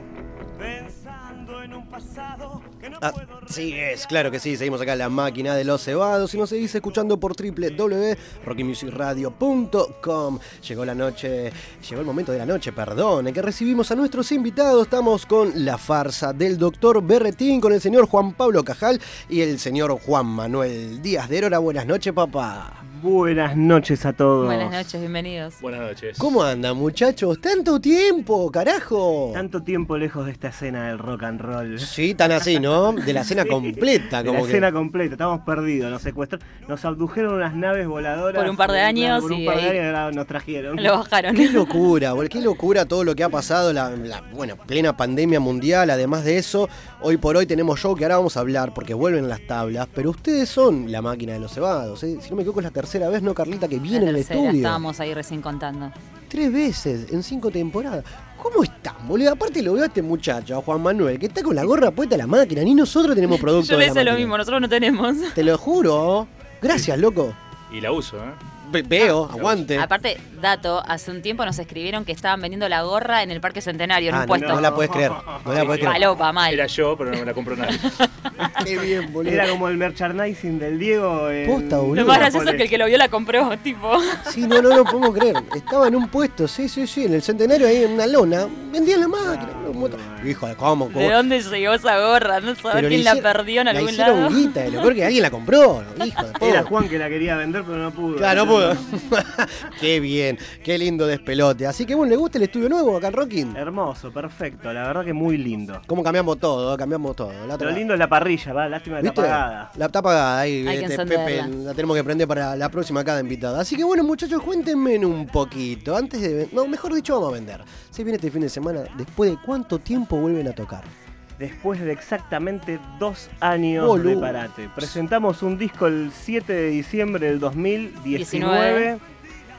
Speaker 17: pensando en un pasado que no
Speaker 2: Ah, sí es, claro que sí, seguimos acá en la máquina de los cebados y nos seguís escuchando por www.rockymusicradio.com. Llegó la noche, llegó el momento de la noche, perdón, en que recibimos a nuestros invitados. Estamos con la farsa del doctor Berretín, con el señor Juan Pablo Cajal y el señor Juan Manuel Díaz de Herora. Buenas noches, papá.
Speaker 18: Buenas noches a todos.
Speaker 3: Buenas noches, bienvenidos.
Speaker 19: Buenas noches.
Speaker 2: Oh. ¿Cómo andan, muchachos? ¡Tanto tiempo, carajo!
Speaker 18: Tanto tiempo lejos de esta escena del rock and roll.
Speaker 2: Sí, tan así, ¿no? De la escena completa,
Speaker 18: De
Speaker 2: como
Speaker 18: la
Speaker 2: que-
Speaker 18: escena completa, estamos perdidos, nos secuestraron, nos abdujeron unas naves voladoras.
Speaker 3: Por un par de años
Speaker 18: Por un
Speaker 3: y
Speaker 18: par
Speaker 3: ahí
Speaker 18: de años ahora nos trajeron.
Speaker 3: lo bajaron.
Speaker 2: Qué locura, bol- qué locura todo lo que ha pasado, la, la, bueno, plena pandemia mundial, además de eso, hoy por hoy tenemos show que ahora vamos a hablar porque vuelven las tablas, pero ustedes son la máquina de los cebados, ¿eh? si no me equivoco es la tercera vez, ¿no, Carlita, que viene al
Speaker 3: Tercera,
Speaker 2: estudio?
Speaker 3: estábamos ahí recién contando.
Speaker 2: Tres veces en cinco temporadas. ¿Cómo están, boludo? Aparte lo veo a este muchacho, a Juan Manuel, que está con la gorra puesta a la máquina, ni nosotros tenemos producto
Speaker 3: Yo
Speaker 2: de
Speaker 3: le
Speaker 2: la
Speaker 3: hice lo
Speaker 2: máquina.
Speaker 3: mismo, nosotros no tenemos.
Speaker 2: Te lo juro. Gracias, loco.
Speaker 19: Y la uso, ¿eh?
Speaker 2: Ve- veo, aguante.
Speaker 3: Aparte, dato, hace un tiempo nos escribieron que estaban vendiendo la gorra en el Parque Centenario, en
Speaker 2: Ah,
Speaker 3: un
Speaker 2: no,
Speaker 3: puesto.
Speaker 2: no la podés creer, no la podés creer.
Speaker 3: Palopa, mal.
Speaker 19: Era yo, pero no me la compró nadie.
Speaker 2: Qué bien, boludo.
Speaker 18: Era como el merchandising del Diego. en-
Speaker 2: Posta, boludo.
Speaker 3: Lo más gracioso es que el que lo vio la compró, tipo.
Speaker 2: Sí, no, no, no podemos creer. Estaba en un puesto, sí, sí, sí, en el centenario ahí en una lona. Vendían la máquina. boludo, Ah, un montón. Hijo, ¿cómo? cómo?
Speaker 3: ¿De dónde llegó esa gorra? No sabés
Speaker 2: Pero le
Speaker 3: quién la
Speaker 2: hicieron-
Speaker 3: perdió en
Speaker 2: la
Speaker 3: algún
Speaker 2: hicieron
Speaker 3: lado.
Speaker 2: guita, y lo peor que alguien la compró, hijo de
Speaker 18: Era
Speaker 2: pobre.
Speaker 18: Juan que la quería vender, pero no pudo.
Speaker 2: Claro, no puedo. qué bien, qué lindo despelote. Así que bueno, ¿le gusta el estudio nuevo acá en Rocking?
Speaker 18: Hermoso, perfecto, la verdad que muy lindo.
Speaker 2: ¿Cómo cambiamos todo? Cambiamos todo. La otra-
Speaker 18: Lo lindo es la parrilla, va, lástima de la
Speaker 2: ¿Viste?
Speaker 18: apagada.
Speaker 2: La está apagada, ahí
Speaker 18: Hay que
Speaker 2: este, Pepe,
Speaker 18: encenderla.
Speaker 2: la tenemos que prender para la próxima cada invitada. Así que bueno, muchachos, cuéntenme un poquito. Antes de. No, mejor dicho, vamos a vender. Se viene este fin de semana, ¿después de cuánto tiempo vuelven a tocar?
Speaker 18: Después de exactamente dos años
Speaker 2: Boludo.
Speaker 18: de parate, presentamos un disco el 7 de diciembre del 2019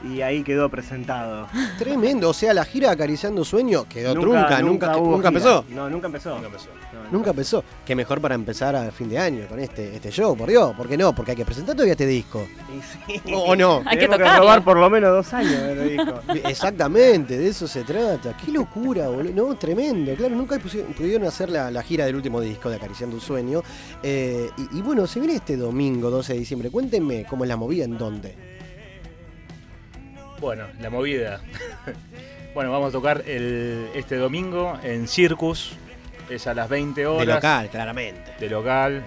Speaker 18: y ahí quedó presentado.
Speaker 2: Tremendo, o sea, la gira acariciando sueño quedó trunca, nunca, nunca,
Speaker 18: hubo gira.
Speaker 2: empezó.
Speaker 18: No, nunca empezó. Nunca
Speaker 19: empezó.
Speaker 2: Nunca empezó. Qué mejor para empezar a fin de año con este, este show, por Dios. ¿Por qué no? Porque hay que presentar todavía este disco. ¿O Oh, no?
Speaker 18: Hay que tocar. robar por lo menos dos años, me dijo.
Speaker 2: Exactamente, de eso se trata. Qué locura, boludo. No, tremendo. Claro, nunca pusi- pudieron hacer la, la gira del último disco de Acariciando un Sueño. Eh, y, y bueno, se viene este domingo 12 de diciembre. Cuéntenme cómo es la movida, en dónde.
Speaker 19: Bueno, la movida. bueno, vamos a tocar el- este domingo en Circus. Es a las 20 horas.
Speaker 2: local, claramente.
Speaker 19: De local.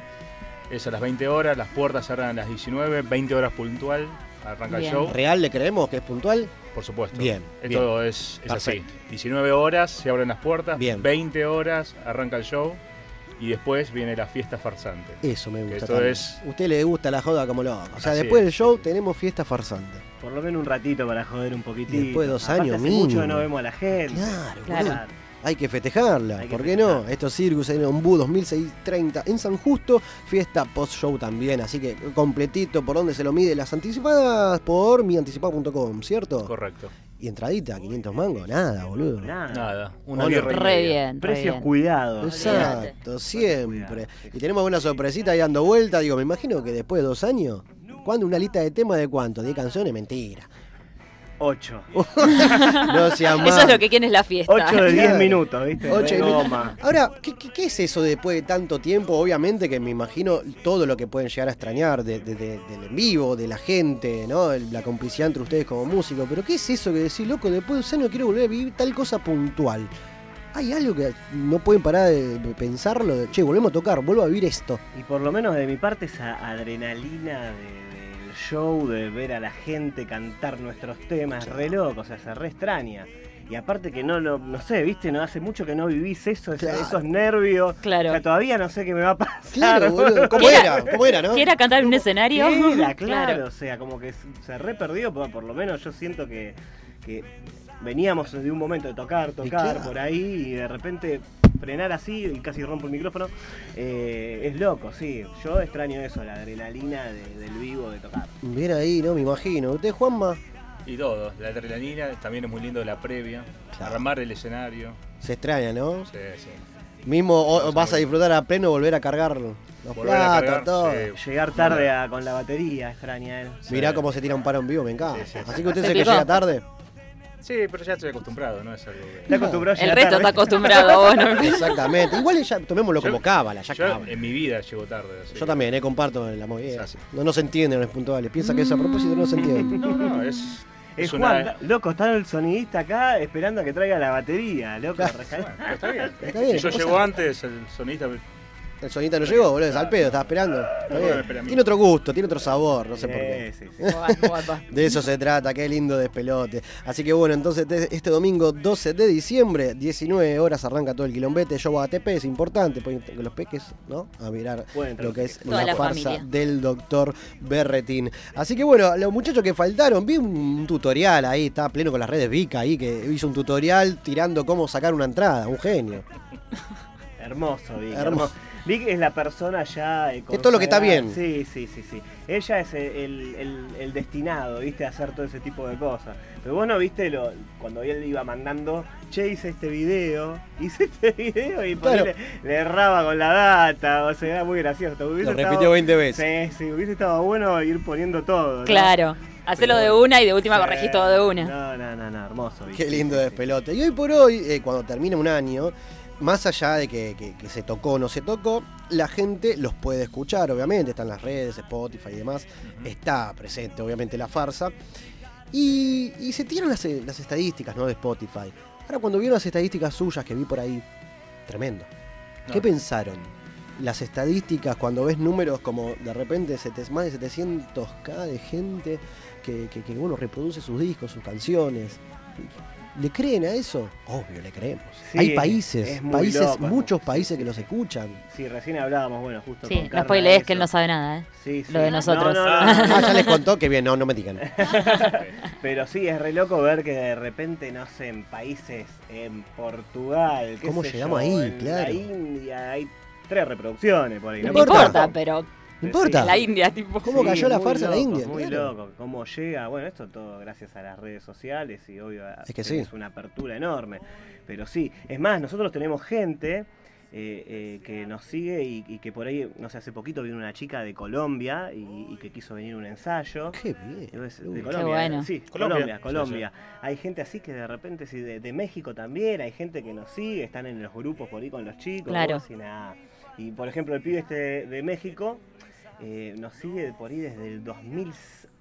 Speaker 19: Es a las 20 horas. Las puertas cierran a las 19. 20 horas puntual. Arranca el show.
Speaker 2: ¿Real le creemos que es puntual?
Speaker 19: Por supuesto.
Speaker 2: Bien,
Speaker 19: Esto
Speaker 2: bien.
Speaker 19: es, es así. 19 horas se abren las puertas. 20 horas arranca el show. Y después viene la fiesta farsante.
Speaker 2: Eso me gusta.
Speaker 19: Esto
Speaker 2: también.
Speaker 19: es-
Speaker 2: Usted le gusta la joda como loco. O sea,
Speaker 19: Así
Speaker 2: después
Speaker 19: es.
Speaker 2: del show tenemos fiesta farsante.
Speaker 18: Por lo menos un ratito para joder un poquitito.
Speaker 2: Después de dos
Speaker 18: Aparte,
Speaker 2: años
Speaker 18: hace
Speaker 2: mínimo.
Speaker 18: mucho que no vemos a la gente.
Speaker 2: Claro. Hay que festejarla, ¿por qué no? Esto es Circus en Ombú 2630 en San Justo, fiesta post-show también, así que completito por donde se lo mide, las anticipadas por mianticipado.com, ¿cierto?
Speaker 19: Correcto.
Speaker 2: Y entradita, 500 mangos, nada, boludo.
Speaker 18: Nada.
Speaker 19: Nada.
Speaker 2: ¿O
Speaker 19: Una
Speaker 2: no?
Speaker 19: birra y media.
Speaker 18: Precios cuidados.
Speaker 2: Exacto, siempre. Y tenemos una sorpresita ahí dando vuelta, digo, me imagino que después de dos años, ¿cuándo una lista de temas de cuánto? ¿10 canciones? Mentira.
Speaker 18: Ocho.
Speaker 2: No sea
Speaker 3: Eso es
Speaker 2: malo.
Speaker 3: lo que quiere es la fiesta.
Speaker 18: Ocho de diez minutos, ¿viste?
Speaker 2: Ocho y
Speaker 18: No,
Speaker 2: media.
Speaker 18: ma.
Speaker 2: Ahora, ¿qué, qué, qué es eso de después de tanto tiempo? Obviamente que me imagino todo lo que pueden llegar a extrañar de- de- de- del en vivo, de la gente, ¿no? El- la complicidad entre ustedes como músicos. Pero ¿qué es eso que decís, loco, después de un año quiero volver a vivir tal cosa puntual? ¿Hay algo que no pueden parar de pensarlo? De, che, volvemos a tocar, vuelvo a vivir esto.
Speaker 18: Y por lo menos de mi parte esa adrenalina de- del show, de ver a la gente cantar nuestros temas, re loco, o sea, se re extraña. Y aparte que no, lo, no sé, viste, no hace mucho que no vivís eso, esa-
Speaker 2: Claro.
Speaker 18: esos nervios. Claro. O sea, todavía no sé qué me va a pasar.
Speaker 2: Claro, boludo, ¿cómo
Speaker 18: ¿Qué
Speaker 2: era? ¿Cómo era, no?
Speaker 3: ¿Qué era cantar en un escenario?
Speaker 18: Era, claro, o sea, como que se re perdió, por, por lo menos yo siento que, que veníamos de un momento de tocar, tocar
Speaker 2: claro.
Speaker 18: por ahí y de repente frenar así y casi rompo el micrófono, eh, es loco, sí, yo extraño eso, la adrenalina de- del vivo de tocar.
Speaker 2: Bien ahí, ¿no? Me imagino. ¿Usted, Juanma?
Speaker 19: Y todo, la adrenalina también es muy lindo la previa, armar el escenario.
Speaker 2: Se extraña, ¿no?
Speaker 19: Sí, sí.
Speaker 2: Mismo o- o vas a disfrutar a pleno volver a cargar los
Speaker 19: Volver a
Speaker 2: platos,
Speaker 19: cargar,
Speaker 2: todo.
Speaker 19: sí.
Speaker 18: Llegar tarde a- con la batería, extraña él.
Speaker 2: Mirá cómo se tira un paro en vivo, me encanta. Así que usted
Speaker 18: Se
Speaker 2: se que
Speaker 18: picó.
Speaker 2: llega tarde.
Speaker 19: Sí, pero ya estoy acostumbrado, ¿no? Es algo que-
Speaker 18: Está acostumbrado
Speaker 3: El resto está acostumbrado a vos, ¿no?
Speaker 2: Exactamente. Igual ya tomémoslo como cábala, ya
Speaker 19: Yo
Speaker 2: cábala.
Speaker 19: en mi vida llego tarde. así
Speaker 2: Yo
Speaker 19: que-
Speaker 2: también, eh, comparto la movida. No, no se entienden los puntuales. Piensa que eso a propósito no se entiende.
Speaker 19: No, no, es,
Speaker 18: Es
Speaker 19: es una...
Speaker 18: Juan, loco, está el sonidista acá esperando a que traiga la batería, loco. rescatá.
Speaker 19: Está bien.
Speaker 2: Está bien,
Speaker 19: si yo
Speaker 2: cosa-
Speaker 19: llego antes, el sonista... me-
Speaker 2: El sonita no llegó, boludo, es al pedo, estaba esperando. Está bien. Tiene otro gusto, tiene otro sabor, no sé por qué. De eso se trata, qué lindo despelote. Así que bueno, entonces te- este domingo 12 de diciembre, 19 horas, arranca todo el quilombete. Yo voy a ATP, es importante, pueden ir con los peques, ¿no? A mirar lo que es
Speaker 18: Toda
Speaker 2: la,
Speaker 18: la
Speaker 2: farsa
Speaker 18: familia.
Speaker 2: del doctor Berretín. Así que bueno, los muchachos que faltaron, vi un tutorial ahí, estaba pleno con las redes Vika ahí, que hizo un tutorial tirando cómo sacar una entrada, un genio.
Speaker 18: Hermoso, Vic.
Speaker 2: Hermoso.
Speaker 18: Hermoso. Vic es la persona ya. eh,
Speaker 2: Es todo lo que está
Speaker 18: consagrada.
Speaker 2: bien.
Speaker 18: Sí, sí, sí, sí. Ella es eh, el, el- el destinado, viste, a hacer todo ese tipo de cosas. Pero vos no viste lo, cuando él iba mandando, che, hice este video, hice este video y por ahí
Speaker 2: Claro.
Speaker 18: le, le erraba con la data. O sea, era muy gracioso. Hubiese
Speaker 2: Lo repitió 20 veces.
Speaker 18: Sí, sí, hubiese estado bueno ir poniendo todo. ¿no?
Speaker 3: Claro. Hacelo de una y de última
Speaker 18: Sí.
Speaker 3: corregís todo de una.
Speaker 18: No, no, no, no, hermoso. Vic.
Speaker 2: Qué lindo despelote. Y hoy por hoy, eh, cuando termina un año, más allá de que, que- que se tocó o no se tocó, la gente los puede escuchar, obviamente. Están las redes, Spotify y demás. Está presente, obviamente, la farsa. Y, y se tiran las, eh, las estadísticas ¿no? de Spotify. Ahora, cuando vieron las estadísticas suyas que vi por ahí, tremendo. ¿Qué pensaron? Las estadísticas, cuando ves números como de repente sete- más de 700k de gente que, que, que, bueno, reproduce sus discos, sus canciones. ¿Le creen a eso? Obvio, le creemos.
Speaker 18: Sí,
Speaker 2: Hay
Speaker 18: es-
Speaker 2: países,
Speaker 18: es muy
Speaker 2: países
Speaker 18: loco, es
Speaker 2: muchos países que los escuchan.
Speaker 18: Sí, recién hablábamos, bueno, justo
Speaker 3: Sí,
Speaker 18: con
Speaker 3: no
Speaker 18: Carla
Speaker 3: spoilees
Speaker 18: de
Speaker 3: que él no
Speaker 18: eso.
Speaker 3: sabe nada, ¿eh?
Speaker 18: Sí, sí.
Speaker 3: Lo de
Speaker 18: No,
Speaker 3: nosotros.
Speaker 18: no, no, no, no.
Speaker 2: Ah, ya les contó que bien, no, no me digan.
Speaker 18: Pero sí, es re loco ver que de repente, no sé, en países, en Portugal, qué
Speaker 2: ¿Cómo
Speaker 18: sé
Speaker 2: llegamos
Speaker 18: yo,
Speaker 2: ahí?
Speaker 18: en La
Speaker 2: Claro.
Speaker 18: India hay tres reproducciones por ahí.
Speaker 3: No importa, pero.
Speaker 2: No importa.
Speaker 3: La India, tipo.
Speaker 18: Sí, muy loco, Muy loco, cómo llega. Bueno, esto todo gracias a las redes sociales y obvio
Speaker 2: Es que
Speaker 18: tenés
Speaker 2: sí.
Speaker 18: una apertura enorme. Pero sí, es más, nosotros tenemos gente eh, eh, que nos sigue y, y que por ahí, no sé, hace poquito vino una chica de Colombia y, y que quiso venir a un ensayo.
Speaker 2: Qué bien.
Speaker 18: de
Speaker 2: Qué
Speaker 18: Colombia,
Speaker 2: bueno.
Speaker 18: sí,
Speaker 2: Colombia.
Speaker 18: Colombia,
Speaker 2: Sí,
Speaker 18: Colombia. Hay gente así que de repente, sí, de, de México también, hay gente que nos sigue, están en los grupos por ahí con los chicos.
Speaker 3: Claro.
Speaker 18: vos, y nada. Y por ejemplo, el pibe este de, de México eh, nos sigue por ahí desde el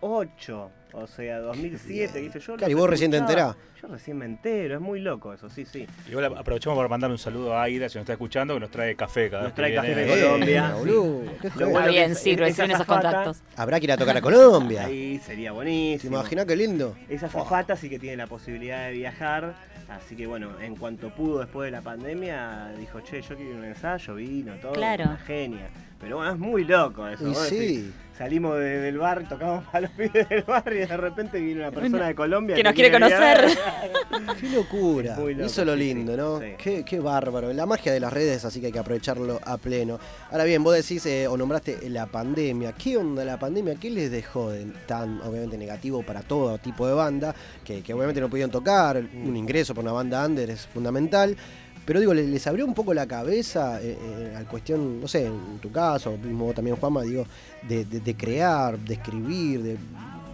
Speaker 18: 2008, o sea, 2007, dice yo.
Speaker 2: Claro,
Speaker 18: los
Speaker 2: y vos recién te
Speaker 18: escuchaba,
Speaker 2: enterás.
Speaker 18: Yo recién me entero, es muy loco eso, sí, sí.
Speaker 19: Igual aprovechamos para mandar un saludo a Aida, si nos está escuchando, que nos trae café cada
Speaker 18: Nos
Speaker 19: vez
Speaker 18: trae
Speaker 19: que
Speaker 18: café
Speaker 19: viene.
Speaker 18: de Colombia.
Speaker 2: Eh, boludo, qué
Speaker 18: Lo
Speaker 2: joder.
Speaker 18: que
Speaker 3: bien,
Speaker 18: es-
Speaker 3: sirve,
Speaker 18: esa
Speaker 3: sirven esos
Speaker 18: azafata-
Speaker 3: contactos.
Speaker 2: Habrá que ir a tocar a Colombia.
Speaker 18: Ahí sería
Speaker 2: ¿Te Oh.
Speaker 18: buenísimo.
Speaker 2: imaginas qué lindo?
Speaker 18: Esa zafata sí que tiene la posibilidad de viajar, así que bueno, en cuanto pudo después de la pandemia, dijo, che, yo quiero ir a un ensayo, vino, todo,
Speaker 3: Claro.
Speaker 18: una genia. Pero bueno, es muy loco eso.
Speaker 2: Y
Speaker 18: vos
Speaker 2: sí.
Speaker 18: decís, Salimos de- del bar, tocamos a los pibes del bar y de repente viene una persona
Speaker 3: Una-
Speaker 18: de Colombia.
Speaker 3: que nos quiere conocer.
Speaker 2: Qué locura.
Speaker 18: Es muy loco,
Speaker 2: Eso es lo
Speaker 18: sí,
Speaker 2: lindo, ¿no? Qué, qué bárbaro. La magia de las redes, así que hay que aprovecharlo a pleno. Ahora bien, vos decís eh, o nombraste la pandemia. ¿Qué onda la pandemia? ¿Qué les dejó de tan, obviamente, negativo para todo tipo de banda? Que, que obviamente no pudieron tocar. Un ingreso por una banda under es fundamental. Pero digo, ¿les, les abrió un poco la cabeza eh, eh, al cuestión, no sé, en tu caso, mismo vos también Juanma, digo, de, de- de crear, de escribir, de,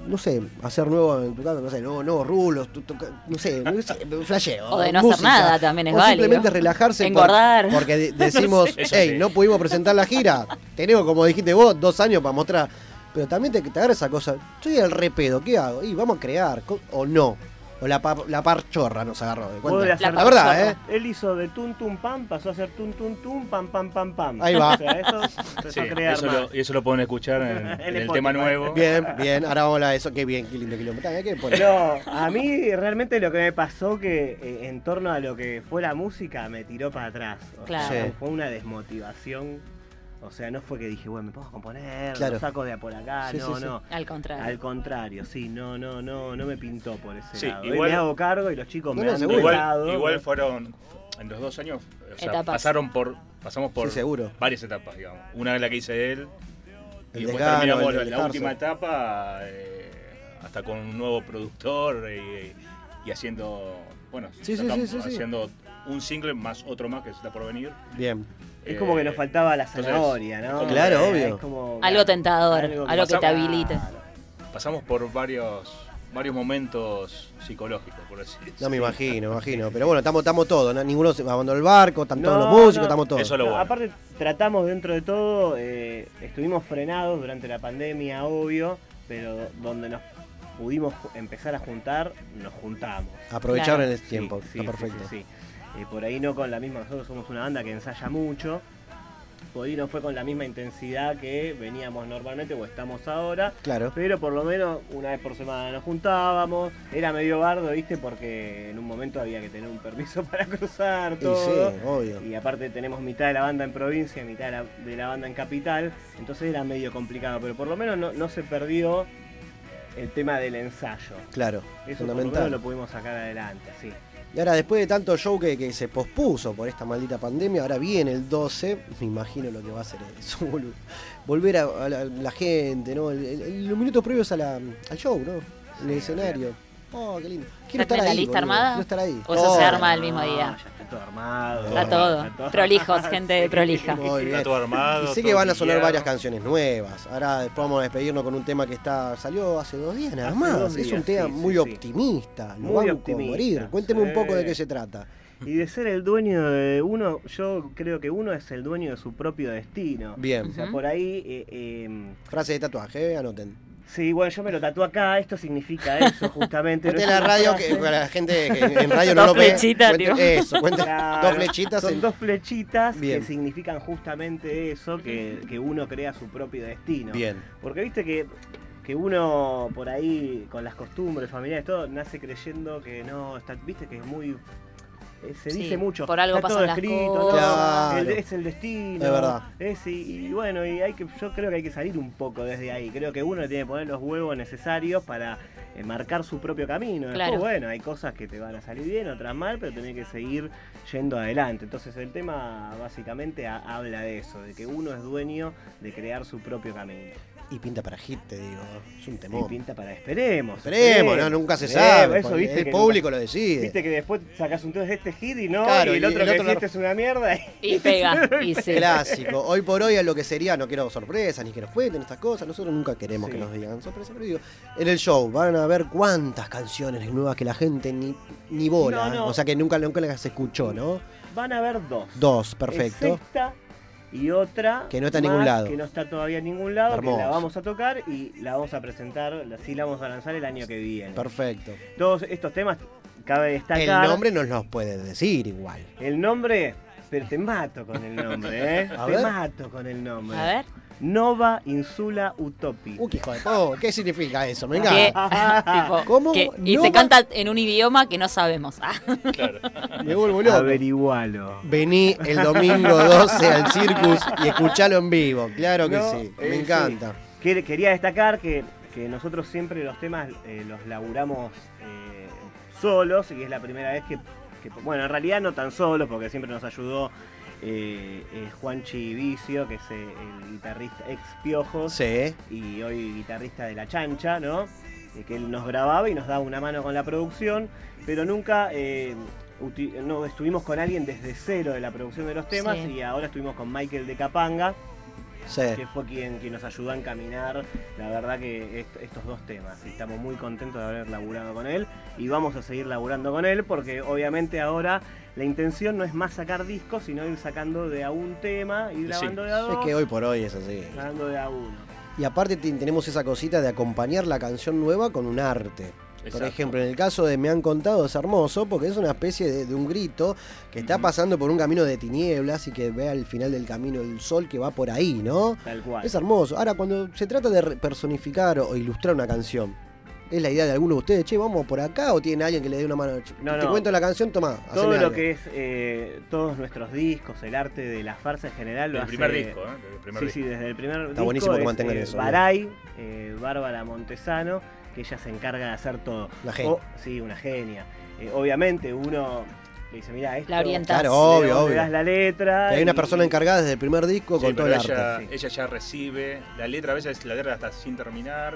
Speaker 2: no sé, hacer nuevo, en tu caso, no sé, nuevos, nuevos rulos, tu- toca- no sé, no sé, flasheo.
Speaker 3: O de no hacer nada también es
Speaker 2: o
Speaker 3: válido.
Speaker 2: simplemente relajarse. por-
Speaker 3: Engordar.
Speaker 2: porque de-
Speaker 3: No
Speaker 2: decimos,
Speaker 3: sé. Eso
Speaker 2: hey,
Speaker 3: sí.
Speaker 2: no pudimos presentar la gira. Tenemos, como dijiste vos, dos años para mostrar. Pero también te, te agarra esa cosa. Estoy al repedo, ¿qué hago? Y vamos a crear, co- o no. O la, pa- la parchorra nos agarró. ¿de cuenta?
Speaker 18: Podría
Speaker 2: La,
Speaker 18: hacer-
Speaker 2: verdad, ¿eh?
Speaker 18: Él hizo de tum tum pam, pasó a ser tum tum tum pam pam pam pam.
Speaker 2: Ahí va.
Speaker 18: O sea, eso empezó
Speaker 19: Sí,
Speaker 18: a crear
Speaker 19: eso,
Speaker 18: más.
Speaker 19: lo, eso lo pueden escuchar en, en el
Speaker 18: Spotify.
Speaker 19: tema nuevo.
Speaker 2: Bien, bien, ahora vamos a hablar de eso. Qué bien, qué lindo kilómetro. Hay que poner-
Speaker 18: No, a mí realmente lo que me pasó que eh, en torno a lo que fue la música me tiró para atrás. O
Speaker 2: Claro.
Speaker 18: sea,
Speaker 2: Sí.
Speaker 18: fue una desmotivación. O sea, no fue que dije, bueno, me pongo a componer,
Speaker 2: Claro.
Speaker 18: lo saco de a por acá,
Speaker 2: Sí,
Speaker 18: no,
Speaker 2: sí, sí.
Speaker 18: no.
Speaker 3: Al contrario.
Speaker 18: Al contrario, sí, no, no, no, no me pintó por ese
Speaker 19: Sí,
Speaker 18: lado. Hoy
Speaker 19: igual-
Speaker 18: me hago cargo y los chicos me han
Speaker 19: igual,
Speaker 18: retado.
Speaker 19: igual fueron, en los dos años, o sea,
Speaker 18: Etapas.
Speaker 19: pasaron por, pasamos por
Speaker 2: Sí, seguro.
Speaker 19: varias etapas, digamos. Una es la que hice él,
Speaker 2: El
Speaker 19: y después
Speaker 2: desgano,
Speaker 19: terminamos
Speaker 2: el
Speaker 19: la, la
Speaker 2: alejarse.
Speaker 19: última etapa, eh, hasta con un nuevo productor y, y haciendo, bueno,
Speaker 2: Sí, sí,
Speaker 19: sacamos-
Speaker 2: sí, sí, sí.
Speaker 19: haciendo un single más otro más que está por venir. Eh,
Speaker 2: Bien.
Speaker 18: Es como que nos faltaba la
Speaker 19: entonces,
Speaker 18: zanahoria,
Speaker 19: es
Speaker 18: ¿no?
Speaker 19: como-
Speaker 2: Claro,
Speaker 18: Eh,
Speaker 2: obvio.
Speaker 18: es como-
Speaker 3: Algo tentador,
Speaker 18: Algo
Speaker 3: algo
Speaker 18: que
Speaker 3: que,
Speaker 19: pasaba.
Speaker 3: te habilite.
Speaker 19: Pasamos por varios, varios momentos psicológicos, por así decirlo.
Speaker 2: No me imagino, me imagino. Pero bueno, estamos, estamos todos. ¿no? Ninguno se abandonó el barco, están todos los músicos, estamos todos.
Speaker 18: No, Aparte, tratamos dentro de todo, eh, estuvimos frenados durante la pandemia, obvio, pero donde nos pudimos ju- empezar a juntar, nos juntamos.
Speaker 2: Aprovecharon el
Speaker 18: Sí,
Speaker 2: tiempo,
Speaker 18: sí,
Speaker 2: está perfecto.
Speaker 18: sí, sí, sí. Eh, por ahí no con la misma, nosotros somos una banda que ensaya mucho, por ahí no fue con la misma intensidad que veníamos normalmente o estamos ahora.
Speaker 2: Claro.
Speaker 18: Pero por lo menos una vez por semana nos juntábamos. Era medio bardo, ¿viste? Porque en un momento había que tener un permiso para cruzar
Speaker 2: Y
Speaker 18: todo.
Speaker 2: sí, obvio.
Speaker 18: Y aparte tenemos mitad de la banda en provincia y mitad de la, de la banda en capital. Entonces era medio complicado. Pero por lo menos no, no se perdió el tema del ensayo.
Speaker 2: Claro,
Speaker 18: Eso por lo menos
Speaker 2: fundamental.
Speaker 18: lo pudimos sacar adelante, sí.
Speaker 2: Y ahora, después de tanto show que, que se pospuso por esta maldita pandemia, ahora viene el 12, me imagino lo que va a ser eso, boludo. Volver a, a la, la gente, ¿no? El- el- el- los minutos previos a la- al show, ¿no? En el escenario. Oh, qué lindo. Quiero
Speaker 3: ¿Está
Speaker 2: estar
Speaker 3: la
Speaker 2: ahí,
Speaker 3: lista
Speaker 2: boludo.
Speaker 3: armada?
Speaker 2: Quiero estar ahí. Oh.
Speaker 3: ¿O eso se
Speaker 2: Todo.
Speaker 3: arma el mismo día?
Speaker 18: Todo armado.
Speaker 3: Está todo. Prolijos, gente prolija.
Speaker 2: Muy bien. Y sé que
Speaker 3: todo
Speaker 2: van a sonar
Speaker 3: pillado.
Speaker 2: varias canciones nuevas. Ahora después vamos a despedirnos con un tema que está salió hace dos días nada
Speaker 18: Hace
Speaker 2: más.
Speaker 18: dos
Speaker 2: Es un
Speaker 18: días,
Speaker 2: tema
Speaker 18: sí, sí,
Speaker 2: muy
Speaker 18: sí.
Speaker 2: optimista. Lo
Speaker 18: Muy
Speaker 2: banco a
Speaker 18: optimista,
Speaker 2: morir. Cuénteme un poco de qué
Speaker 18: sí.
Speaker 2: se trata.
Speaker 18: Y de ser el dueño de uno, yo creo que uno es el dueño de su propio destino.
Speaker 2: Bien.
Speaker 18: O sea,
Speaker 2: Ujú.
Speaker 18: por ahí. eh, eh,
Speaker 2: Frase de tatuaje, eh, anoten.
Speaker 18: sí, bueno, yo me lo tatué acá, esto significa eso, justamente.
Speaker 2: Cuente
Speaker 18: es
Speaker 2: la
Speaker 18: una
Speaker 2: radio,
Speaker 18: frase.
Speaker 2: que para la gente que en radio no lo ve. cuente- Eso, cuente
Speaker 18: Claro,
Speaker 2: dos flechitas.
Speaker 18: Son
Speaker 2: el-
Speaker 18: dos flechitas
Speaker 2: Bien.
Speaker 18: que significan justamente eso, que, que uno crea su propio destino.
Speaker 2: Bien.
Speaker 18: Porque viste que, que uno por ahí, con las costumbres familiares, todo, nace creyendo que no, está, viste que es muy... eh, Se
Speaker 3: Sí,
Speaker 18: dice mucho.
Speaker 3: por algo
Speaker 18: está todo
Speaker 3: pasan las
Speaker 18: escrito, ¿no?
Speaker 2: cosas.
Speaker 18: El-
Speaker 2: Claro.
Speaker 18: es el destino.
Speaker 2: Es verdad.
Speaker 18: es- y, y bueno, y hay que, yo creo que hay que salir un poco desde ahí. Creo que uno tiene que poner los huevos necesarios para eh, marcar su propio camino. Después,
Speaker 3: Claro.
Speaker 18: bueno, hay cosas que te van a salir bien, otras mal, pero tenés que seguir yendo adelante. Entonces el tema básicamente ha- habla de eso, de que uno es dueño de crear su propio camino.
Speaker 2: Y pinta para hit, te digo. Es un temor.
Speaker 18: Y pinta para esperemos.
Speaker 2: Esperemos, no, nunca se sabe.
Speaker 18: Eso, viste
Speaker 2: el
Speaker 18: que
Speaker 2: público
Speaker 18: nunca-
Speaker 2: lo decide.
Speaker 18: Viste que después sacas un de este hit y no,
Speaker 2: Claro,
Speaker 18: y el
Speaker 2: y
Speaker 18: otro
Speaker 2: el
Speaker 18: que
Speaker 2: otro no-
Speaker 18: hiciste es una mierda. Este
Speaker 3: Y pega, y sí.
Speaker 2: Clásico. Hoy por hoy a lo que sería, no quiero sorpresas, ni que nos cuenten estas cosas. Nosotros nunca queremos que nos digan sorpresas, pero digo, en el show van a ver cuántas canciones nuevas que la gente ni, ni bola.
Speaker 18: No, no.
Speaker 2: O sea que nunca, nunca las escuchó, ¿no?
Speaker 18: Van a haber dos.
Speaker 2: Dos, perfecto.
Speaker 18: Es esta y otra.
Speaker 2: Que no está en
Speaker 18: más,
Speaker 2: ningún lado.
Speaker 18: Que no está todavía en ningún lado. Que la
Speaker 2: Hermoso.
Speaker 18: vamos a tocar y la vamos a presentar, la- sí la vamos a lanzar el año que viene.
Speaker 2: Perfecto.
Speaker 18: Todos estos temas, cabe destacar.
Speaker 2: El nombre nos los puede decir igual.
Speaker 18: El nombre, pero te mato con el nombre, ¿eh?
Speaker 2: A
Speaker 18: te
Speaker 2: ver.
Speaker 18: mato con el nombre.
Speaker 2: A ver.
Speaker 18: Nova Insula Utopi.
Speaker 2: Uh, qué hijo de- oh, ¿Qué significa eso? Me
Speaker 3: Que-
Speaker 2: encanta.
Speaker 3: tipo, que- y
Speaker 2: No
Speaker 3: se
Speaker 2: va-
Speaker 3: canta en un idioma que no sabemos. Ah.
Speaker 2: Me vuelvo loco.
Speaker 18: Averigualo.
Speaker 2: Vení el domingo 12 al Circus y escuchalo en vivo. Claro que
Speaker 18: No,
Speaker 2: sí.
Speaker 18: eh,
Speaker 2: Me encanta.
Speaker 18: Quer- Quería destacar que, que nosotros siempre los temas eh, los laburamos eh, solos y es la primera vez que, que- bueno, en realidad no tan solos porque siempre nos ayudó eh, eh, Juanchi Vicio, que es eh, el guitarrista ex Piojos
Speaker 2: Sí.
Speaker 18: y hoy guitarrista de La Chancha, ¿no? Eh, que él nos grababa y nos daba una mano con la producción, pero nunca... eh, uti- no, estuvimos con alguien desde cero de la producción de los temas
Speaker 2: Sí.
Speaker 18: y ahora estuvimos con Michael de Capanga,
Speaker 2: Sí.
Speaker 18: que fue quien, quien nos ayudó a encaminar, la verdad que est- estos dos temas. Y estamos muy contentos de haber laburado con él y vamos a seguir laburando con él porque obviamente ahora la intención no es más sacar discos, sino ir sacando de a un tema, ir grabando de a dos,
Speaker 2: Es que hoy por hoy es así.
Speaker 18: grabando de a uno.
Speaker 2: Y aparte te- tenemos esa cosita de acompañar la canción nueva con un arte. Por
Speaker 18: Exacto.
Speaker 2: ejemplo, en el caso de Me han contado es hermoso porque es una especie de, de un grito que está pasando por un camino de tinieblas y que ve al final del camino el sol que va por ahí, ¿no?
Speaker 18: Tal cual.
Speaker 2: Es hermoso. Ahora, cuando se trata de re- personificar o ilustrar una canción, ¿es la idea de alguno de ustedes? Che, vamos por acá o tienen alguien que le dé una mano. Che,
Speaker 18: No,
Speaker 2: te
Speaker 18: no.
Speaker 2: cuento la canción, toma.
Speaker 18: Todo lo que es eh, todos nuestros discos, el arte de la farsa en general. Lo
Speaker 19: Del
Speaker 18: hace-
Speaker 19: primer disco, ¿eh? Del primer
Speaker 18: sí,
Speaker 19: disco.
Speaker 18: sí, desde el primer disco.
Speaker 2: Está buenísimo que
Speaker 18: es,
Speaker 2: mantengan
Speaker 18: eh,
Speaker 2: eso, bien.
Speaker 18: Baray, eh, Bárbara Montesano, que ella se encarga de hacer todo.
Speaker 2: La genia.
Speaker 18: O- sí, una genia. Eh, obviamente uno le dice, mira, esto.
Speaker 3: La orientás.
Speaker 2: Claro, obvio,
Speaker 18: le-
Speaker 2: obvio.
Speaker 18: le das la letra.
Speaker 2: Hay una
Speaker 18: y-
Speaker 2: persona encargada desde el primer disco
Speaker 19: Sí,
Speaker 2: con todo
Speaker 19: pero
Speaker 2: el
Speaker 19: ella,
Speaker 2: arte.
Speaker 19: ella ya recibe, la letra a veces la letra está sin terminar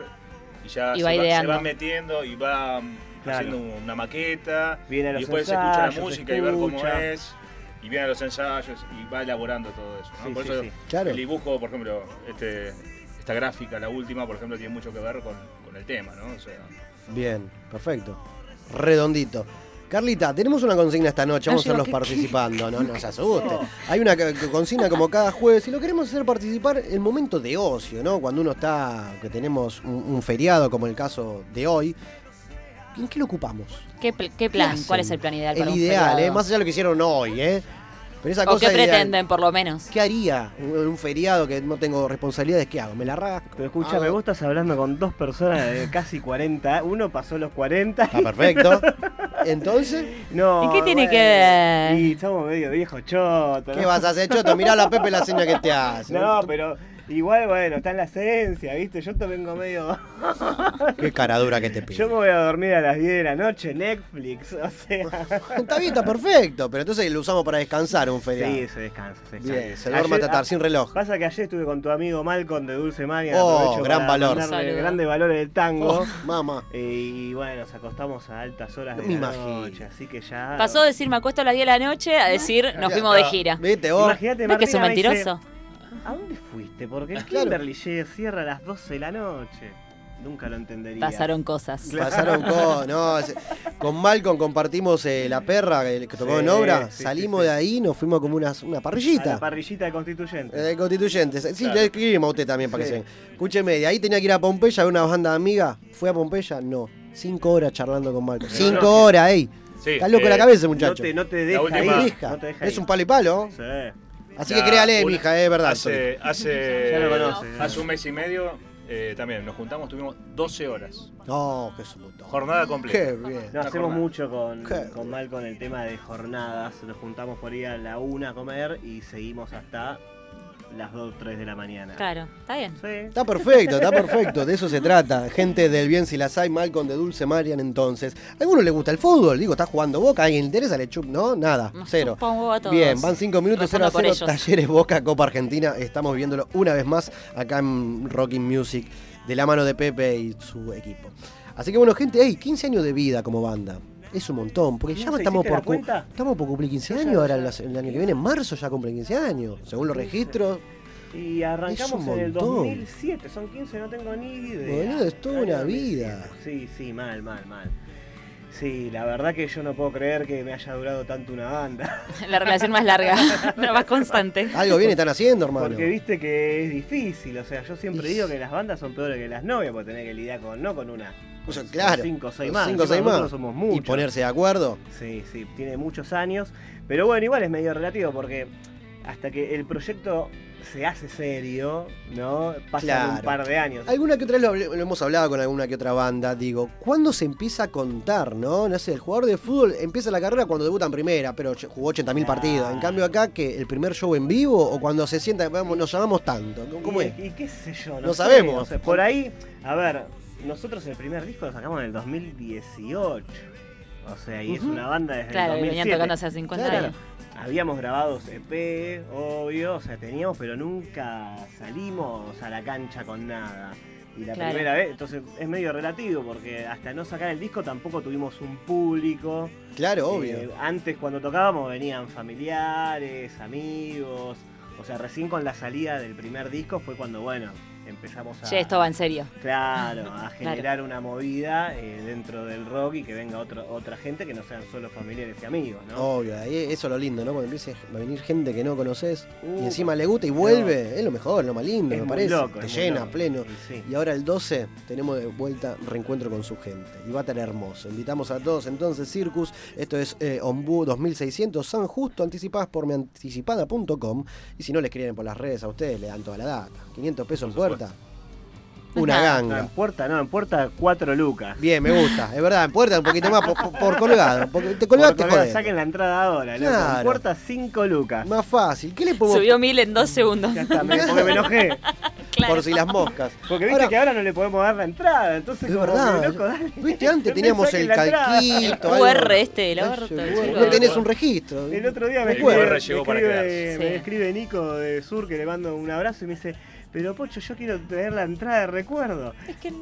Speaker 19: y ya
Speaker 3: Y
Speaker 19: se,
Speaker 3: va
Speaker 19: va, se
Speaker 3: ideando.
Speaker 19: va metiendo y va mm,
Speaker 18: Claro.
Speaker 19: haciendo una maqueta
Speaker 18: Viene a
Speaker 19: y
Speaker 18: los
Speaker 19: después se
Speaker 18: ensayos,
Speaker 19: escucha
Speaker 18: se
Speaker 19: la música y ver cómo
Speaker 18: escucha.
Speaker 19: es y viene a los ensayos y va elaborando todo eso. ¿no?
Speaker 18: Sí,
Speaker 19: por
Speaker 18: sí,
Speaker 19: eso
Speaker 18: sí.
Speaker 2: Claro.
Speaker 19: el dibujo, por ejemplo, este, esta gráfica, la última, por ejemplo, tiene mucho que ver con, con el tema, ¿no? O sea,
Speaker 2: Bien, perfecto. Redondito. Carlita, tenemos una consigna esta
Speaker 19: No,
Speaker 2: noche, vamos a
Speaker 19: digo,
Speaker 2: hacerlos
Speaker 19: ¿qué-
Speaker 2: participando, no nos asusten.
Speaker 19: No.
Speaker 2: Hay una ca- consigna como cada jueves y lo queremos hacer participar en momento de ocio, ¿no? Cuando uno está, que tenemos un, un feriado como el caso de hoy. ¿En qué lo ocupamos?
Speaker 3: ¿Qué, pl- qué plan?
Speaker 2: hacen?
Speaker 3: ¿Cuál es el plan ideal
Speaker 2: El
Speaker 3: para un
Speaker 2: ideal,
Speaker 3: feriado?
Speaker 2: ¿eh? Más allá de lo que hicieron hoy, ¿eh? Pero esa
Speaker 3: ¿O
Speaker 2: cosa
Speaker 3: qué
Speaker 2: de-
Speaker 3: pretenden, por lo menos?
Speaker 2: ¿Qué haría? Un, un feriado que no tengo responsabilidades, ¿qué hago? ¿Me la rasco?
Speaker 18: Pero escúchame, vos estás hablando con dos personas de casi 40. Uno pasó los 40. Está
Speaker 2: perfecto. Entonces.
Speaker 18: No.
Speaker 3: ¿Y qué tiene que ver?
Speaker 18: Y somos medio viejo choto.
Speaker 2: ¿Qué vas a hacer, choto? Mirá a la Pepe la seña que te hace.
Speaker 18: No, pero igual, bueno, está en la esencia, ¿viste? Yo te vengo medio.
Speaker 2: Qué cara dura que te pido.
Speaker 18: Yo me voy a dormir a las 10 de la noche, Netflix, o sea.
Speaker 2: Está bien, está perfecto, pero entonces lo usamos para descansar un feriado.
Speaker 18: Sí, se descansa, se descansa.
Speaker 2: Bien, se duerme a
Speaker 18: Ayer-
Speaker 2: tratar sin reloj.
Speaker 18: Pasa que ayer estuve con tu amigo Malcolm de Dulce María.
Speaker 2: Oh,
Speaker 18: aprovecho
Speaker 2: gran
Speaker 18: para
Speaker 2: valor.
Speaker 18: mandarle
Speaker 2: Saludo.
Speaker 18: Grande valor del tango.
Speaker 2: Oh, mamá.
Speaker 18: Y bueno, nos acostamos a altas horas
Speaker 2: No
Speaker 18: de
Speaker 2: me
Speaker 18: la
Speaker 2: imagino.
Speaker 18: noche, así que ya.
Speaker 3: Pasó de decir me acuesto a las 10 de la noche a decir
Speaker 18: Ya
Speaker 3: nos fuimos de
Speaker 18: está.
Speaker 3: gira.
Speaker 2: ¿Viste
Speaker 18: vos? Imagínate,
Speaker 3: ¿Ves que es un
Speaker 18: Martina me dice-
Speaker 3: mentiroso?
Speaker 18: ¿A dónde fuiste?
Speaker 2: Ah,
Speaker 18: Porque el
Speaker 3: Claro.
Speaker 18: Kimberly llega- cierra a las 12 de la noche. Nunca lo entendería.
Speaker 3: Pasaron cosas.
Speaker 18: Claro.
Speaker 2: Pasaron con. No, se- con Malcolm compartimos eh, la perra que, que tocó
Speaker 18: Sí,
Speaker 2: en obra.
Speaker 18: sí,
Speaker 2: Salimos de ahí, nos fuimos como unas, una
Speaker 18: A
Speaker 2: parrillita.
Speaker 18: la parrillita de constituyente.
Speaker 2: Eh, constituyentes. Sí,
Speaker 18: Claro.
Speaker 2: le escribimos a usted también para
Speaker 18: Sí.
Speaker 2: que se Escúcheme, de ahí tenía que ir a Pompeya a ver una banda amiga. ¿Fue a Pompeya? No. Cinco horas charlando con Malcolm.
Speaker 18: No,
Speaker 2: Cinco
Speaker 18: no.
Speaker 2: horas, ey.
Speaker 18: Sí,
Speaker 2: Está loco
Speaker 18: eh,
Speaker 2: la cabeza,
Speaker 18: no
Speaker 2: muchacho.
Speaker 18: te- no te deja
Speaker 2: No te
Speaker 18: ir.
Speaker 2: deja.
Speaker 18: No te deja
Speaker 2: es
Speaker 18: ir.
Speaker 2: un palo y palo. Así que
Speaker 19: La-
Speaker 2: créale,
Speaker 19: una-
Speaker 2: mija, eh, es verdad.
Speaker 19: Hace, hace,
Speaker 2: Ya lo conoce, ya.
Speaker 19: hace un mes y medio eh, también nos juntamos, tuvimos 12 horas.
Speaker 2: No, qué montón.
Speaker 19: Jornada completa.
Speaker 2: Qué bien.
Speaker 19: Una
Speaker 18: No hacemos
Speaker 19: jornada.
Speaker 18: mucho con,
Speaker 19: Qué
Speaker 18: con Mal con el tema de jornadas. Nos juntamos por ir a la una a comer y seguimos hasta las 2, 3 de la mañana.
Speaker 3: Claro, está bien.
Speaker 2: Está perfecto, está perfecto, de eso se trata. Gente del bien, si las hay, Malcolm de Dulce Marian, entonces. A alguno le gusta el fútbol, digo, está jugando Boca, ¿a alguien le interesa? Le chup, no, nada, cero.
Speaker 3: chupa un huevo a todos.
Speaker 2: Bien, van cinco minutos, cero a
Speaker 3: Respondo por
Speaker 2: cero,
Speaker 3: ellos.
Speaker 2: talleres Boca, Copa Argentina, estamos viviéndolo una vez más acá en Rocking Music, de la mano de Pepe y su equipo. Así que bueno, gente, hey, 15 años de vida como banda. Es un montón, porque ya
Speaker 18: sé,
Speaker 2: estamos
Speaker 18: ¿hiciste la
Speaker 2: por, cu-
Speaker 18: cuenta?
Speaker 2: estamos por cumplir 15 años, ahora en la- el año que viene, en marzo ya cumplen 15 años, según los registros.
Speaker 18: Y
Speaker 2: Es
Speaker 18: arrancamos
Speaker 2: un
Speaker 18: en el
Speaker 2: montón.
Speaker 18: 2007, son 15, no tengo ni idea.
Speaker 2: Boludo, es toda una
Speaker 18: Año
Speaker 2: vida.
Speaker 18: 2007. Sí, sí, mal, mal, mal. Sí, la verdad que yo no puedo creer que me haya durado tanto una banda.
Speaker 3: La relación más larga, la más constante.
Speaker 2: Algo bien están haciendo, hermano.
Speaker 18: Porque viste que es difícil, o sea, yo siempre
Speaker 2: Y-
Speaker 18: digo que las bandas son peores que las novias, porque tenés que lidiar con, no con una,
Speaker 2: Pues,
Speaker 18: con
Speaker 2: claro.
Speaker 18: cinco o seis
Speaker 2: Con
Speaker 18: más.
Speaker 2: cinco o
Speaker 18: Encima
Speaker 2: seis más.
Speaker 18: nosotros somos muchos.
Speaker 2: Y ponerse de acuerdo.
Speaker 18: Sí, sí, tiene muchos años, pero bueno, igual es medio relativo, porque hasta que el proyecto se hace serio, ¿no? Pasan un
Speaker 2: Claro.
Speaker 18: par de años.
Speaker 2: Alguna que otra vez lo, habl- lo hemos hablado con alguna que otra banda, digo, ¿cuándo se empieza a contar, no? No sé, el jugador de fútbol empieza la carrera cuando debuta en primera, pero ch- jugó 80.000 partidos. En cambio acá, que el primer show en vivo o cuando se sienta, vamos, nos llamamos tanto. ¿Cómo
Speaker 18: y,
Speaker 2: es?
Speaker 18: y qué sé yo, no,
Speaker 2: No
Speaker 18: sé,
Speaker 2: sabemos.
Speaker 18: o sea, por ahí, a ver, nosotros el primer disco lo sacamos en el 2018. O sea, y es
Speaker 3: Ujú.
Speaker 18: una banda desde
Speaker 3: Claro,
Speaker 18: el
Speaker 3: y
Speaker 18: 2007.
Speaker 3: venían tocando hace 50 años.
Speaker 18: Habíamos grabado EP, obvio, o sea, teníamos, pero nunca salimos a la cancha con nada. Y la
Speaker 3: Claro.
Speaker 18: primera vez, entonces es medio relativo, porque hasta no sacar el disco tampoco tuvimos un público.
Speaker 2: Claro,
Speaker 18: Eh,
Speaker 2: obvio.
Speaker 18: antes cuando tocábamos venían familiares, amigos. O sea, recién con la salida del primer disco fue cuando, bueno, empezamos a...
Speaker 3: Che, esto va en serio.
Speaker 18: Claro, a generar una movida eh, dentro del rock y que venga otra otra gente que no sean solo familiares y amigos, ¿no?
Speaker 2: Obvio, ahí eso es lo lindo, ¿no? Cuando empieza a venir gente que no conoces
Speaker 18: Uh,
Speaker 2: y encima le gusta y vuelve, es lo mejor, lo más lindo,
Speaker 18: Es
Speaker 2: me
Speaker 18: muy
Speaker 2: parece.
Speaker 18: loco,
Speaker 2: Te
Speaker 18: es muy
Speaker 2: llena,
Speaker 18: loco.
Speaker 2: pleno.
Speaker 18: Y sí.
Speaker 2: Y ahora el 12 tenemos de vuelta reencuentro con su gente. Y va a estar hermoso. Invitamos a todos entonces, Circus. Esto es eh, Ombú 2600 San Justo, anticipadas por mianticipada.com. Y si no le escriben por las redes a ustedes, le dan toda la data. 500 pesos en puerta. Una
Speaker 18: No,
Speaker 2: ganga.
Speaker 18: en puerta, no, en puerta cuatro lucas.
Speaker 2: Bien, me gusta. Es verdad, en puerta un poquito más por, por- por colgado. Porque te colgaste,
Speaker 18: Por colgado,
Speaker 2: joder.
Speaker 18: Saquen la entrada ahora, loco. En
Speaker 2: Claro.
Speaker 18: puerta cinco lucas.
Speaker 2: Más fácil. ¿Qué le podemos
Speaker 3: Subió mil en dos segundos.
Speaker 18: También, porque me enojé.
Speaker 2: por si las moscas?
Speaker 18: Porque viste que ahora no le podemos dar la entrada, entonces
Speaker 2: Es
Speaker 18: como
Speaker 2: verdad.
Speaker 18: que, loco, dale.
Speaker 2: Viste, antes teníamos el
Speaker 18: Saquen la entrada.
Speaker 2: calquito.
Speaker 3: El
Speaker 2: algo.
Speaker 3: QR este del
Speaker 2: Ay,
Speaker 3: orto,
Speaker 2: yo,
Speaker 3: chico.
Speaker 2: No tenés un registro.
Speaker 18: El otro día me
Speaker 2: Me acuerdo.
Speaker 18: escribe, me,
Speaker 2: llegó para
Speaker 18: escribe,
Speaker 2: quedarse.
Speaker 18: me
Speaker 2: Sí.
Speaker 18: escribe Nico de Sur que le mando un abrazo y me dice, pero Pocho, yo quiero tener la entrada de recuerdo.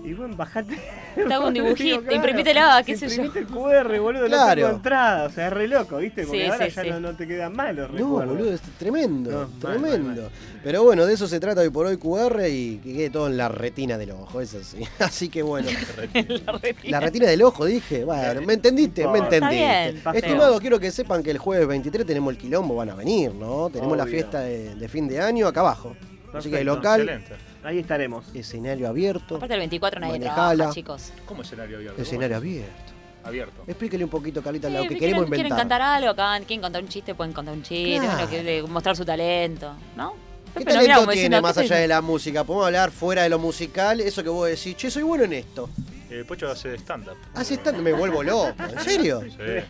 Speaker 18: Y bueno, bajate.
Speaker 3: Te hago un
Speaker 18: Digo,
Speaker 3: dibujito,
Speaker 18: claro,
Speaker 3: imprimítela, qué sé yo.
Speaker 18: imprimite el QR, boludo, no
Speaker 2: Claro.
Speaker 18: tengo entrada. O sea, es re loco, ¿viste? Porque
Speaker 3: Sí,
Speaker 18: ahora
Speaker 3: sí,
Speaker 18: ya
Speaker 3: sí.
Speaker 18: No, no te quedan malos
Speaker 2: No,
Speaker 18: recuerdos.
Speaker 2: boludo, es tremendo,
Speaker 18: No, mal,
Speaker 2: tremendo. Pero bueno, de eso se trata hoy por hoy QR y que quede todo en la retina del ojo, eso sí. Así que bueno. la retina del ojo, dije. Bueno, me entendiste, me
Speaker 18: Está
Speaker 2: entendiste.
Speaker 18: bien, está feo.
Speaker 2: Estimados, quiero que sepan que el jueves 23 tenemos el quilombo, van a venir, ¿no? Tenemos la
Speaker 18: Obvio.
Speaker 2: fiesta de, de fin de año acá abajo. Así que
Speaker 18: Perfecto,
Speaker 2: local,
Speaker 18: excelente. Ahí estaremos.
Speaker 2: escenario abierto.
Speaker 3: Aparte el 24 nadie
Speaker 2: Manejala.
Speaker 3: trabaja, chicos.
Speaker 19: ¿Cómo escenario abierto?
Speaker 2: Escenario abierto.
Speaker 19: abierto.
Speaker 2: Explíquele un poquito, Carlita, lo
Speaker 3: Sí,
Speaker 2: que
Speaker 3: quieren,
Speaker 2: queremos
Speaker 3: quieren
Speaker 2: inventar.
Speaker 3: cantar algo, can- quieren contar un chiste, pueden contar un chiste,
Speaker 2: Claro.
Speaker 3: bueno, que- de- mostrar su talento, ¿no?
Speaker 2: ¿Qué
Speaker 3: Pero mira,
Speaker 2: talento
Speaker 3: como
Speaker 2: tiene
Speaker 3: diciendo,
Speaker 2: más
Speaker 3: ¿qué
Speaker 2: allá
Speaker 3: te-
Speaker 2: de la música? Podemos hablar fuera de lo musical, eso que vos decís, che, soy bueno en esto.
Speaker 20: Eh, Pocho hace stand-up.
Speaker 2: Así está, me vuelvo loco, ¿en serio?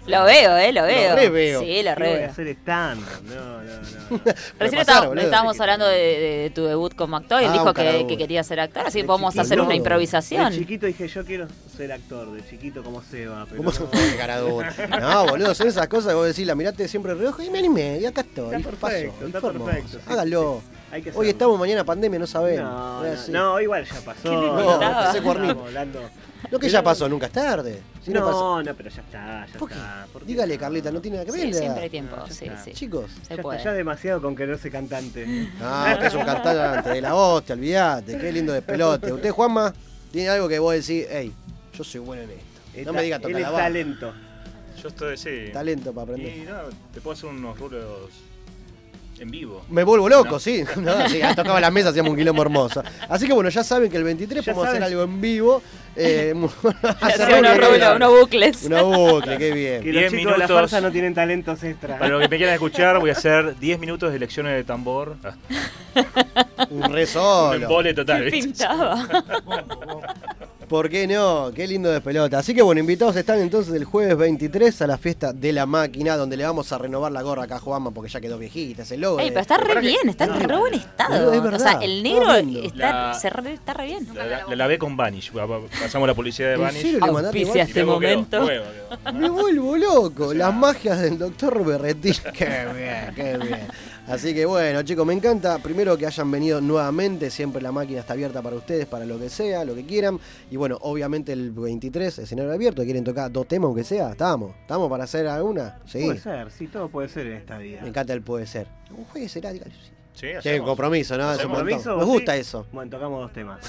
Speaker 3: Lo veo, eh, lo veo.
Speaker 2: re veo.
Speaker 18: ¿Qué
Speaker 3: Sí, lo
Speaker 18: voy
Speaker 3: re
Speaker 18: a
Speaker 3: veo.
Speaker 18: hacer stand? No, no, no.
Speaker 3: Recién
Speaker 18: pasar,
Speaker 3: estábamos,
Speaker 18: boludo.
Speaker 3: estábamos hablando de, de- de tu debut como actor y él
Speaker 18: Ah,
Speaker 3: dijo
Speaker 18: un
Speaker 3: que,
Speaker 18: carabú.
Speaker 3: que quería ser actor, así que
Speaker 18: De
Speaker 3: podemos
Speaker 18: chiquito,
Speaker 3: hacer una
Speaker 18: boludo.
Speaker 3: improvisación.
Speaker 18: De chiquito dije, yo quiero ser actor, de chiquito como Seba. Pero
Speaker 2: ¿Cómo se fue, Garador? No, boludo, son esas cosas que vos decís, la mirate siempre de reojo y me animé, y acá estoy.
Speaker 18: Está
Speaker 2: y
Speaker 18: perfecto,
Speaker 2: pasó, y
Speaker 18: está
Speaker 2: fue hermoso.
Speaker 18: perfecto, sí,
Speaker 2: Hágalo.
Speaker 18: Hay que
Speaker 2: Hoy
Speaker 18: hacerlo.
Speaker 2: estamos, mañana pandemia, no sabemos.
Speaker 18: No,
Speaker 2: Es
Speaker 18: no,
Speaker 2: así.
Speaker 18: no, igual ya pasó.
Speaker 2: Qué lindo
Speaker 18: No,
Speaker 2: estaba.
Speaker 18: ese
Speaker 2: Ese cuernito.
Speaker 18: estamos hablando.
Speaker 2: Lo que ya pasó, nunca es tarde. Si no,
Speaker 18: no,
Speaker 2: pasa-
Speaker 18: no, pero ya está, ya está. ¿Por qué
Speaker 2: Dígale,
Speaker 18: no?
Speaker 2: Carlita, no tiene nada que ver.
Speaker 18: Sí,
Speaker 2: la-
Speaker 18: siempre hay tiempo,
Speaker 2: No, ya
Speaker 18: sí,
Speaker 2: está.
Speaker 18: sí.
Speaker 2: Chicos,
Speaker 18: Ya está, ya demasiado con quererse cantante.
Speaker 2: Ah, que es un cantante de la hostia, olvídate, qué lindo despelote. Usted, Juanma, tiene algo que vos decís, hey, yo soy bueno en esto. No me diga tocar la banda.
Speaker 18: talento.
Speaker 20: Yo estoy, sí.
Speaker 2: Talento para aprender.
Speaker 20: Y no, te puedo hacer unos rulos en vivo.
Speaker 2: Me vuelvo loco,
Speaker 20: No.
Speaker 2: sí. No, sí, ah, tocaba la mesa, hacíamos un quilombo hermoso. Así que bueno, ya saben que el 23
Speaker 20: Ya
Speaker 2: podemos hacer
Speaker 20: saben.
Speaker 2: algo en vivo. Eh, hacer
Speaker 20: hacemos
Speaker 2: algo
Speaker 20: una
Speaker 2: en vivo.
Speaker 20: rola, unos bucles.
Speaker 2: Una bucle, qué bien.
Speaker 18: Que los chicos de la
Speaker 20: minutos.
Speaker 18: fuerza no tienen talentos extra.
Speaker 20: Para los que me quieran escuchar, voy a hacer 10 minutos de lecciones de tambor.
Speaker 2: Un re solo.
Speaker 20: Un embole total. ¿viste?
Speaker 3: pintaba?
Speaker 2: ¿Por qué no? Qué lindo despelota. Así que bueno, invitados están entonces el jueves 23 a la fiesta de la máquina, donde le vamos a renovar la gorra acá a Juanma porque ya quedó viejita, ese logo.
Speaker 3: Ey,
Speaker 2: de-
Speaker 3: pero está re bien, está en re buen estado.
Speaker 2: Boludo, es
Speaker 3: o sea,
Speaker 2: verdad.
Speaker 3: el negro
Speaker 2: Tremendo.
Speaker 3: está,
Speaker 20: La-
Speaker 3: se re- está re bien.
Speaker 20: La, la- la lavé con Vanish. Va- va- Pasamos la policía de
Speaker 2: ¿En
Speaker 20: Vanish.
Speaker 2: serio le mandaste Auspicia Vanish? este
Speaker 20: Y luego quedó,
Speaker 2: momento.
Speaker 20: nueva quedó.
Speaker 2: Me vuelvo loco. Las magias del doctor Berretín. Qué bien, qué bien. Así que bueno, chicos, me encanta. Primero que hayan venido nuevamente. Siempre la máquina está abierta para ustedes, para lo que sea, lo que quieran. Y bueno, obviamente el 23, escenario abierto. ¿Quieren tocar dos temas, aunque sea? Estamos. ¿Estamos para hacer alguna? Sí.
Speaker 18: Puede ser, sí, todo puede ser en esta vida.
Speaker 2: Me encanta el puede ser. Un juegue será,
Speaker 20: Sí,
Speaker 2: Tiene un compromiso, ¿no? Es un montón. Nos
Speaker 18: vos
Speaker 2: gusta
Speaker 18: sí.
Speaker 2: eso.
Speaker 18: Bueno, tocamos dos temas.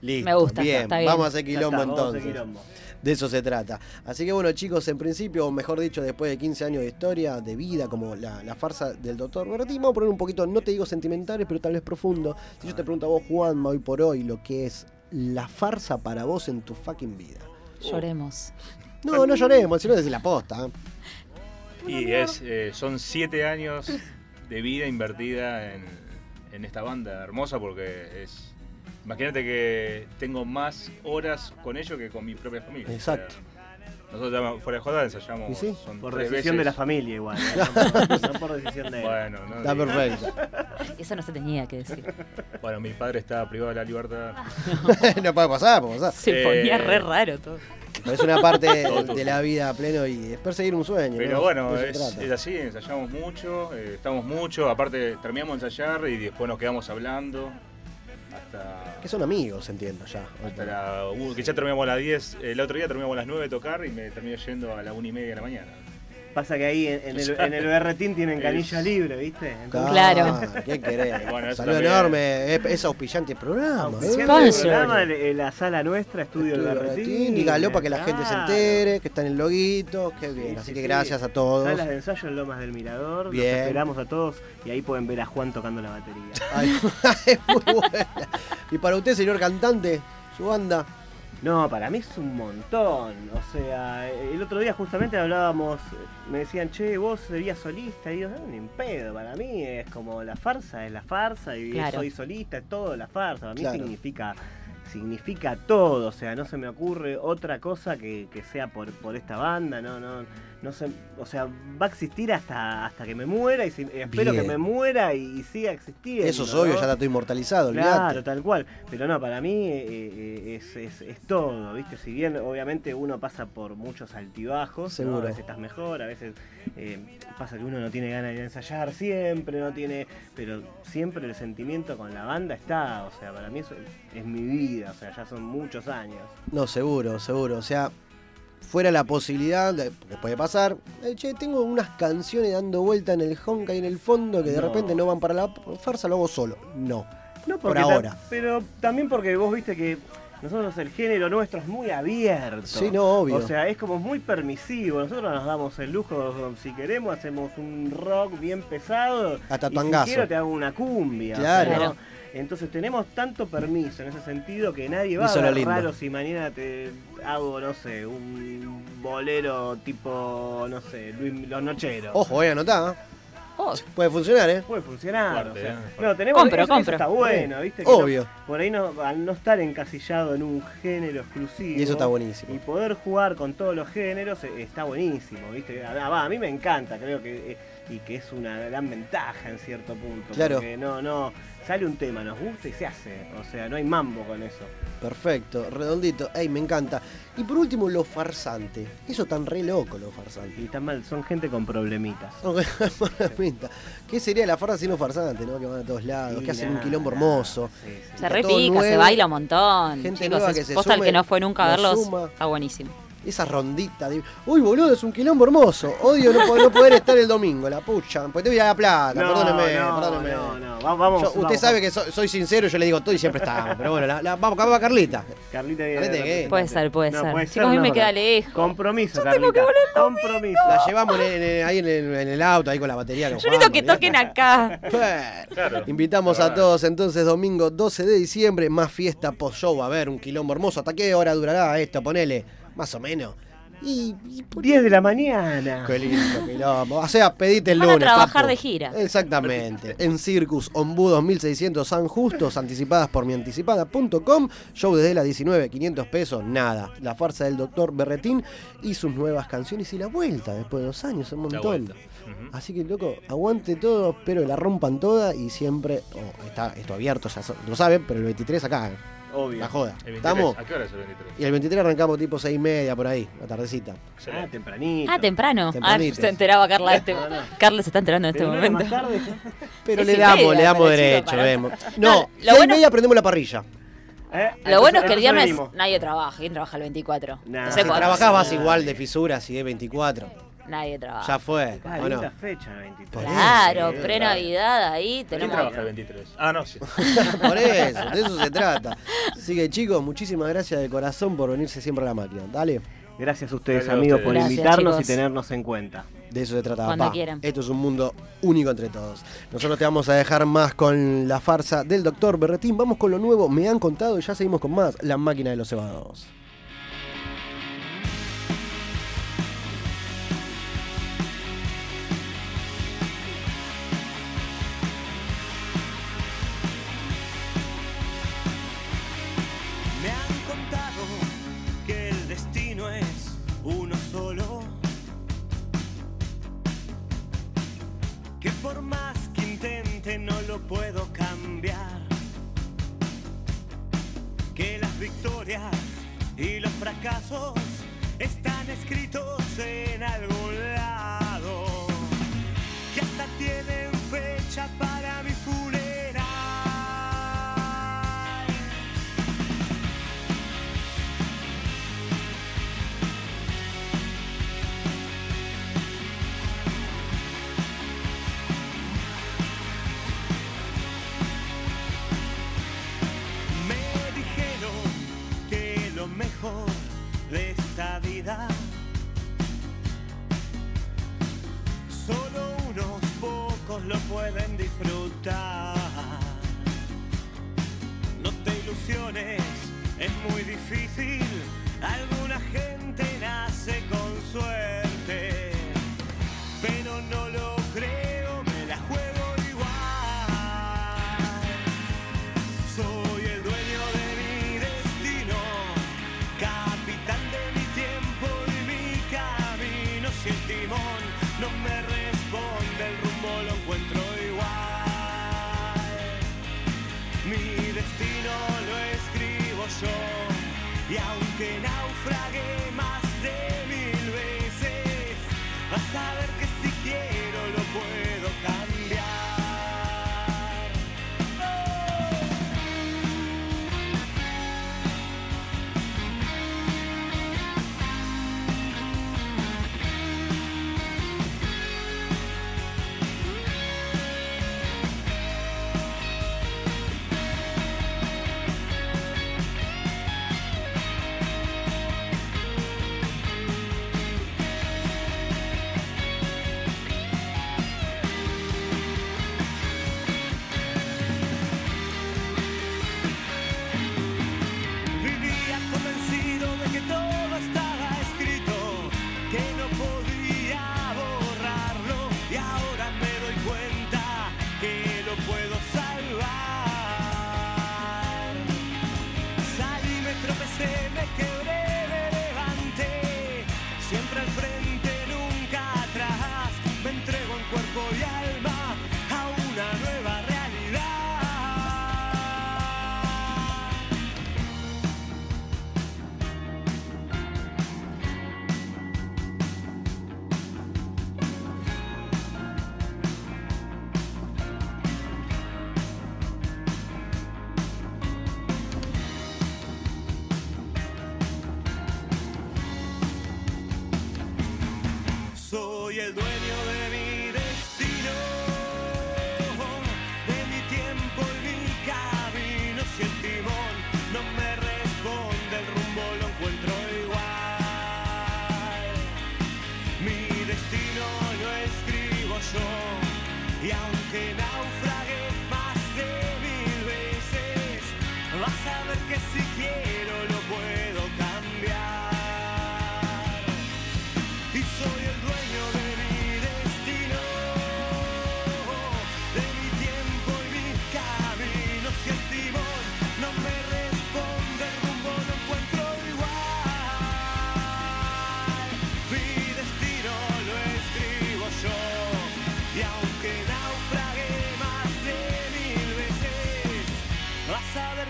Speaker 2: Listo.
Speaker 18: Me gusta,
Speaker 2: Bien,
Speaker 18: está bien.
Speaker 2: vamos a hacer
Speaker 18: Ya
Speaker 2: quilombo
Speaker 18: está, vamos a hacer
Speaker 2: entonces.
Speaker 18: quilombo.
Speaker 2: De eso se trata. Así que bueno, chicos, en principio, o mejor dicho, después de 15 años de historia, de vida, como la, la farsa del doctor Bertín, vamos a poner un poquito, no te digo sentimentales, pero tal vez profundo. Si yo te pregunto a vos, Juanma, hoy por hoy, lo que es la farsa para vos en tu fucking vida.
Speaker 18: Uh.
Speaker 3: Lloremos.
Speaker 2: No, no lloremos, sino decir la posta. ¿eh?
Speaker 20: Y es, eh, son siete años de vida invertida en, en esta banda hermosa porque es... Imagínate que tengo más horas con ellos que con mi propia familia.
Speaker 2: Exacto.
Speaker 20: O sea, nosotros ya fuera de joda ensayamos
Speaker 2: ¿Y sí?
Speaker 20: son
Speaker 18: Por
Speaker 20: tres
Speaker 18: decisión
Speaker 20: veces.
Speaker 18: de la familia igual. No, por- no por decisión de él.
Speaker 20: Bueno, no,
Speaker 2: Está
Speaker 20: sí.
Speaker 2: perfecto.
Speaker 3: Eso no se tenía que decir.
Speaker 20: Bueno, mi padre está privado de la libertad. Eh,
Speaker 2: no puede pasar, puede pasar.
Speaker 3: Se ponía re raro todo.
Speaker 2: Pero es una parte de,
Speaker 20: Todo.
Speaker 2: de la vida a pleno y es perseguir un sueño.
Speaker 20: Pero
Speaker 2: ¿no?
Speaker 20: bueno,
Speaker 2: De eso
Speaker 20: es,
Speaker 2: se
Speaker 18: eh.
Speaker 2: trata.
Speaker 20: es así, ensayamos mucho, eh, estamos mucho, aparte terminamos de ensayar y después nos quedamos hablando hasta,
Speaker 2: Que son amigos, entiendo ya.
Speaker 20: hasta la- uh, que ya terminamos a las 10, el otro día terminamos a las 9 de tocar y me terminé yendo a las 1 y media de la mañana.
Speaker 18: Pasa que ahí en, en el, en el berretín tienen canilla libre, ¿viste? Entonces-
Speaker 2: Ah, ¿Qué querés?
Speaker 18: Bueno, eso
Speaker 2: Saludo
Speaker 18: también.
Speaker 2: enorme. Es, es auspillante el programa.
Speaker 18: Siempre
Speaker 2: ¿eh?
Speaker 18: el programa, eh, la sala nuestra, estudio el
Speaker 2: Estudio
Speaker 18: berretín.
Speaker 2: Berretín, Y galopa que la gente se
Speaker 18: Claro.
Speaker 2: entere, que está en el loguito. Qué bien.
Speaker 18: Sí,
Speaker 2: Así
Speaker 18: sí,
Speaker 2: que
Speaker 18: sí.
Speaker 2: gracias a todos.
Speaker 18: Salas de ensayo en Lomas del Mirador.
Speaker 2: Bien.
Speaker 18: Los esperamos a todos y ahí pueden ver a Juan tocando la batería.
Speaker 2: Y para usted, señor cantante, su banda.
Speaker 18: No, para mí es un montón. O sea, el otro día justamente hablábamos, me decían, che, vos serías solista. Y yo, "No, ni en pedo, para mí es como la farsa, es la farsa, y
Speaker 6: Claro.
Speaker 18: soy solista, es todo la farsa. Para mí
Speaker 6: Claro.
Speaker 18: significa significa todo, o sea, no se me ocurre otra cosa que, que sea por, por esta banda, no, no, no sé, o sea, va a existir hasta, hasta que me muera y si- espero
Speaker 2: Bien.
Speaker 18: que me muera y, y siga existiendo.
Speaker 2: Eso es obvio,
Speaker 18: ¿no?
Speaker 2: ya está todo inmortalizado.
Speaker 18: Claro,
Speaker 2: olvidate.
Speaker 18: tal cual. Pero no, para mí eh, eh, es, es- es todo, ¿viste? Si bien obviamente uno pasa por muchos altibajos, ¿no?
Speaker 2: Seguro.
Speaker 18: a veces estás mejor, a veces eh, pasa que uno no tiene ganas de ir a ensayar siempre, no tiene... Pero siempre el sentimiento con la banda está, o sea, para mí eso es mi vida, o sea, ya son muchos años.
Speaker 2: No, seguro, seguro. O sea, fuera la posibilidad, de- porque puede pasar. eh, che, tengo unas canciones dando vuelta en el honka y en el fondo que de
Speaker 18: No.
Speaker 2: repente no van para la farsa, lo hago solo. No.
Speaker 18: No
Speaker 2: por
Speaker 18: porque ta-
Speaker 2: ahora.
Speaker 18: Pero también porque vos viste que nosotros el género nuestro es muy abierto.
Speaker 2: Sí, no, obvio.
Speaker 18: O sea, es como muy permisivo. Nosotros nos damos el lujo, si queremos, hacemos un rock bien pesado.
Speaker 2: Hasta
Speaker 18: y
Speaker 2: tangazo.
Speaker 18: Si quiero te hago una cumbia.
Speaker 2: Claro.
Speaker 18: o sea, ¿no? Entonces tenemos tanto permiso en ese sentido que nadie va
Speaker 2: Hizo
Speaker 18: a
Speaker 2: lo
Speaker 18: ver
Speaker 2: lindo.
Speaker 18: raro si mañana te hago, no sé, un bolero tipo, no sé, Luis Los Nocheros.
Speaker 2: Ojo, voy a anotar. ¿eh? Puede funcionar, ¿eh?
Speaker 18: Puede funcionar.
Speaker 2: Fuerte,
Speaker 18: o sea,
Speaker 2: ¿eh?
Speaker 18: No, tenemos
Speaker 2: Compro,
Speaker 18: eso- eso
Speaker 2: compro.
Speaker 18: está bueno, ¿viste? Que
Speaker 2: Obvio.
Speaker 18: no- por ahí no, al no estar encasillado en un género exclusivo.
Speaker 2: Y eso está buenísimo.
Speaker 18: Y poder jugar con todos los géneros eh, está buenísimo, ¿viste? Ah, va, a mí me encanta, creo que. eh, y que es una gran ventaja en cierto punto.
Speaker 2: Claro.
Speaker 18: Porque no, no. Sale un tema, nos gusta y se hace. O sea, no hay mambo con eso.
Speaker 2: Perfecto, redondito. Ey, me encanta. Y por último, los farsantes. Eso tan re loco, los farsantes.
Speaker 18: Y tan mal, son gente con problemitas.
Speaker 2: ¿Qué sería la farsa sin los farsantes, no? Que van a todos lados,
Speaker 18: Y
Speaker 2: que hacen un
Speaker 18: nada,
Speaker 2: quilombo hermoso.
Speaker 3: Se
Speaker 2: Está todo
Speaker 3: repica, se
Speaker 2: nuevo.
Speaker 3: baila un montón.
Speaker 2: Gente
Speaker 3: Chicos,
Speaker 2: nueva
Speaker 3: es
Speaker 2: que se
Speaker 3: posta el
Speaker 2: sume,
Speaker 3: que no fue nunca a
Speaker 2: lo
Speaker 3: verlos.
Speaker 2: suma.
Speaker 3: Está buenísimo.
Speaker 2: Esa rondita de. Uy, boludo, es un quilombo hermoso. Odio no poder, no poder estar el domingo, la pucha. Porque te voy a la plata,
Speaker 18: No,
Speaker 2: perdóneme,
Speaker 18: no,
Speaker 2: perdóneme.
Speaker 18: no, no, va- vamos,
Speaker 2: Yo- usted
Speaker 18: vamos.
Speaker 2: sabe que so- soy sincero, yo le digo todo y siempre estamos. Pero bueno, la, la- vamos, acá va Carlita.
Speaker 18: Carlita,
Speaker 2: Carlita ¿qué?
Speaker 3: Puede ser, puede
Speaker 2: No,
Speaker 3: ser.
Speaker 2: puede ser,
Speaker 3: Chicos, a mí
Speaker 2: no,
Speaker 3: me queda
Speaker 2: pero-
Speaker 3: lejos.
Speaker 18: Compromiso,
Speaker 3: Carlita.
Speaker 18: Compromiso.
Speaker 2: La llevamos en, el- en el- ahí en el, en el auto, ahí con la batería.
Speaker 3: Yo necesito que toquen acá.
Speaker 2: Invitamos a todos entonces domingo 12 de diciembre, más fiesta post-show. A ver, un quilombo hermoso. ¿Hasta qué hora durará esto? Ponele, más o menos. Y,
Speaker 18: 10 de la mañana.
Speaker 2: Qué lindo quilombo. O sea, pedite el
Speaker 3: Van a
Speaker 2: lunes.
Speaker 3: trabajar
Speaker 2: papu.
Speaker 3: de gira.
Speaker 2: Exactamente. En Circus Ombú 2600 San Justos, anticipadas por mianticipada.com. Show desde las 19, 500 pesos, nada. La farsa del doctor Berretín y sus nuevas canciones y la vuelta después de dos años, un montón.
Speaker 18: Ah,
Speaker 2: Así que, loco, aguante todo, espero que la rompan toda y siempre. oh, está esto abierto, ya so- lo saben, pero el 23 acá.
Speaker 18: Obvio.
Speaker 2: La joda.
Speaker 18: El 23,
Speaker 2: ¿Estamos?
Speaker 18: ¿a qué hora es el 23?
Speaker 2: Y el 23 arrancamos tipo 6 y media por ahí, la tardecita.
Speaker 18: Ah, tempranito.
Speaker 3: Ah, temprano. Ah,
Speaker 2: Tempranito.
Speaker 3: se enteraba Carla. de Este... Carla se está enterando en este
Speaker 2: Pero no,
Speaker 3: momento.
Speaker 2: más tarde. Pero
Speaker 3: Es
Speaker 2: le
Speaker 3: y
Speaker 2: damos,
Speaker 3: media,
Speaker 2: le damos
Speaker 3: para el
Speaker 2: derecho,
Speaker 3: chico, para-
Speaker 2: vemos. No,
Speaker 3: lo
Speaker 2: seis y
Speaker 3: bueno-
Speaker 2: media prendemos la parrilla.
Speaker 18: Eh,
Speaker 3: Lo bueno es que el viernes nadie trabaja. ¿Quién trabaja el 24?
Speaker 2: Ah,
Speaker 3: No sé
Speaker 2: si
Speaker 3: cuándo.
Speaker 2: trabajás vas igual de fisuras y de 24.
Speaker 3: Nadie trabaja.
Speaker 2: Ya fue,
Speaker 18: Ah,
Speaker 2: ¿o no?
Speaker 18: linda fecha, 23.
Speaker 2: Por
Speaker 3: Claro,
Speaker 2: eso.
Speaker 3: pre-Navidad ahí
Speaker 20: ¿Quién
Speaker 3: tenemos.
Speaker 20: trabaja el 23? Ah, no, sí.
Speaker 2: Por eso, de eso se trata. Así que chicos, muchísimas gracias de corazón por venirse siempre a la máquina. Dale.
Speaker 18: Gracias a ustedes, amigos, por invitarnos y tenernos en cuenta.
Speaker 2: De eso se trata,
Speaker 18: Cuando
Speaker 2: papá.
Speaker 18: quieran.
Speaker 2: Esto es un mundo único entre todos. Nosotros te vamos a dejar más con la farsa del doctor Berretín. Vamos con lo nuevo, me han contado y ya seguimos con más. La máquina de los cebados.
Speaker 17: Me han contado que el destino es uno solo. Que por más que intente no lo puedo cambiar. Que las victorias y los fracasos están escritos en algún lado. Que hasta tienen fecha para mi funeral. Me dijeron que lo mejor de esta vida solo unos pocos lo pueden disfrutar. No te ilusiones, es muy difícil. Alguna gente nace con suerte, pero no lo creo, me la juego igual. Soy el dueño de mi destino, capitán de mi tiempo y mi camino. Si el timón no me responde, el rumbo lo encuentro igual. Mi destino lo escribo yo, y aunque naufrague más de mil veces, vas a ver que si quiero lo puedo cambiar.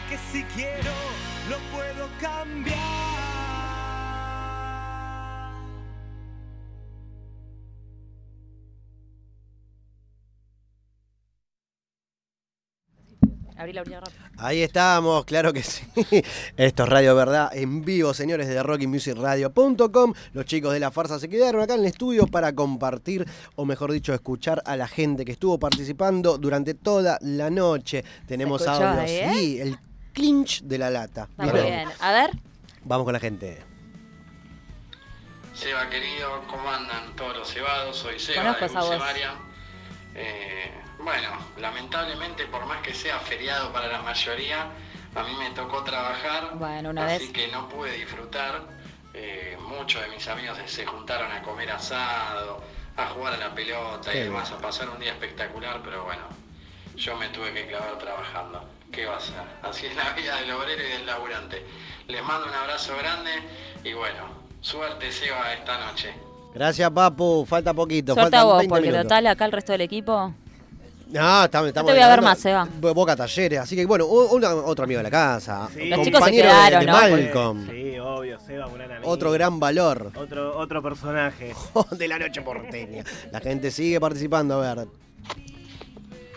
Speaker 17: que si quiero lo puedo cambiar.
Speaker 3: Abrí la orilla rápido.
Speaker 2: Ahí estamos, claro que sí. Esto es Radio Verdad en vivo, señores de rockymusicradio.com. Los chicos de la farsa se quedaron acá en el estudio para compartir, o mejor dicho, escuchar a la gente que estuvo participando durante toda la noche. Tenemos
Speaker 3: escuchó
Speaker 2: audio,
Speaker 3: ahí, eh?
Speaker 2: sí, el clinch de la lata.
Speaker 3: Está muy bien. A ver.
Speaker 2: Vamos con la gente.
Speaker 21: Seba querido, ¿cómo andan todos los cebados? Soy Seba
Speaker 3: Conozco
Speaker 21: de
Speaker 3: esa voz.
Speaker 21: Bucevaria. Eh, bueno, lamentablemente por más que sea feriado para la mayoría, a mí me tocó trabajar,
Speaker 3: Bueno, una
Speaker 21: así
Speaker 3: vez.
Speaker 21: que no pude disfrutar. Eh, muchos de mis amigos se juntaron a comer asado, a jugar a la pelota
Speaker 2: Qué
Speaker 21: y demás, a pasar un día espectacular, pero bueno, yo me tuve que clavar trabajando. ¿Qué va a ser? Así es la vida del obrero y del laburante. Les mando un abrazo grande y bueno, suerte Seba esta noche.
Speaker 2: Gracias, Papu. Falta poquito.
Speaker 3: Suerte a
Speaker 2: faltan
Speaker 3: vos,
Speaker 2: 20
Speaker 3: porque
Speaker 2: minutos.
Speaker 3: total acá el resto del equipo.
Speaker 2: No, estamos, estamos
Speaker 3: te voy a ver
Speaker 2: hablando
Speaker 3: más, Seba.
Speaker 2: de Boca Talleres, así que bueno, o- una- otro amigo de la casa,
Speaker 18: Sí.
Speaker 2: compañero de- de, Malcolm,
Speaker 18: Sí, obvio, Seba, un gran amigo.
Speaker 2: otro gran valor.
Speaker 18: Otro, otro personaje.
Speaker 2: de la noche porteña. La gente sigue participando, a ver.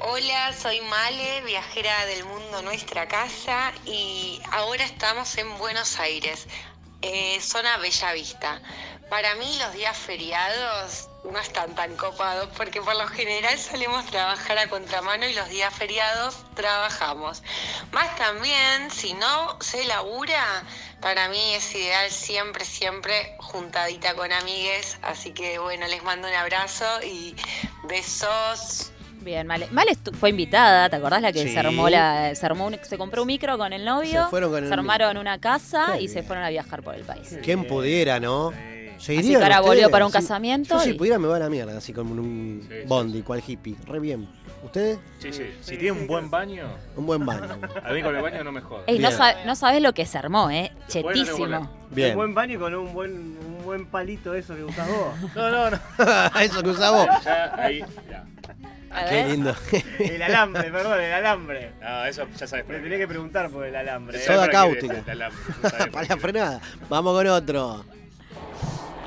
Speaker 22: Hola, soy Male, viajera del mundo nuestra casa y ahora estamos en Buenos Aires, eh, zona Bella Vista. Para mí los días feriados no están tan copados porque por lo general solemos trabajar a contramano y los días feriados trabajamos. Más también, si no se labura, para mí es ideal siempre, siempre juntadita con amigues. Así que bueno, les mando un abrazo y besos.
Speaker 3: Bien, Male. Male estu- fue invitada, ¿te acordás la que
Speaker 22: Sí.
Speaker 3: se armó la, se armó un- se compró un micro con el novio?
Speaker 2: Se fueron con el
Speaker 3: armaron una casa
Speaker 2: Qué
Speaker 3: y se fueron a viajar por el país.
Speaker 2: Quien pudiera, ¿no? Se
Speaker 3: Así
Speaker 2: irían
Speaker 3: que ahora
Speaker 2: ustedes,
Speaker 3: volvió para un
Speaker 2: sí.
Speaker 3: casamiento
Speaker 2: Yo, si
Speaker 3: y-
Speaker 2: pudiera me va a la mierda, así como en un bondi, cual hippie, re bien. ¿Ustedes?
Speaker 19: Sí, sí. Si tiene un buen baño,
Speaker 2: Un buen baño.
Speaker 19: a mí con el baño no me jodas.
Speaker 3: Ey, no,
Speaker 2: Bien.
Speaker 3: sa- no sabes lo que se armó, ¿eh?
Speaker 19: Bueno, no
Speaker 3: Chetísimo.
Speaker 19: volá.
Speaker 2: Bien.
Speaker 18: Un buen baño con un buen, un buen palito eso que usás vos.
Speaker 19: No, no, no.
Speaker 2: Eso que usás vos.
Speaker 19: Ya, ahí, ya.
Speaker 2: Qué lindo.
Speaker 18: El alambre, perdón, el alambre.
Speaker 19: No, eso ya sabes.
Speaker 18: Le tenés que preguntar por el alambre. ¿eh?
Speaker 2: Soda cáustica. para la frenada. Vamos con otro.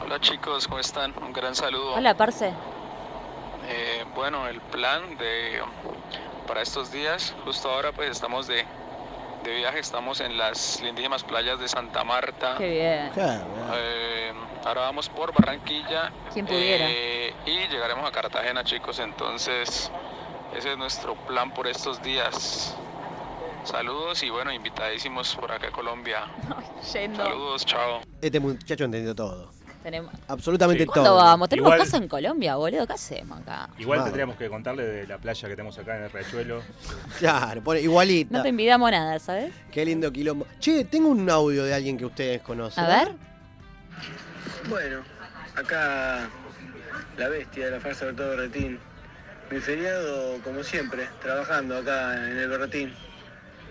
Speaker 23: Hola chicos, ¿cómo están? Un gran saludo.
Speaker 3: Hola, parce.
Speaker 23: Eh, bueno, el plan de para estos días, justo ahora pues estamos de, de viaje, estamos en las lindísimas playas de Santa Marta.
Speaker 3: Qué bien.
Speaker 23: Eh, ahora vamos por Barranquilla.
Speaker 3: Quien pudiera.
Speaker 23: eh, y llegaremos a Cartagena chicos, entonces ese es nuestro plan por estos días. Saludos y bueno, invitadísimos por acá a Colombia.
Speaker 3: Yendo.
Speaker 23: Saludos, chao.
Speaker 2: Este muchacho entendió todo.
Speaker 3: Tenemos...
Speaker 2: Absolutamente todo.
Speaker 3: ¿Cuándo vamos? Tenemos
Speaker 19: Igual-
Speaker 3: casa en Colombia, boludo. ¿Qué hacemos acá?
Speaker 19: Igual
Speaker 2: Vamos.
Speaker 19: tendríamos que contarle de la playa que tenemos acá en el Riachuelo.
Speaker 2: Claro, pone igualita.
Speaker 3: No te envidiamos nada, ¿sabes?
Speaker 2: Qué lindo quilombo. Che, tengo un audio de alguien que ustedes conocen.
Speaker 3: A ver.
Speaker 24: Bueno, acá la bestia de la farsa del todo berretín. Mi feriado, como siempre, trabajando acá en el berretín,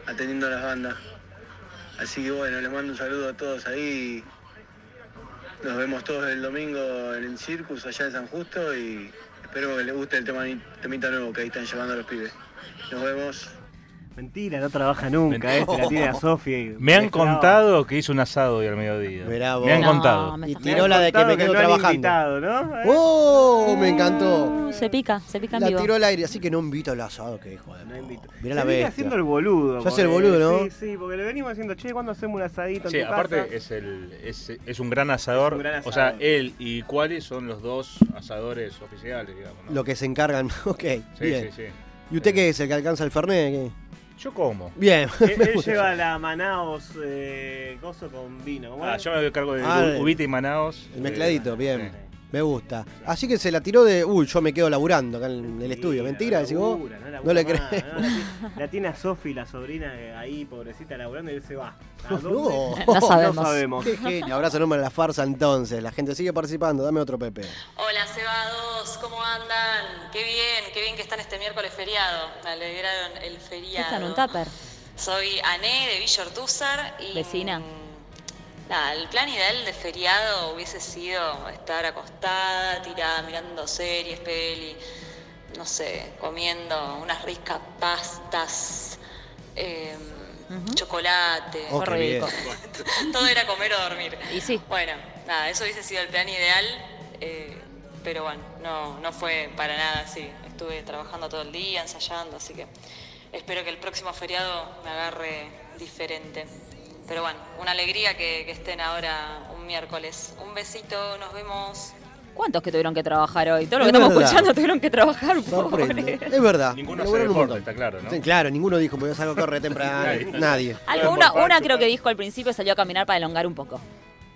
Speaker 24: atendiendo a las bandas. Así que bueno, les mando un saludo a todos ahí. Nos vemos todos el domingo en el Circus allá en San Justo y espero que les guste el tema, temita nuevo que ahí están llevando a los pibes. Nos vemos.
Speaker 18: Mentira, no trabaja nunca, ¿eh? Te la tiene a Sofía. y-
Speaker 19: Me han
Speaker 18: Te clava.
Speaker 19: contado que hizo un asado hoy al mediodía.
Speaker 2: vos.
Speaker 19: Me han
Speaker 2: No,
Speaker 19: contado.
Speaker 2: me Y estás- tiró la de que me
Speaker 18: Contado
Speaker 2: quedo
Speaker 18: no han
Speaker 2: trabajando.
Speaker 18: invitado, ¿no? ¿Eh?
Speaker 2: ¡Oh! Me encantó.
Speaker 3: Uh, Se pica, se pica en
Speaker 2: La
Speaker 3: vivo.
Speaker 2: tiró al aire, así que no invito al asado que hijo de No invito. Mirá
Speaker 18: Se
Speaker 2: la
Speaker 18: viene
Speaker 2: bestia.
Speaker 18: haciendo el boludo.
Speaker 2: Se hace el
Speaker 18: con él.
Speaker 2: boludo, ¿no?
Speaker 18: Sí, sí, porque le venimos diciendo, che, ¿cuándo hacemos un asadito
Speaker 19: Sí,
Speaker 18: en tu casa?
Speaker 19: aparte es, el, es, es un gran asador.
Speaker 18: Es un gran
Speaker 19: O sea,
Speaker 18: asador.
Speaker 19: él y Cuáles son los dos asadores oficiales, digamos. ¿no?
Speaker 2: Lo que se encargan. Ok.
Speaker 19: Sí,
Speaker 2: bien.
Speaker 19: sí, Eh, sí.
Speaker 2: ¿Y usted qué es? ¿El que alcanza el Fernet? ¿Qué?
Speaker 19: Yo como.
Speaker 2: Bien.
Speaker 18: Él,
Speaker 2: me
Speaker 18: él
Speaker 2: gusta.
Speaker 18: lleva la Manaos eh, coso con vino. ¿cómo
Speaker 19: Ah,
Speaker 18: es?
Speaker 19: yo me cargo de
Speaker 2: Ah,
Speaker 19: Ubita y Manaos. eh,
Speaker 2: El mezcladito, bien. Me gusta. Así que se la tiró de. Uy, yo me quedo laburando acá en el estudio. Mentira, decís vos.
Speaker 18: Labura, no,
Speaker 2: No
Speaker 18: labura
Speaker 2: le
Speaker 18: más,
Speaker 2: crees.
Speaker 18: no, la, ti- la tiene a Sofi, la sobrina, eh, ahí, pobrecita, laburando, y él se va. ¿A dónde?
Speaker 2: No. Qué genio. Abrazo nombre de la farsa entonces. La gente sigue participando. Dame otro Pepe.
Speaker 11: Hola Cebados, ¿cómo andan? Qué bien, qué bien que están este miércoles feriado. Me alegraron el
Speaker 3: ¿Qué está en
Speaker 11: feriado.
Speaker 3: un tupper?
Speaker 11: Soy Ané de Villa Ortúzar y
Speaker 3: Vecina.
Speaker 11: nada, el plan ideal de feriado hubiese sido estar acostada, tirada, mirando series, peli, no sé, comiendo unas ricas pastas, eh, chocolate,
Speaker 2: Oh, qué
Speaker 11: Fue rico. todo era comer o dormir.
Speaker 3: Y sí.
Speaker 11: Bueno, nada, eso hubiese sido el plan ideal, eh, pero bueno, no, no fue para nada así. Estuve trabajando todo el día, ensayando, así que espero que el próximo feriado me agarre diferente. Pero bueno, una alegría que, que estén ahora un miércoles. Un besito, nos vemos.
Speaker 3: ¿Cuántos que tuvieron que trabajar hoy? Todo lo que estamos
Speaker 2: verdad.
Speaker 3: escuchando tuvieron que trabajar,
Speaker 2: Sorprende.
Speaker 3: pobres.
Speaker 2: Es verdad.
Speaker 20: Ninguno hace
Speaker 2: Laburar un
Speaker 20: deporte,
Speaker 2: montón.
Speaker 20: está claro, ¿no?
Speaker 2: Sí, claro, ninguno dijo, porque yo salgo a correr temprano.
Speaker 20: Nadie.
Speaker 2: Nadie.
Speaker 3: Algo, una, una creo que dijo al principio, salió a caminar para elongar un poco.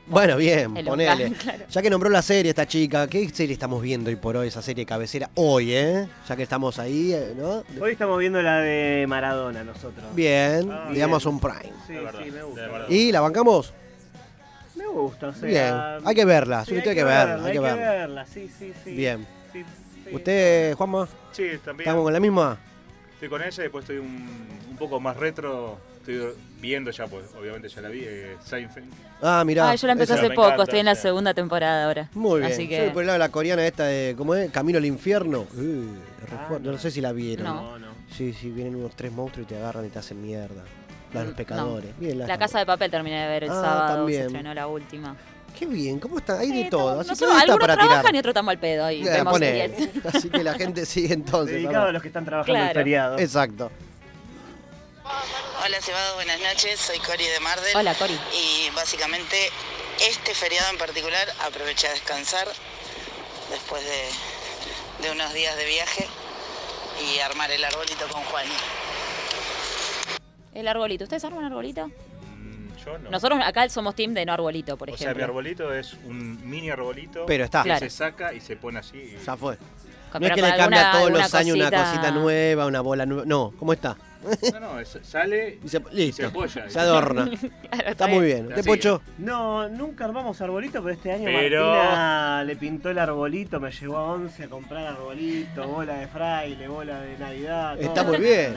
Speaker 2: Bueno, bien,
Speaker 3: El
Speaker 2: ponele.
Speaker 3: local, claro.
Speaker 2: Ya que nombró la serie esta chica, ¿qué serie estamos viendo hoy por hoy, esa serie cabecera? Hoy, ¿eh? Ya que estamos ahí, eh, ¿no?
Speaker 18: Hoy estamos viendo la de Maradona nosotros.
Speaker 2: Bien,
Speaker 18: Ah,
Speaker 2: de
Speaker 18: bien.
Speaker 2: Amazon Prime.
Speaker 18: Sí, sí, me gusta.
Speaker 2: ¿Y la bancamos?
Speaker 18: Me gusta, o sea,
Speaker 2: Bien, hay que verla,
Speaker 18: sí,
Speaker 2: subite hay que verla, hay que verla.
Speaker 18: sí, sí, sí.
Speaker 2: Bien.
Speaker 18: Sí, sí.
Speaker 2: ¿Usted, Juanma?
Speaker 20: Sí, también.
Speaker 2: ¿Estamos con la misma?
Speaker 20: Estoy con ella, después estoy un, un poco más retro. Estoy viendo ya, pues obviamente ya la vi, eh, Seinfeld.
Speaker 2: Ah, mirá.
Speaker 3: Ah, yo la empecé
Speaker 2: esa-
Speaker 3: hace poco, estoy en la segunda temporada ahora.
Speaker 2: Muy bien.
Speaker 3: Así
Speaker 2: Yo
Speaker 3: que
Speaker 2: voy por el lado de la coreana esta de, ¿cómo es? Camino al infierno. Uh, re fuerte. no sé si la vieron.
Speaker 3: Ah, No.
Speaker 2: Sí, sí, vienen unos tres monstruos y te agarran y te hacen mierda. La de los pecadores.
Speaker 3: Mm, no.
Speaker 2: Bien, la,
Speaker 3: La
Speaker 2: está-
Speaker 3: Casa de Papel terminé de ver el
Speaker 2: Ah,
Speaker 3: sábado,
Speaker 2: también.
Speaker 3: se estrenó la última.
Speaker 2: Qué bien, ¿cómo está? Hay de todo. Así
Speaker 3: No
Speaker 2: que
Speaker 3: sé,
Speaker 2: hoy está
Speaker 3: algunos
Speaker 2: para
Speaker 3: trabajan
Speaker 2: tirar.
Speaker 3: y otros estamos al pedo y
Speaker 2: Eh,
Speaker 3: vemos
Speaker 2: pone.
Speaker 3: series.
Speaker 2: Así que la gente sigue entonces.
Speaker 18: Dedicado
Speaker 2: ¿no?
Speaker 18: a los que están trabajando
Speaker 3: Claro.
Speaker 18: el feriado.
Speaker 2: Exacto.
Speaker 7: Hola Cebado, buenas noches, soy Cori de Mardel.
Speaker 3: Hola, Cori.
Speaker 7: Y básicamente este feriado en particular aproveché a descansar después de, de unos días de viaje y armar el arbolito con Juan.
Speaker 3: El arbolito, ¿ustedes arman arbolito?
Speaker 20: Yo no.
Speaker 3: Nosotros acá somos team de no arbolito, por
Speaker 20: o
Speaker 3: ejemplo.
Speaker 20: sea, mi arbolito es un mini arbolito.
Speaker 2: Pero está.
Speaker 20: que
Speaker 2: Claro.
Speaker 20: se saca y se pone así. y-
Speaker 2: Ya fue.
Speaker 3: Pero
Speaker 2: No es que
Speaker 3: con
Speaker 2: le cambia
Speaker 3: alguna-
Speaker 2: todos
Speaker 3: alguna
Speaker 2: los años una
Speaker 3: cosita-
Speaker 2: cosita nueva, una bola nueva. No, ¿cómo está?
Speaker 20: No, no, es- sale
Speaker 2: Y se,
Speaker 20: y
Speaker 2: listo.
Speaker 20: se apoya.
Speaker 2: Se adorna. está muy bien. ¿Te
Speaker 20: Así
Speaker 2: pocho?
Speaker 18: No, nunca armamos arbolito, pero este año
Speaker 20: Pero-
Speaker 18: Martina le pintó el arbolito, me llevó a 11 a comprar arbolito, bola de fraile, bola de Navidad.
Speaker 2: Está
Speaker 18: todo.
Speaker 2: muy bien.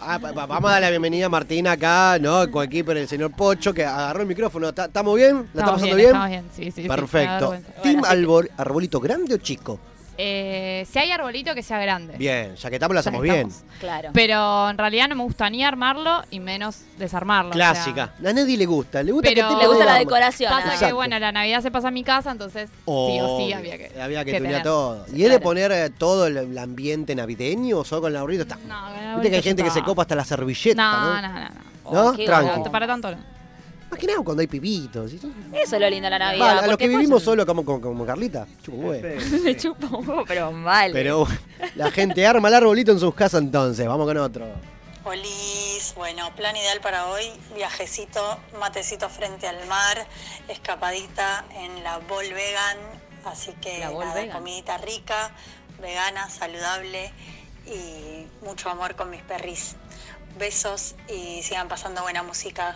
Speaker 2: Ah, pa- pa- vamos a dar la bienvenida a Martina acá, ¿no? Con aquí por el señor Pocho que agarró el micrófono. ¿Está- ¿Estamos bien? ¿La está
Speaker 25: Estamos
Speaker 2: pasando bien?
Speaker 25: bien, estamos bien, sí, sí, sí, me da
Speaker 2: Perfecto.
Speaker 25: vergüenza.
Speaker 2: ¿Team
Speaker 25: Bueno, así
Speaker 2: arbol- arbolito grande o chico?
Speaker 25: Eh, si hay arbolito que sea grande.
Speaker 2: Bien, ya que estamos, la hacemos
Speaker 25: que
Speaker 2: bien.
Speaker 3: Claro.
Speaker 25: Pero en realidad no me gusta ni armarlo y menos desarmarlo. o sea.
Speaker 2: Clásica. A nadie le gusta. Le gusta
Speaker 25: pero
Speaker 2: que esté todo armado.
Speaker 25: Pasa que
Speaker 2: Exacto.
Speaker 25: bueno, la Navidad se pasa en mi casa, entonces sí o sí
Speaker 2: Obvio.
Speaker 25: había que.
Speaker 2: Había que,
Speaker 25: que
Speaker 2: tunear
Speaker 25: tener.
Speaker 2: todo. ¿Y es de poner eh, todo el, el ambiente navideño o solo con el arbolito? Está. Viste que hay
Speaker 25: arbolito
Speaker 2: gente que
Speaker 25: está.
Speaker 2: se copa hasta la servilleta, ¿no?
Speaker 25: No, no, no, no.
Speaker 3: Oh,
Speaker 2: ¿No?
Speaker 25: qué
Speaker 2: Tranqui.
Speaker 25: barato, Para tanto no.
Speaker 2: Más que nada cuando hay pibitos. ¿sí?
Speaker 3: Eso es lo lindo de la Navidad.
Speaker 2: Vale, a los que
Speaker 3: porque
Speaker 2: vivimos solo como, como, como Carlita, chupa un huevo.
Speaker 3: Me chupa un huevo, pero mal.
Speaker 2: Pero la gente arma el arbolito en sus casas entonces. Vamos con otro.
Speaker 9: Olis, bueno, plan ideal para hoy, viajecito, matecito frente al mar, escapadita en la Vol Vegan, así que
Speaker 3: La Vol
Speaker 9: nada,
Speaker 3: Vegan.
Speaker 9: comidita rica, vegana, saludable y mucho amor con mis perris. Besos y sigan pasando buena música.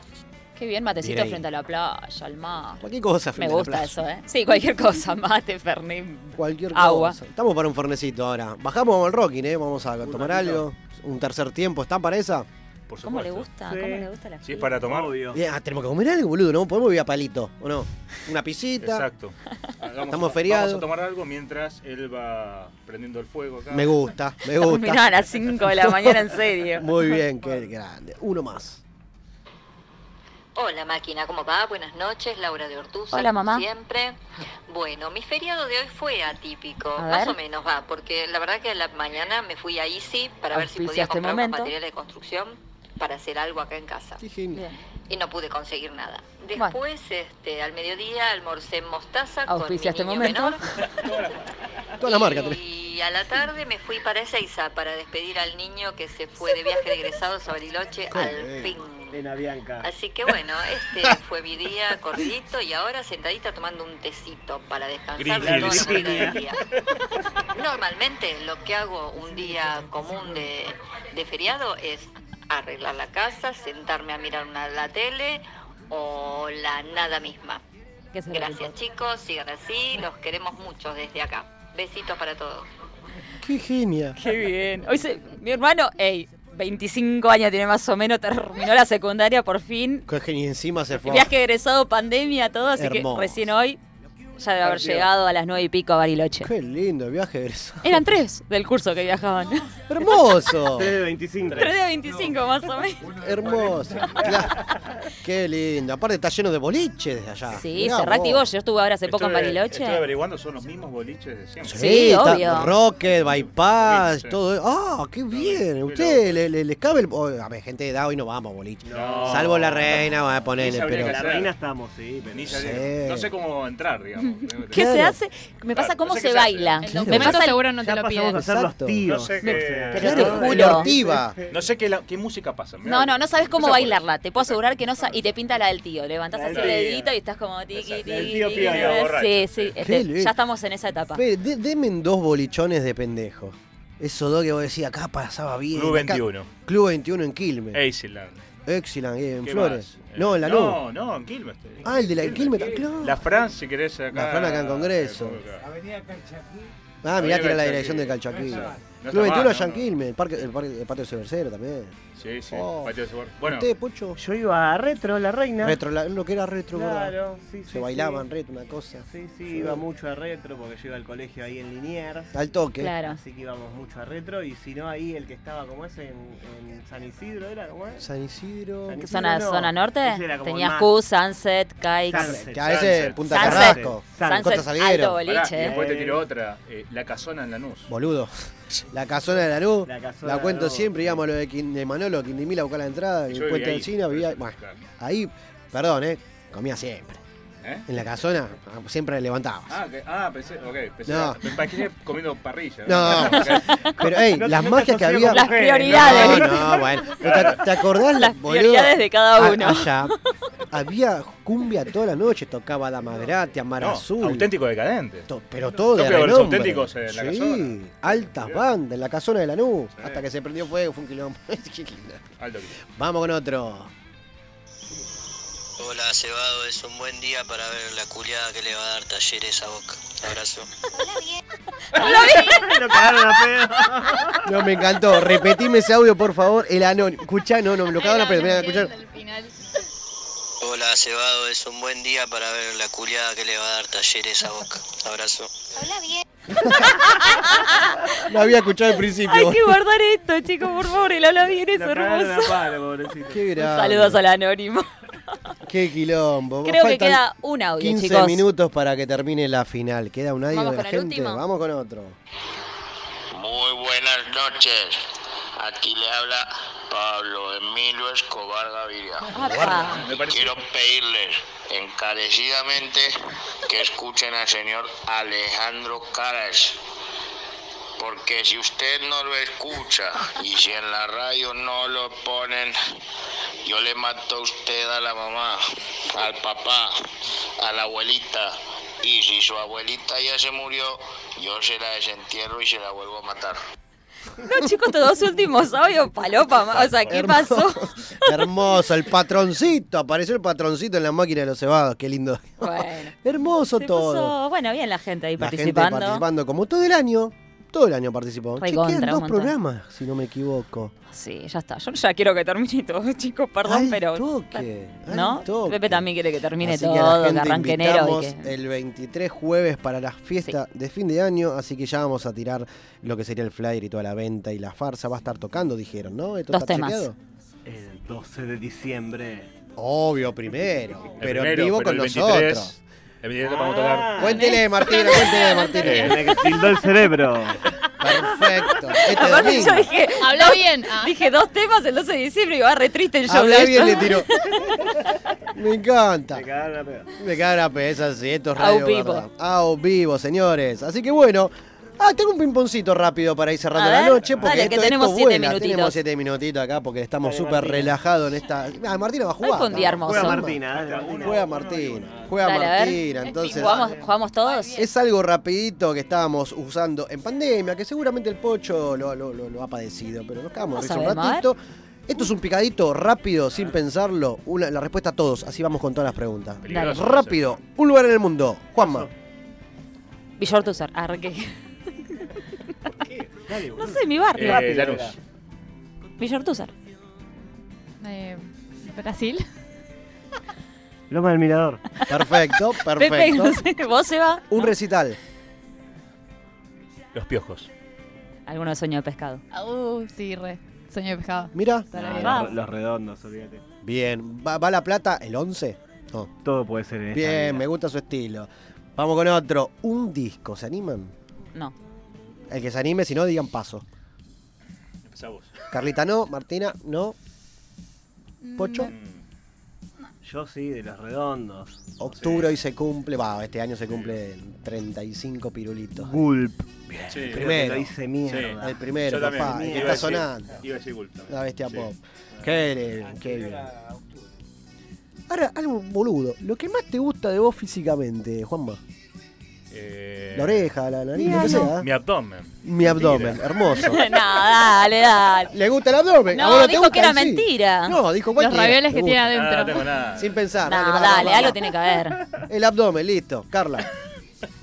Speaker 3: Qué bien, matecito
Speaker 2: Bien ahí.
Speaker 3: frente a la playa, al mar.
Speaker 2: Cualquier cosa
Speaker 3: Me
Speaker 2: frente a la
Speaker 3: gusta
Speaker 2: playa.
Speaker 3: eso, ¿eh? Sí, cualquier cosa. Mate, fernet,
Speaker 2: Cualquier
Speaker 3: agua.
Speaker 2: cosa. Estamos para un fornecito ahora. Bajamos el rocking, ¿eh? Vamos a tomar algo. Un tercer tiempo. ¿Están para esa?
Speaker 20: Por
Speaker 3: ¿Cómo le
Speaker 20: supuesto.
Speaker 3: gusta?
Speaker 20: Sí.
Speaker 3: ¿Cómo le gusta la
Speaker 20: Si es para tomar.
Speaker 2: Bien, ah, tenemos que comer algo, boludo. No podemos ir a palito, ¿o no? Una pisita.
Speaker 20: Exacto. Hagamos
Speaker 2: Estamos
Speaker 20: una-
Speaker 2: feriado.
Speaker 20: Vamos a tomar algo mientras él va prendiendo el fuego acá.
Speaker 2: Me gusta, me gusta.
Speaker 3: Terminaba a las 5 de la mañana, en serio.
Speaker 2: Muy bien, qué grande. Uno más.
Speaker 26: Hola máquina, ¿cómo va? Buenas noches, Laura de Ortuz.
Speaker 3: Hola, mamá.
Speaker 26: Siempre. Bueno, mi feriado de hoy fue atípico,
Speaker 3: A
Speaker 26: más
Speaker 3: ver.
Speaker 26: o menos va, porque la verdad que a la mañana me fui a Easy para ver si
Speaker 3: Auspicia
Speaker 26: podía
Speaker 3: este
Speaker 26: comprar unos
Speaker 3: momento.
Speaker 26: materiales de construcción para hacer algo acá en casa. Y no pude conseguir nada. Después, este, al mediodía almorcé en mostaza con mi
Speaker 3: Auspicia este
Speaker 26: niño
Speaker 3: momento.
Speaker 26: menor
Speaker 2: Toda la marca tenés.
Speaker 26: y a la tarde me fui para Ezeiza para despedir al niño que se fue de viaje de egresados a
Speaker 18: Eh,
Speaker 26: Bariloche al fin.
Speaker 18: Elena Bianca.
Speaker 26: Así que bueno, este fue mi día corridito y ahora sentadita tomando un tecito para descansar de
Speaker 27: Gris,
Speaker 26: todo lo que
Speaker 27: gris.
Speaker 26: era el día. Normalmente lo que hago un día común de, de feriado es arreglar la casa, sentarme a mirar una, la tele o la nada misma.
Speaker 3: Que se
Speaker 26: Gracias chicos, sigan así, los queremos mucho desde acá. Besitos para todos.
Speaker 2: Qué genia.
Speaker 3: Qué bien. Hoy se- mi hermano, ey, 25 años tiene más o menos, terminó la secundaria por fin.
Speaker 2: Qué genia. Y encima se fue.
Speaker 3: Viaje egresado, pandemia, todo, así
Speaker 2: Hermoso.
Speaker 3: que recién hoy Ya debe haber
Speaker 2: Partido.
Speaker 3: llegado a las nueve y pico a Bariloche.
Speaker 2: Qué lindo el viaje de egresado.
Speaker 3: Eran tres del curso que viajaban.
Speaker 2: ¡Hermoso!
Speaker 18: 3 de 25.
Speaker 3: 3 de 25 más o menos.
Speaker 2: Hermoso. Claro. Qué lindo. Aparte está lleno de boliches desde allá.
Speaker 3: Sí,
Speaker 2: Mirá
Speaker 3: se reactivó.
Speaker 2: vos.
Speaker 3: Yo estuve ahora hace poco en
Speaker 20: Estuve-
Speaker 3: Bariloche.
Speaker 20: Estoy averiguando, son los mismos boliches de siempre.
Speaker 2: Sí, está Rocket, Bypass, todo. ¡Ah, qué bien! Usted le, le- les cabe el. oh, a ver, gente de edad, hoy no vamos, boliche.
Speaker 20: No.
Speaker 2: Salvo la reina, va a
Speaker 20: Ni
Speaker 2: ponerle.
Speaker 20: sabría
Speaker 2: Pero...
Speaker 20: qué hacer.
Speaker 18: estamos, sí.
Speaker 20: Ni
Speaker 2: Sí.
Speaker 20: sabría qué- No sé cómo entrar, digamos.
Speaker 3: ¿Qué se
Speaker 20: Claro.
Speaker 3: hace? Me pasa
Speaker 20: Claro,
Speaker 3: cómo
Speaker 20: no sé
Speaker 3: se,
Speaker 20: qué se hace.
Speaker 3: baila.
Speaker 20: El
Speaker 3: Me
Speaker 20: documento
Speaker 3: pasa
Speaker 25: seguro no te lo piden.
Speaker 18: a ser los tíos.
Speaker 20: No sé
Speaker 18: Me-
Speaker 20: qué.
Speaker 18: pero te
Speaker 20: Claro,
Speaker 18: juro.
Speaker 20: el
Speaker 18: Ortiva.
Speaker 20: No sé qué, la- qué música pasa. mirá.
Speaker 3: No, no, no sabes
Speaker 20: No
Speaker 3: cómo
Speaker 20: sé cuál.
Speaker 3: bailarla. Te puedo asegurar que no sabes. Y te pinta la del tío. Levantás
Speaker 20: La
Speaker 3: así
Speaker 20: del
Speaker 3: el
Speaker 20: tío.
Speaker 3: dedito y estás como tiqui,
Speaker 20: la del
Speaker 3: tiqui.
Speaker 20: tío
Speaker 3: tiqui.
Speaker 20: pío, borracho.
Speaker 3: Sí, sí.
Speaker 2: Qué
Speaker 3: este,
Speaker 2: lindo.
Speaker 3: ya estamos en esa etapa.
Speaker 2: Pero de- deme dos bolichones de pendejo. Eso dos que vos decís, acá pasaba bien.
Speaker 20: Club
Speaker 2: acá-
Speaker 20: 21.
Speaker 2: Club 21 en Quilmes.
Speaker 20: Eiseland.
Speaker 2: Excellent, eh, en
Speaker 20: ¿Qué
Speaker 2: Flores.
Speaker 20: más? Eh,
Speaker 2: No, en la
Speaker 20: No, no, en Quilmes.
Speaker 2: Ah, el de la en Quilmes, claro.
Speaker 20: La Fran, si querés, acá.
Speaker 2: La Fran acá en Congreso.
Speaker 4: Avenida Calchaquí.
Speaker 2: Ah, mirá,
Speaker 20: Avenida
Speaker 2: tira la
Speaker 20: Calchaquí.
Speaker 2: dirección de Calchaquí.
Speaker 20: No está- no está
Speaker 2: Club 21
Speaker 20: mal,
Speaker 2: allá en
Speaker 20: no,
Speaker 2: Quilmes, el, parque, el, parque, el patio de Cervecero también.
Speaker 20: Sí, sí.
Speaker 2: Oh.
Speaker 20: Patio de sabor. Bueno,
Speaker 2: ¿Usted, Pocho?
Speaker 18: Yo iba a Retro, la reina.
Speaker 2: Retro, la- lo que era retro, ¿verdad?
Speaker 18: Claro, sí,
Speaker 2: Se
Speaker 18: sí,
Speaker 2: bailaban
Speaker 18: sí.
Speaker 2: retro, una cosa.
Speaker 18: Sí, sí, iba mucho a retro porque yo iba al colegio ahí en Liniers.
Speaker 2: Al toque. Claro.
Speaker 18: Así que íbamos mucho a retro y si no ahí el que estaba como ese en, en San Isidro era como es.
Speaker 2: San Isidro.
Speaker 18: San
Speaker 3: ¿Qué
Speaker 18: Isidro
Speaker 3: zona,
Speaker 18: no,
Speaker 3: zona norte?
Speaker 18: ese era como
Speaker 3: Tenías
Speaker 18: más-
Speaker 3: Q, Sunset, Kikes.
Speaker 18: Sunset,
Speaker 2: Que a veces Punta
Speaker 3: Sunset.
Speaker 2: Carrasco,
Speaker 3: Sunset,
Speaker 2: Costa Salguero.
Speaker 3: Alto boliche.
Speaker 20: pará, y después te
Speaker 3: eh.
Speaker 20: tiro otra. eh, la casona en Lanús.
Speaker 2: Boludo. La casona de la luz. La,
Speaker 20: casona de
Speaker 2: cuento
Speaker 20: Lanús.
Speaker 2: siempre, íbamos a lo de, Quin- de Manolo, Quindimil a buscar la entrada,
Speaker 20: Yo
Speaker 2: el
Speaker 20: viví
Speaker 2: puente
Speaker 20: ahí,
Speaker 2: del cine, había. Bueno, ahí, perdón, eh, comía siempre.
Speaker 20: ¿Eh?
Speaker 2: En la casona ah, siempre levantaba.
Speaker 20: Ah, que- ah, pensé, ok, pensé,
Speaker 2: No.
Speaker 20: me imaginé comiendo parrilla.
Speaker 2: No, pero hey,
Speaker 20: No te
Speaker 2: las
Speaker 20: sientas
Speaker 2: magias
Speaker 20: asociado
Speaker 2: que había.
Speaker 20: con Las mujeres, prioridades.
Speaker 2: No, no, bueno. Pero ¿Te, te acordás, las
Speaker 3: prioridades de cada uno.
Speaker 2: Allá había cumbia toda la noche, tocaba Dama Gratia, Mar
Speaker 20: No,
Speaker 2: Azul.
Speaker 20: auténtico decadente.
Speaker 2: Pero todo de
Speaker 20: Tokio versus
Speaker 2: renombre.
Speaker 20: auténticos eh, en la
Speaker 2: sí,
Speaker 20: casona.
Speaker 2: altas bandas, en la casona de la nube. Hasta que se prendió fuego, fue un quilombo. Qué lindo.
Speaker 20: Alto.
Speaker 2: Vamos con otro.
Speaker 5: Hola, Cebado, es un buen día para ver la culiada que le va a dar talleres a Boca. Abrazo.
Speaker 18: Lo cagaron a pedo.
Speaker 2: No, me encantó. Repetime ese audio, por favor. El anónimo. Escuchá, no, no, me lo cagaron a pedo. Mirá, escuchá.
Speaker 5: Hola, Cebado, es un buen día para ver la culiada Ah, que le va a dar talleres a Boca. Abrazo.
Speaker 2: Lo había escuchado al principio.
Speaker 3: Hay que guardar esto, chicos, por favor. El habla bien es hermoso.
Speaker 2: Qué grande.
Speaker 3: Saludos al anónimo.
Speaker 2: Qué quilombo.
Speaker 3: Creo que
Speaker 2: Faltan
Speaker 3: queda un audio,
Speaker 2: 15
Speaker 3: chicos.
Speaker 2: minutos para que termine la final. Queda un audio
Speaker 5: ¿Vamos
Speaker 2: de la
Speaker 5: con el
Speaker 2: gente.
Speaker 5: último?
Speaker 2: Vamos con otro.
Speaker 5: Muy buenas noches. Aquí le habla Pablo Emilio Escobar Gaviria.
Speaker 3: Apa.
Speaker 5: Quiero pedirles encarecidamente que escuchen al señor Alejandro Caras. Porque si usted no lo escucha y si en la radio no lo ponen, yo le mato a usted a la mamá, al papá, a la abuelita. Y si su abuelita ya se murió, yo se la desentierro y se la vuelvo a matar.
Speaker 3: No, chicos, estos dos últimos audios, palopa. ma- O sea, ¿qué
Speaker 2: Hermoso.
Speaker 3: pasó?
Speaker 2: Hermoso, el patroncito. Apareció el patroncito en la máquina de los cebados. Qué lindo.
Speaker 3: Bueno.
Speaker 2: Hermoso
Speaker 3: Se
Speaker 2: todo.
Speaker 3: puso- bueno, bien la gente ahí
Speaker 2: La gente
Speaker 3: participando.
Speaker 2: participando como todo el año. Todo el año participó. Che,
Speaker 3: Recontra,
Speaker 2: quedan
Speaker 3: un
Speaker 2: dos
Speaker 3: montón.
Speaker 2: programas, si no me equivoco.
Speaker 3: Sí, ya está. Ah, Yo ya quiero que termine todo, chicos, perdón, pero.
Speaker 2: al
Speaker 3: ¿No? Pepe también quiere que termine
Speaker 2: Así
Speaker 3: todo,
Speaker 2: que, a la gente
Speaker 3: arranque enero.
Speaker 2: invitamos
Speaker 3: y que-
Speaker 2: el 23 jueves para las fiestas de fin de año, así que ya vamos a tirar lo que sería el flyer y toda la venta y la farsa. Va a estar tocando, dijeron, ¿no? ¿Esto
Speaker 3: Dos
Speaker 2: está
Speaker 3: temas.
Speaker 2: chequeado?
Speaker 18: El 12 de diciembre.
Speaker 2: Obvio, primero.
Speaker 18: El
Speaker 2: pero
Speaker 18: primero,
Speaker 2: en vivo
Speaker 18: pero
Speaker 2: con
Speaker 18: el
Speaker 20: 23,
Speaker 2: nosotros. Ah,
Speaker 20: El 23 vamos a tocar.
Speaker 2: Cuéntele, Martino, cuéntele, Martino.
Speaker 18: Me tildó el cerebro.
Speaker 2: Perfecto. Este
Speaker 3: Aparte, yo
Speaker 2: domingo.
Speaker 3: dije. Habla bien. ah. Dije dos temas el 12 de diciembre y va re triste el show.
Speaker 2: Habla
Speaker 3: de
Speaker 2: bien, le
Speaker 3: ellos.
Speaker 2: tiró. Me encanta.
Speaker 18: cagaron a pedo.
Speaker 2: Me cagan a pesas, sí, esto es
Speaker 3: Au
Speaker 2: radio,
Speaker 3: vivo.
Speaker 2: verdad. Au vivo, señores. Así que bueno. Ah, tengo un pimponcito rápido para ir cerrando
Speaker 3: A
Speaker 2: la
Speaker 3: ver.
Speaker 2: noche. Porque
Speaker 3: Dale,
Speaker 2: esto-
Speaker 3: que tenemos
Speaker 2: esto
Speaker 3: siete
Speaker 2: vuela.
Speaker 3: minutitos.
Speaker 2: Tenemos siete minutitos acá porque estamos súper relajados en esta. Ah, Martina va a jugar.
Speaker 3: fue un día hermoso.
Speaker 2: Juega
Speaker 3: Juega
Speaker 2: Martina,
Speaker 3: Martina,
Speaker 2: Juega Martina. Juega
Speaker 3: Dale, a ver.
Speaker 2: Martina, entonces.
Speaker 3: ¿Jugamos, jugamos todos?
Speaker 2: Es algo rapidito que estábamos usando en pandemia, que seguramente el pocho lo, lo- lo- lo ha padecido, pero nos cagamos de
Speaker 3: Vamos a
Speaker 2: risa un
Speaker 3: ver, Mar.
Speaker 2: ratito. Esto es un picadito rápido, sin pensarlo. Una- la respuesta a todos, así vamos con todas las preguntas.
Speaker 3: Peligroso,
Speaker 2: Rápido, un lugar en el mundo. Juanma.
Speaker 3: Villortuzar, arranqué. no sé, mi
Speaker 20: Eh,
Speaker 3: barrio.
Speaker 20: Lanús.
Speaker 3: Villortuzar.
Speaker 25: Eh, Brasil.
Speaker 18: Loma del Mirador.
Speaker 2: Perfecto,
Speaker 3: Pepe, no sé, vos se va.
Speaker 2: Un recital.
Speaker 20: Los piojos.
Speaker 3: Alguno de sueño de pescado.
Speaker 25: Uh, sí, re. Sueño de pescado.
Speaker 2: Mira.
Speaker 18: Ah, los, los redondos, olvídate.
Speaker 2: Bien. ¿Va, va La Plata el 11?
Speaker 18: Todo puede ser en esta
Speaker 2: Bien,
Speaker 18: vida.
Speaker 2: me gusta su estilo. Vamos con otro. Un disco, ¿se animan?
Speaker 3: No.
Speaker 2: El que se anime, si no, digan paso.
Speaker 20: Empezá vos.
Speaker 2: Carlita no, Martina no. Pocho.
Speaker 18: Mm, Yo sí, de los redondos.
Speaker 2: Octubre hoy se cumple, va, este año se cumple 35 pirulitos.
Speaker 18: Gulp.
Speaker 2: Bien,
Speaker 18: Sí.
Speaker 2: el
Speaker 18: Creo que
Speaker 2: primero.
Speaker 18: lo hice mierda.
Speaker 2: El primero,
Speaker 18: Yo también.
Speaker 2: papá. el que
Speaker 18: Iba a
Speaker 2: está
Speaker 18: decir-
Speaker 2: sonando.
Speaker 18: iba a decir Gulp también.
Speaker 2: La bestia
Speaker 18: Sí.
Speaker 2: pop.
Speaker 20: Eh,
Speaker 2: Qué bien, qué bien. Ahora, algo boludo. Lo que más te gusta de vos físicamente, Juanma.
Speaker 20: Eh,
Speaker 2: La oreja, la nariz, lo que
Speaker 20: Mira,
Speaker 2: sea.
Speaker 20: Mi abdomen.
Speaker 2: Mi abdomen, hermoso.
Speaker 3: no, dale, dale.
Speaker 2: ¿Le gusta el abdomen?
Speaker 3: No,
Speaker 2: ¿A vos te
Speaker 3: dijo
Speaker 2: gusta?
Speaker 3: que era
Speaker 2: Sí.
Speaker 3: mentira.
Speaker 2: No, dijo
Speaker 3: Los
Speaker 2: cualquiera.
Speaker 3: ravioles
Speaker 2: Me
Speaker 3: que tiene
Speaker 2: gusta.
Speaker 3: adentro. Ah, no tengo
Speaker 20: nada.
Speaker 2: Sin pensar.
Speaker 3: No,
Speaker 2: va, va,
Speaker 3: dale,
Speaker 2: va,
Speaker 3: algo
Speaker 2: va.
Speaker 3: tiene que haber.
Speaker 2: El abdomen, listo. Carla.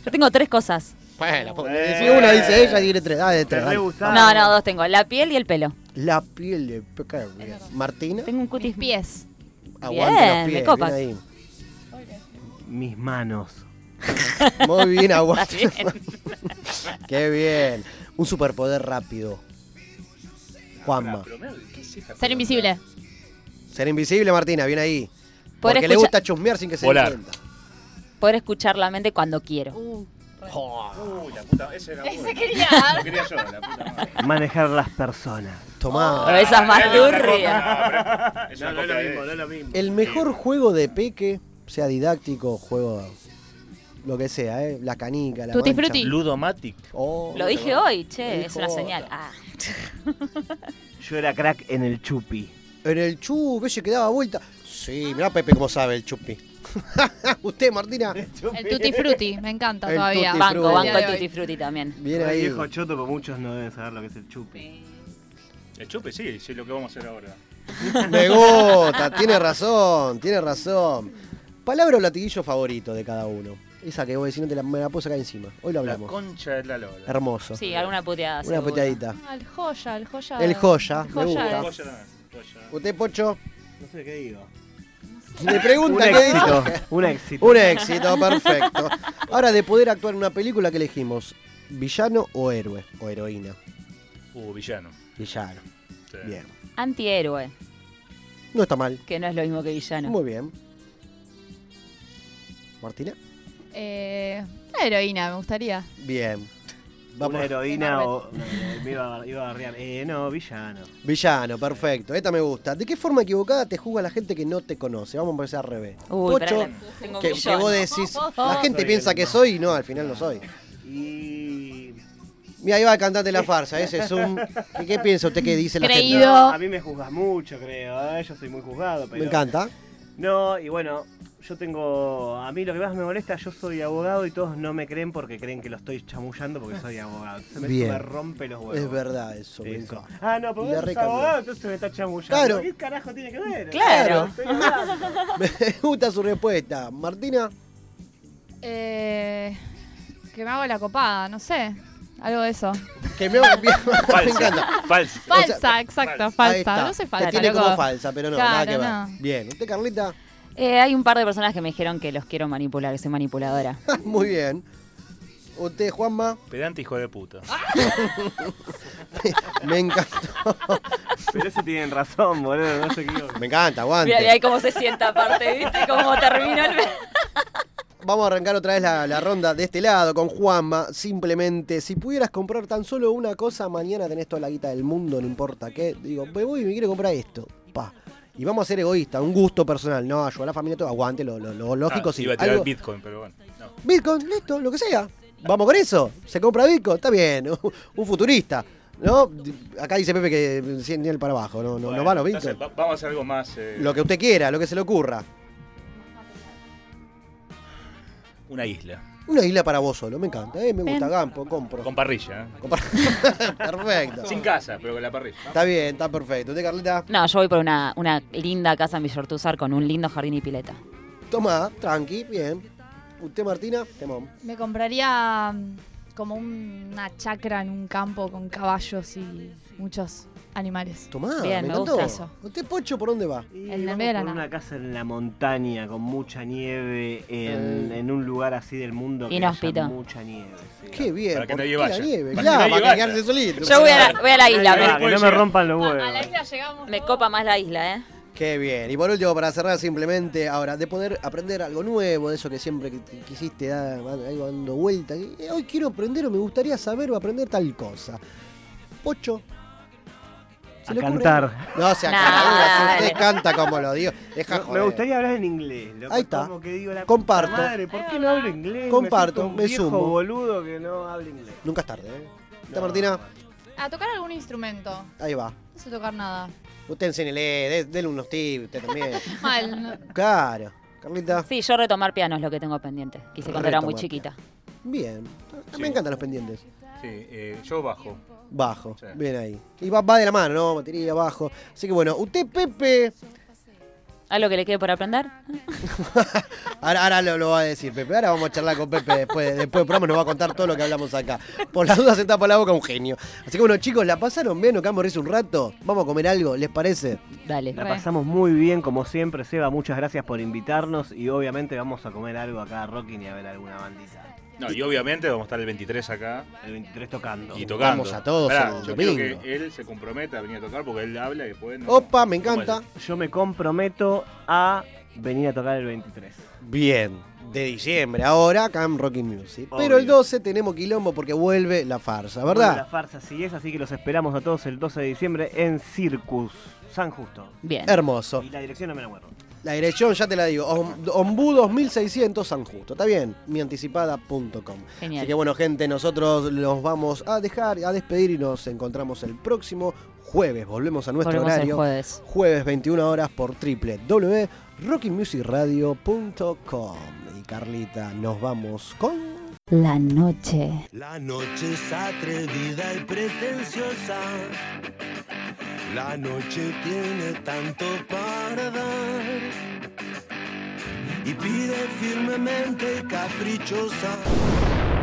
Speaker 3: Yo tengo tres cosas.
Speaker 2: Bueno, po- si una dice ella, tiene tres. Ah, de tres. dale.
Speaker 3: No, no, dos tengo. La piel y el pelo.
Speaker 2: La piel de pecado. Martina,
Speaker 3: Tengo un cutis.
Speaker 25: pies.
Speaker 2: aguante
Speaker 3: Bien,
Speaker 2: los
Speaker 3: me
Speaker 2: pies.
Speaker 3: copa.
Speaker 2: bien
Speaker 18: Mis manos.
Speaker 2: ahí. Muy bien, aguante.
Speaker 18: Está bien.
Speaker 2: Qué bien. Un superpoder rápido. Juanma.
Speaker 25: Ser invisible.
Speaker 2: Ser invisible, Martina, bien ahí.
Speaker 3: Poder
Speaker 2: Porque le
Speaker 3: escuchar-
Speaker 2: gusta chusmear sin que se
Speaker 20: Volar.
Speaker 2: den cuenta.
Speaker 3: Poder escuchar la mente cuando quiero.
Speaker 2: Uh.
Speaker 20: Oh. Uy, la puta, ese era bueno.
Speaker 25: quería.
Speaker 20: Lo quería yo, la puta madre.
Speaker 18: Manejar las personas.
Speaker 2: Tomá.
Speaker 3: Pero esa es más
Speaker 20: turria.
Speaker 18: No, no es lo mismo, no es lo mismo.
Speaker 2: El mejor juego de peque, sea didáctico, juego lo que sea, ¿eh? La canica, la
Speaker 3: Tutti
Speaker 2: mancha.
Speaker 3: frutti.
Speaker 20: Ludomatic.
Speaker 2: Oh,
Speaker 3: Lo dije hoy, che, es
Speaker 2: dijo
Speaker 3: una
Speaker 2: vos.
Speaker 3: señal. Ah.
Speaker 18: Yo era crack en el chupi.
Speaker 2: En el chupi, ese que daba vuelta. Sí, mirá Pepe cómo sabe el chupi. Usted, Martina.
Speaker 25: El tutti frutti, me encanta
Speaker 2: El
Speaker 25: todavía.
Speaker 2: tutti
Speaker 3: Banco,
Speaker 2: frutti.
Speaker 3: banco el tutti frutti también.
Speaker 2: Bien
Speaker 18: Ay,
Speaker 2: ahí.
Speaker 18: viejo choto, pero muchos no deben saber lo que es el chupi.
Speaker 20: El chupe, sí, sí, lo que vamos a hacer ahora.
Speaker 2: Me gusta, tiene razón, tiene razón. Palabra o latiguillo favorito de cada uno. Esa que vos decís, no te la, me la puse acá encima. Hoy lo
Speaker 20: La
Speaker 2: hablamos.
Speaker 20: concha de la lora.
Speaker 2: Hermoso.
Speaker 3: Sí, alguna puteada.
Speaker 2: Una
Speaker 3: seguro.
Speaker 2: puteadita.
Speaker 25: Ah, el joya, el joya.
Speaker 2: El joya, me
Speaker 25: joya
Speaker 2: gusta.
Speaker 25: es-
Speaker 2: Usted, Pocho,
Speaker 18: No sé qué digo.
Speaker 2: le pregunta
Speaker 18: Un
Speaker 2: qué
Speaker 18: éxito,
Speaker 2: dice.
Speaker 18: un éxito.
Speaker 2: Un éxito, perfecto. Ahora, de poder actuar en una película, que elegimos? ¿Villano o héroe? O heroína.
Speaker 20: Uh, villano.
Speaker 2: Villano. Bien.
Speaker 3: Antihéroe,
Speaker 2: No está mal.
Speaker 3: que no es lo mismo que villano.
Speaker 2: Muy bien. ¿Martina?
Speaker 25: Eh, una heroína, me gustaría.
Speaker 2: Bien.
Speaker 18: Una
Speaker 2: Vamos.
Speaker 18: heroína o. no, no, me iba a, iba a barrear. Eh, no, villano.
Speaker 2: Villano, perfecto. Esta me gusta. ¿De qué forma equivocada te juzga la gente que no te conoce? Vamos a empezar al revés.
Speaker 3: Uy,
Speaker 2: Pocho,
Speaker 3: pará, tengo un
Speaker 2: que,
Speaker 3: millón.
Speaker 2: que vos decís, la
Speaker 3: Soy
Speaker 2: gente
Speaker 18: el
Speaker 2: piensa que
Speaker 18: más.
Speaker 2: soy y no, al final no soy.
Speaker 18: Y.
Speaker 2: Mira, ahí va el cantante de la farsa, ese es un... ¿Y qué piensa usted que dice la gente?
Speaker 18: No, a mí me juzgas mucho, creo. ¿eh? Yo soy muy juzgado. Pero...
Speaker 2: Me encanta.
Speaker 18: No, y bueno, yo tengo. A mí lo que más me molesta, yo soy abogado y todos no me creen porque creen que lo estoy chamullando porque soy abogado. Se me,
Speaker 2: Bien.
Speaker 18: me rompe los huevos.
Speaker 2: Es verdad eso, me
Speaker 18: Eso.
Speaker 2: encanta.
Speaker 18: Ah, no,
Speaker 2: Y la
Speaker 18: pero vos sos
Speaker 2: recaudó.
Speaker 18: abogado, entonces me está chamullando.
Speaker 2: Claro.
Speaker 18: ¿Qué carajo tiene que ver?
Speaker 2: Claro.
Speaker 18: Estoy abogado.
Speaker 2: Me gusta su respuesta. Martina,
Speaker 25: Eh, que me hago la copada, no sé. Algo de eso.
Speaker 2: que me, me encanta.
Speaker 20: Falsa. Falsa.
Speaker 25: Falsa, exacto,
Speaker 2: Ahí
Speaker 25: falsa.
Speaker 2: está.
Speaker 25: No soy
Speaker 2: Te
Speaker 25: falsa.
Speaker 2: tiene
Speaker 25: loco.
Speaker 2: como falsa, pero no, nada
Speaker 25: Claro,
Speaker 2: que ver.
Speaker 25: no.
Speaker 2: Bien, ¿usted Carlita?
Speaker 3: Eh, hay un par de personas que me dijeron que los quiero manipular, que soy manipuladora.
Speaker 2: Muy bien. ¿Usted Juanma? Ah.
Speaker 20: Pedante hijo de puta.
Speaker 2: Me encantó.
Speaker 18: Pero eso tienen razón, boludo, no sé qué.
Speaker 2: Me encanta,
Speaker 3: Mira, y ahí
Speaker 2: aguante.
Speaker 3: cómo se sienta aparte, ¿viste? Cómo termina el...
Speaker 2: Vamos a arrancar otra vez la, la ronda de este lado con Juanma. Simplemente, si pudieras comprar tan solo una cosa, mañana tenés toda la guita del mundo, no importa qué. Digo, me voy y me quiero comprar esto. Pa. Y vamos a ser egoístas, un gusto personal. No, ayudar a la familia, todo. Aguante, lo, lo- lo lógico,
Speaker 20: Ah,
Speaker 2: sí.
Speaker 20: Iba a tirar
Speaker 2: Algo-
Speaker 20: Bitcoin, pero bueno. No.
Speaker 2: Bitcoin, listo, lo que sea. Vamos con eso. Se compra Bitcoin, está bien. Un futurista. ¿No? Acá dice Pepe que 100 nivel para abajo. No, no, no
Speaker 20: Bueno,
Speaker 2: va los
Speaker 20: entonces
Speaker 2: Bitcoin.
Speaker 20: va- vamos a hacer algo más. eh,
Speaker 2: Lo que usted quiera, lo que se le ocurra.
Speaker 20: Una isla.
Speaker 2: Una isla para vos solo, me encanta, eh, me gusta, Gampo, compro.
Speaker 20: Con parrilla. ¿eh?
Speaker 2: Perfecto.
Speaker 20: Sin casa, pero con la parrilla.
Speaker 2: Está bien, está perfecto. ¿Usted, Carlita?
Speaker 3: No, yo voy por una, una linda casa en Villortuzar con un lindo jardín y pileta.
Speaker 2: Toma, tranqui, bien. ¿Usted, Martina? Temón.
Speaker 25: Me compraría mm, como un- una chacra en un campo con caballos y muchos animales.
Speaker 2: Tomá,
Speaker 25: Bien,
Speaker 2: me
Speaker 25: me gusta
Speaker 2: encantó.
Speaker 25: eso.
Speaker 2: ¿Usted pocho por dónde va?
Speaker 25: En la media de la
Speaker 18: Por
Speaker 25: nada.
Speaker 18: una casa en la montaña con mucha nieve, en, en un lugar así del mundo que
Speaker 3: Inhóspito.
Speaker 18: haya mucha nieve. sí.
Speaker 2: Qué bien,
Speaker 18: Para que
Speaker 2: ¿por
Speaker 18: nadie
Speaker 2: qué
Speaker 18: vaya.
Speaker 2: la nieve?
Speaker 18: Para que
Speaker 2: claro,
Speaker 18: nadie
Speaker 2: para
Speaker 18: vaya.
Speaker 2: quedarse solito.
Speaker 3: Yo voy a la, voy a la isla.
Speaker 18: Ah, que no me rompan los huevos.
Speaker 3: Me copa más la isla, ¿eh?
Speaker 2: Qué bien. Y por último, para cerrar simplemente, ahora, de poder aprender algo nuevo, de eso que siempre que- que quisiste, dar algo dando vuelta. que, eh, hoy quiero aprender o me gustaría saber o aprender tal cosa. Pocho. ¿Se
Speaker 18: A
Speaker 2: le ocurre?
Speaker 18: cantar.
Speaker 2: No, se
Speaker 18: Nah,
Speaker 2: aclara. Usted
Speaker 18: dale.
Speaker 2: canta como lo digo. Deja
Speaker 18: No, me
Speaker 2: joder.
Speaker 18: gustaría hablar en inglés. loco,
Speaker 2: Ahí está.
Speaker 18: como que digo, la
Speaker 2: Comparto.
Speaker 18: puta Madre, ¿Por qué no hablo inglés?
Speaker 2: Comparto,
Speaker 18: siento un
Speaker 2: me
Speaker 18: viejo
Speaker 2: sumo.
Speaker 18: boludo que no habla inglés.
Speaker 2: Nunca es tarde, ¿eh? ¿Está Martina?
Speaker 25: A tocar algún instrumento.
Speaker 2: Ahí va.
Speaker 25: No sé tocar nada.
Speaker 2: Usted enséñele, dé- denle unos tips, usted también.
Speaker 25: Mal. no-
Speaker 2: Claro. Carlita.
Speaker 3: Sí, yo retomar piano es lo que tengo pendiente. Quise cuando era muy
Speaker 2: Retomar
Speaker 3: chiquita.
Speaker 2: Bien. Me encantan los pendientes.
Speaker 20: Sí, eh, yo bajo.
Speaker 2: Bajo, bien ahí. Y va, va de la mano, ¿no? Batería, bajo. Así que bueno, usted, Pepe.
Speaker 3: ¿Algo que le quede por aprender?
Speaker 2: Ahora, ahora lo, lo va a decir Pepe. Ahora vamos a charlar con Pepe después. Después del programa nos va a contar todo lo que hablamos acá. Por las dudas se tapa la boca un genio. Así que bueno, chicos, ¿la pasaron bien? ¿Nos quedamos risa un rato? ¿Vamos a comer algo? ¿Les parece?
Speaker 3: Dale.
Speaker 18: La pasamos muy bien, como siempre, Seba. Muchas gracias por invitarnos y obviamente vamos a comer algo acá a Rockin y a ver alguna bandita.
Speaker 20: No, y obviamente vamos a estar el 23 acá.
Speaker 18: El 23 tocando.
Speaker 20: Y tocando.
Speaker 2: Juntamos a todos
Speaker 20: Pará,
Speaker 2: el
Speaker 20: yo quiero
Speaker 2: domingo.
Speaker 20: que él se comprometa a venir a tocar porque él habla y después no.
Speaker 2: Opa, me encanta.
Speaker 18: Yo me comprometo a venir a tocar el 23.
Speaker 2: Bien, de diciembre ahora, acá en Rocking Music. Pero el 12 tenemos quilombo porque vuelve la farsa,
Speaker 18: Bueno, La
Speaker 2: ¿verdad?
Speaker 18: farsa sí es, así que los esperamos a todos el 12 de diciembre en Circus San Justo.
Speaker 3: Bien.
Speaker 2: Hermoso.
Speaker 18: Y la dirección no me la acuerdo.
Speaker 2: La dirección ya te la digo, Om- Ombú 2600 San Justo, está bien, mianticipada.com.
Speaker 3: Genial.
Speaker 2: Así que bueno, gente, nosotros los vamos a dejar, a despedir y nos encontramos el próximo jueves. Volvemos a nuestro
Speaker 3: Volvemos el
Speaker 2: horario.
Speaker 3: jueves.
Speaker 2: jueves 21 horas por www.rockymusicradio.com. Y Carlita, nos vamos con
Speaker 3: La noche.
Speaker 17: La noche es atrevida y pretenciosa. La noche tiene tanto para dar. Y pide firmemente y caprichosa.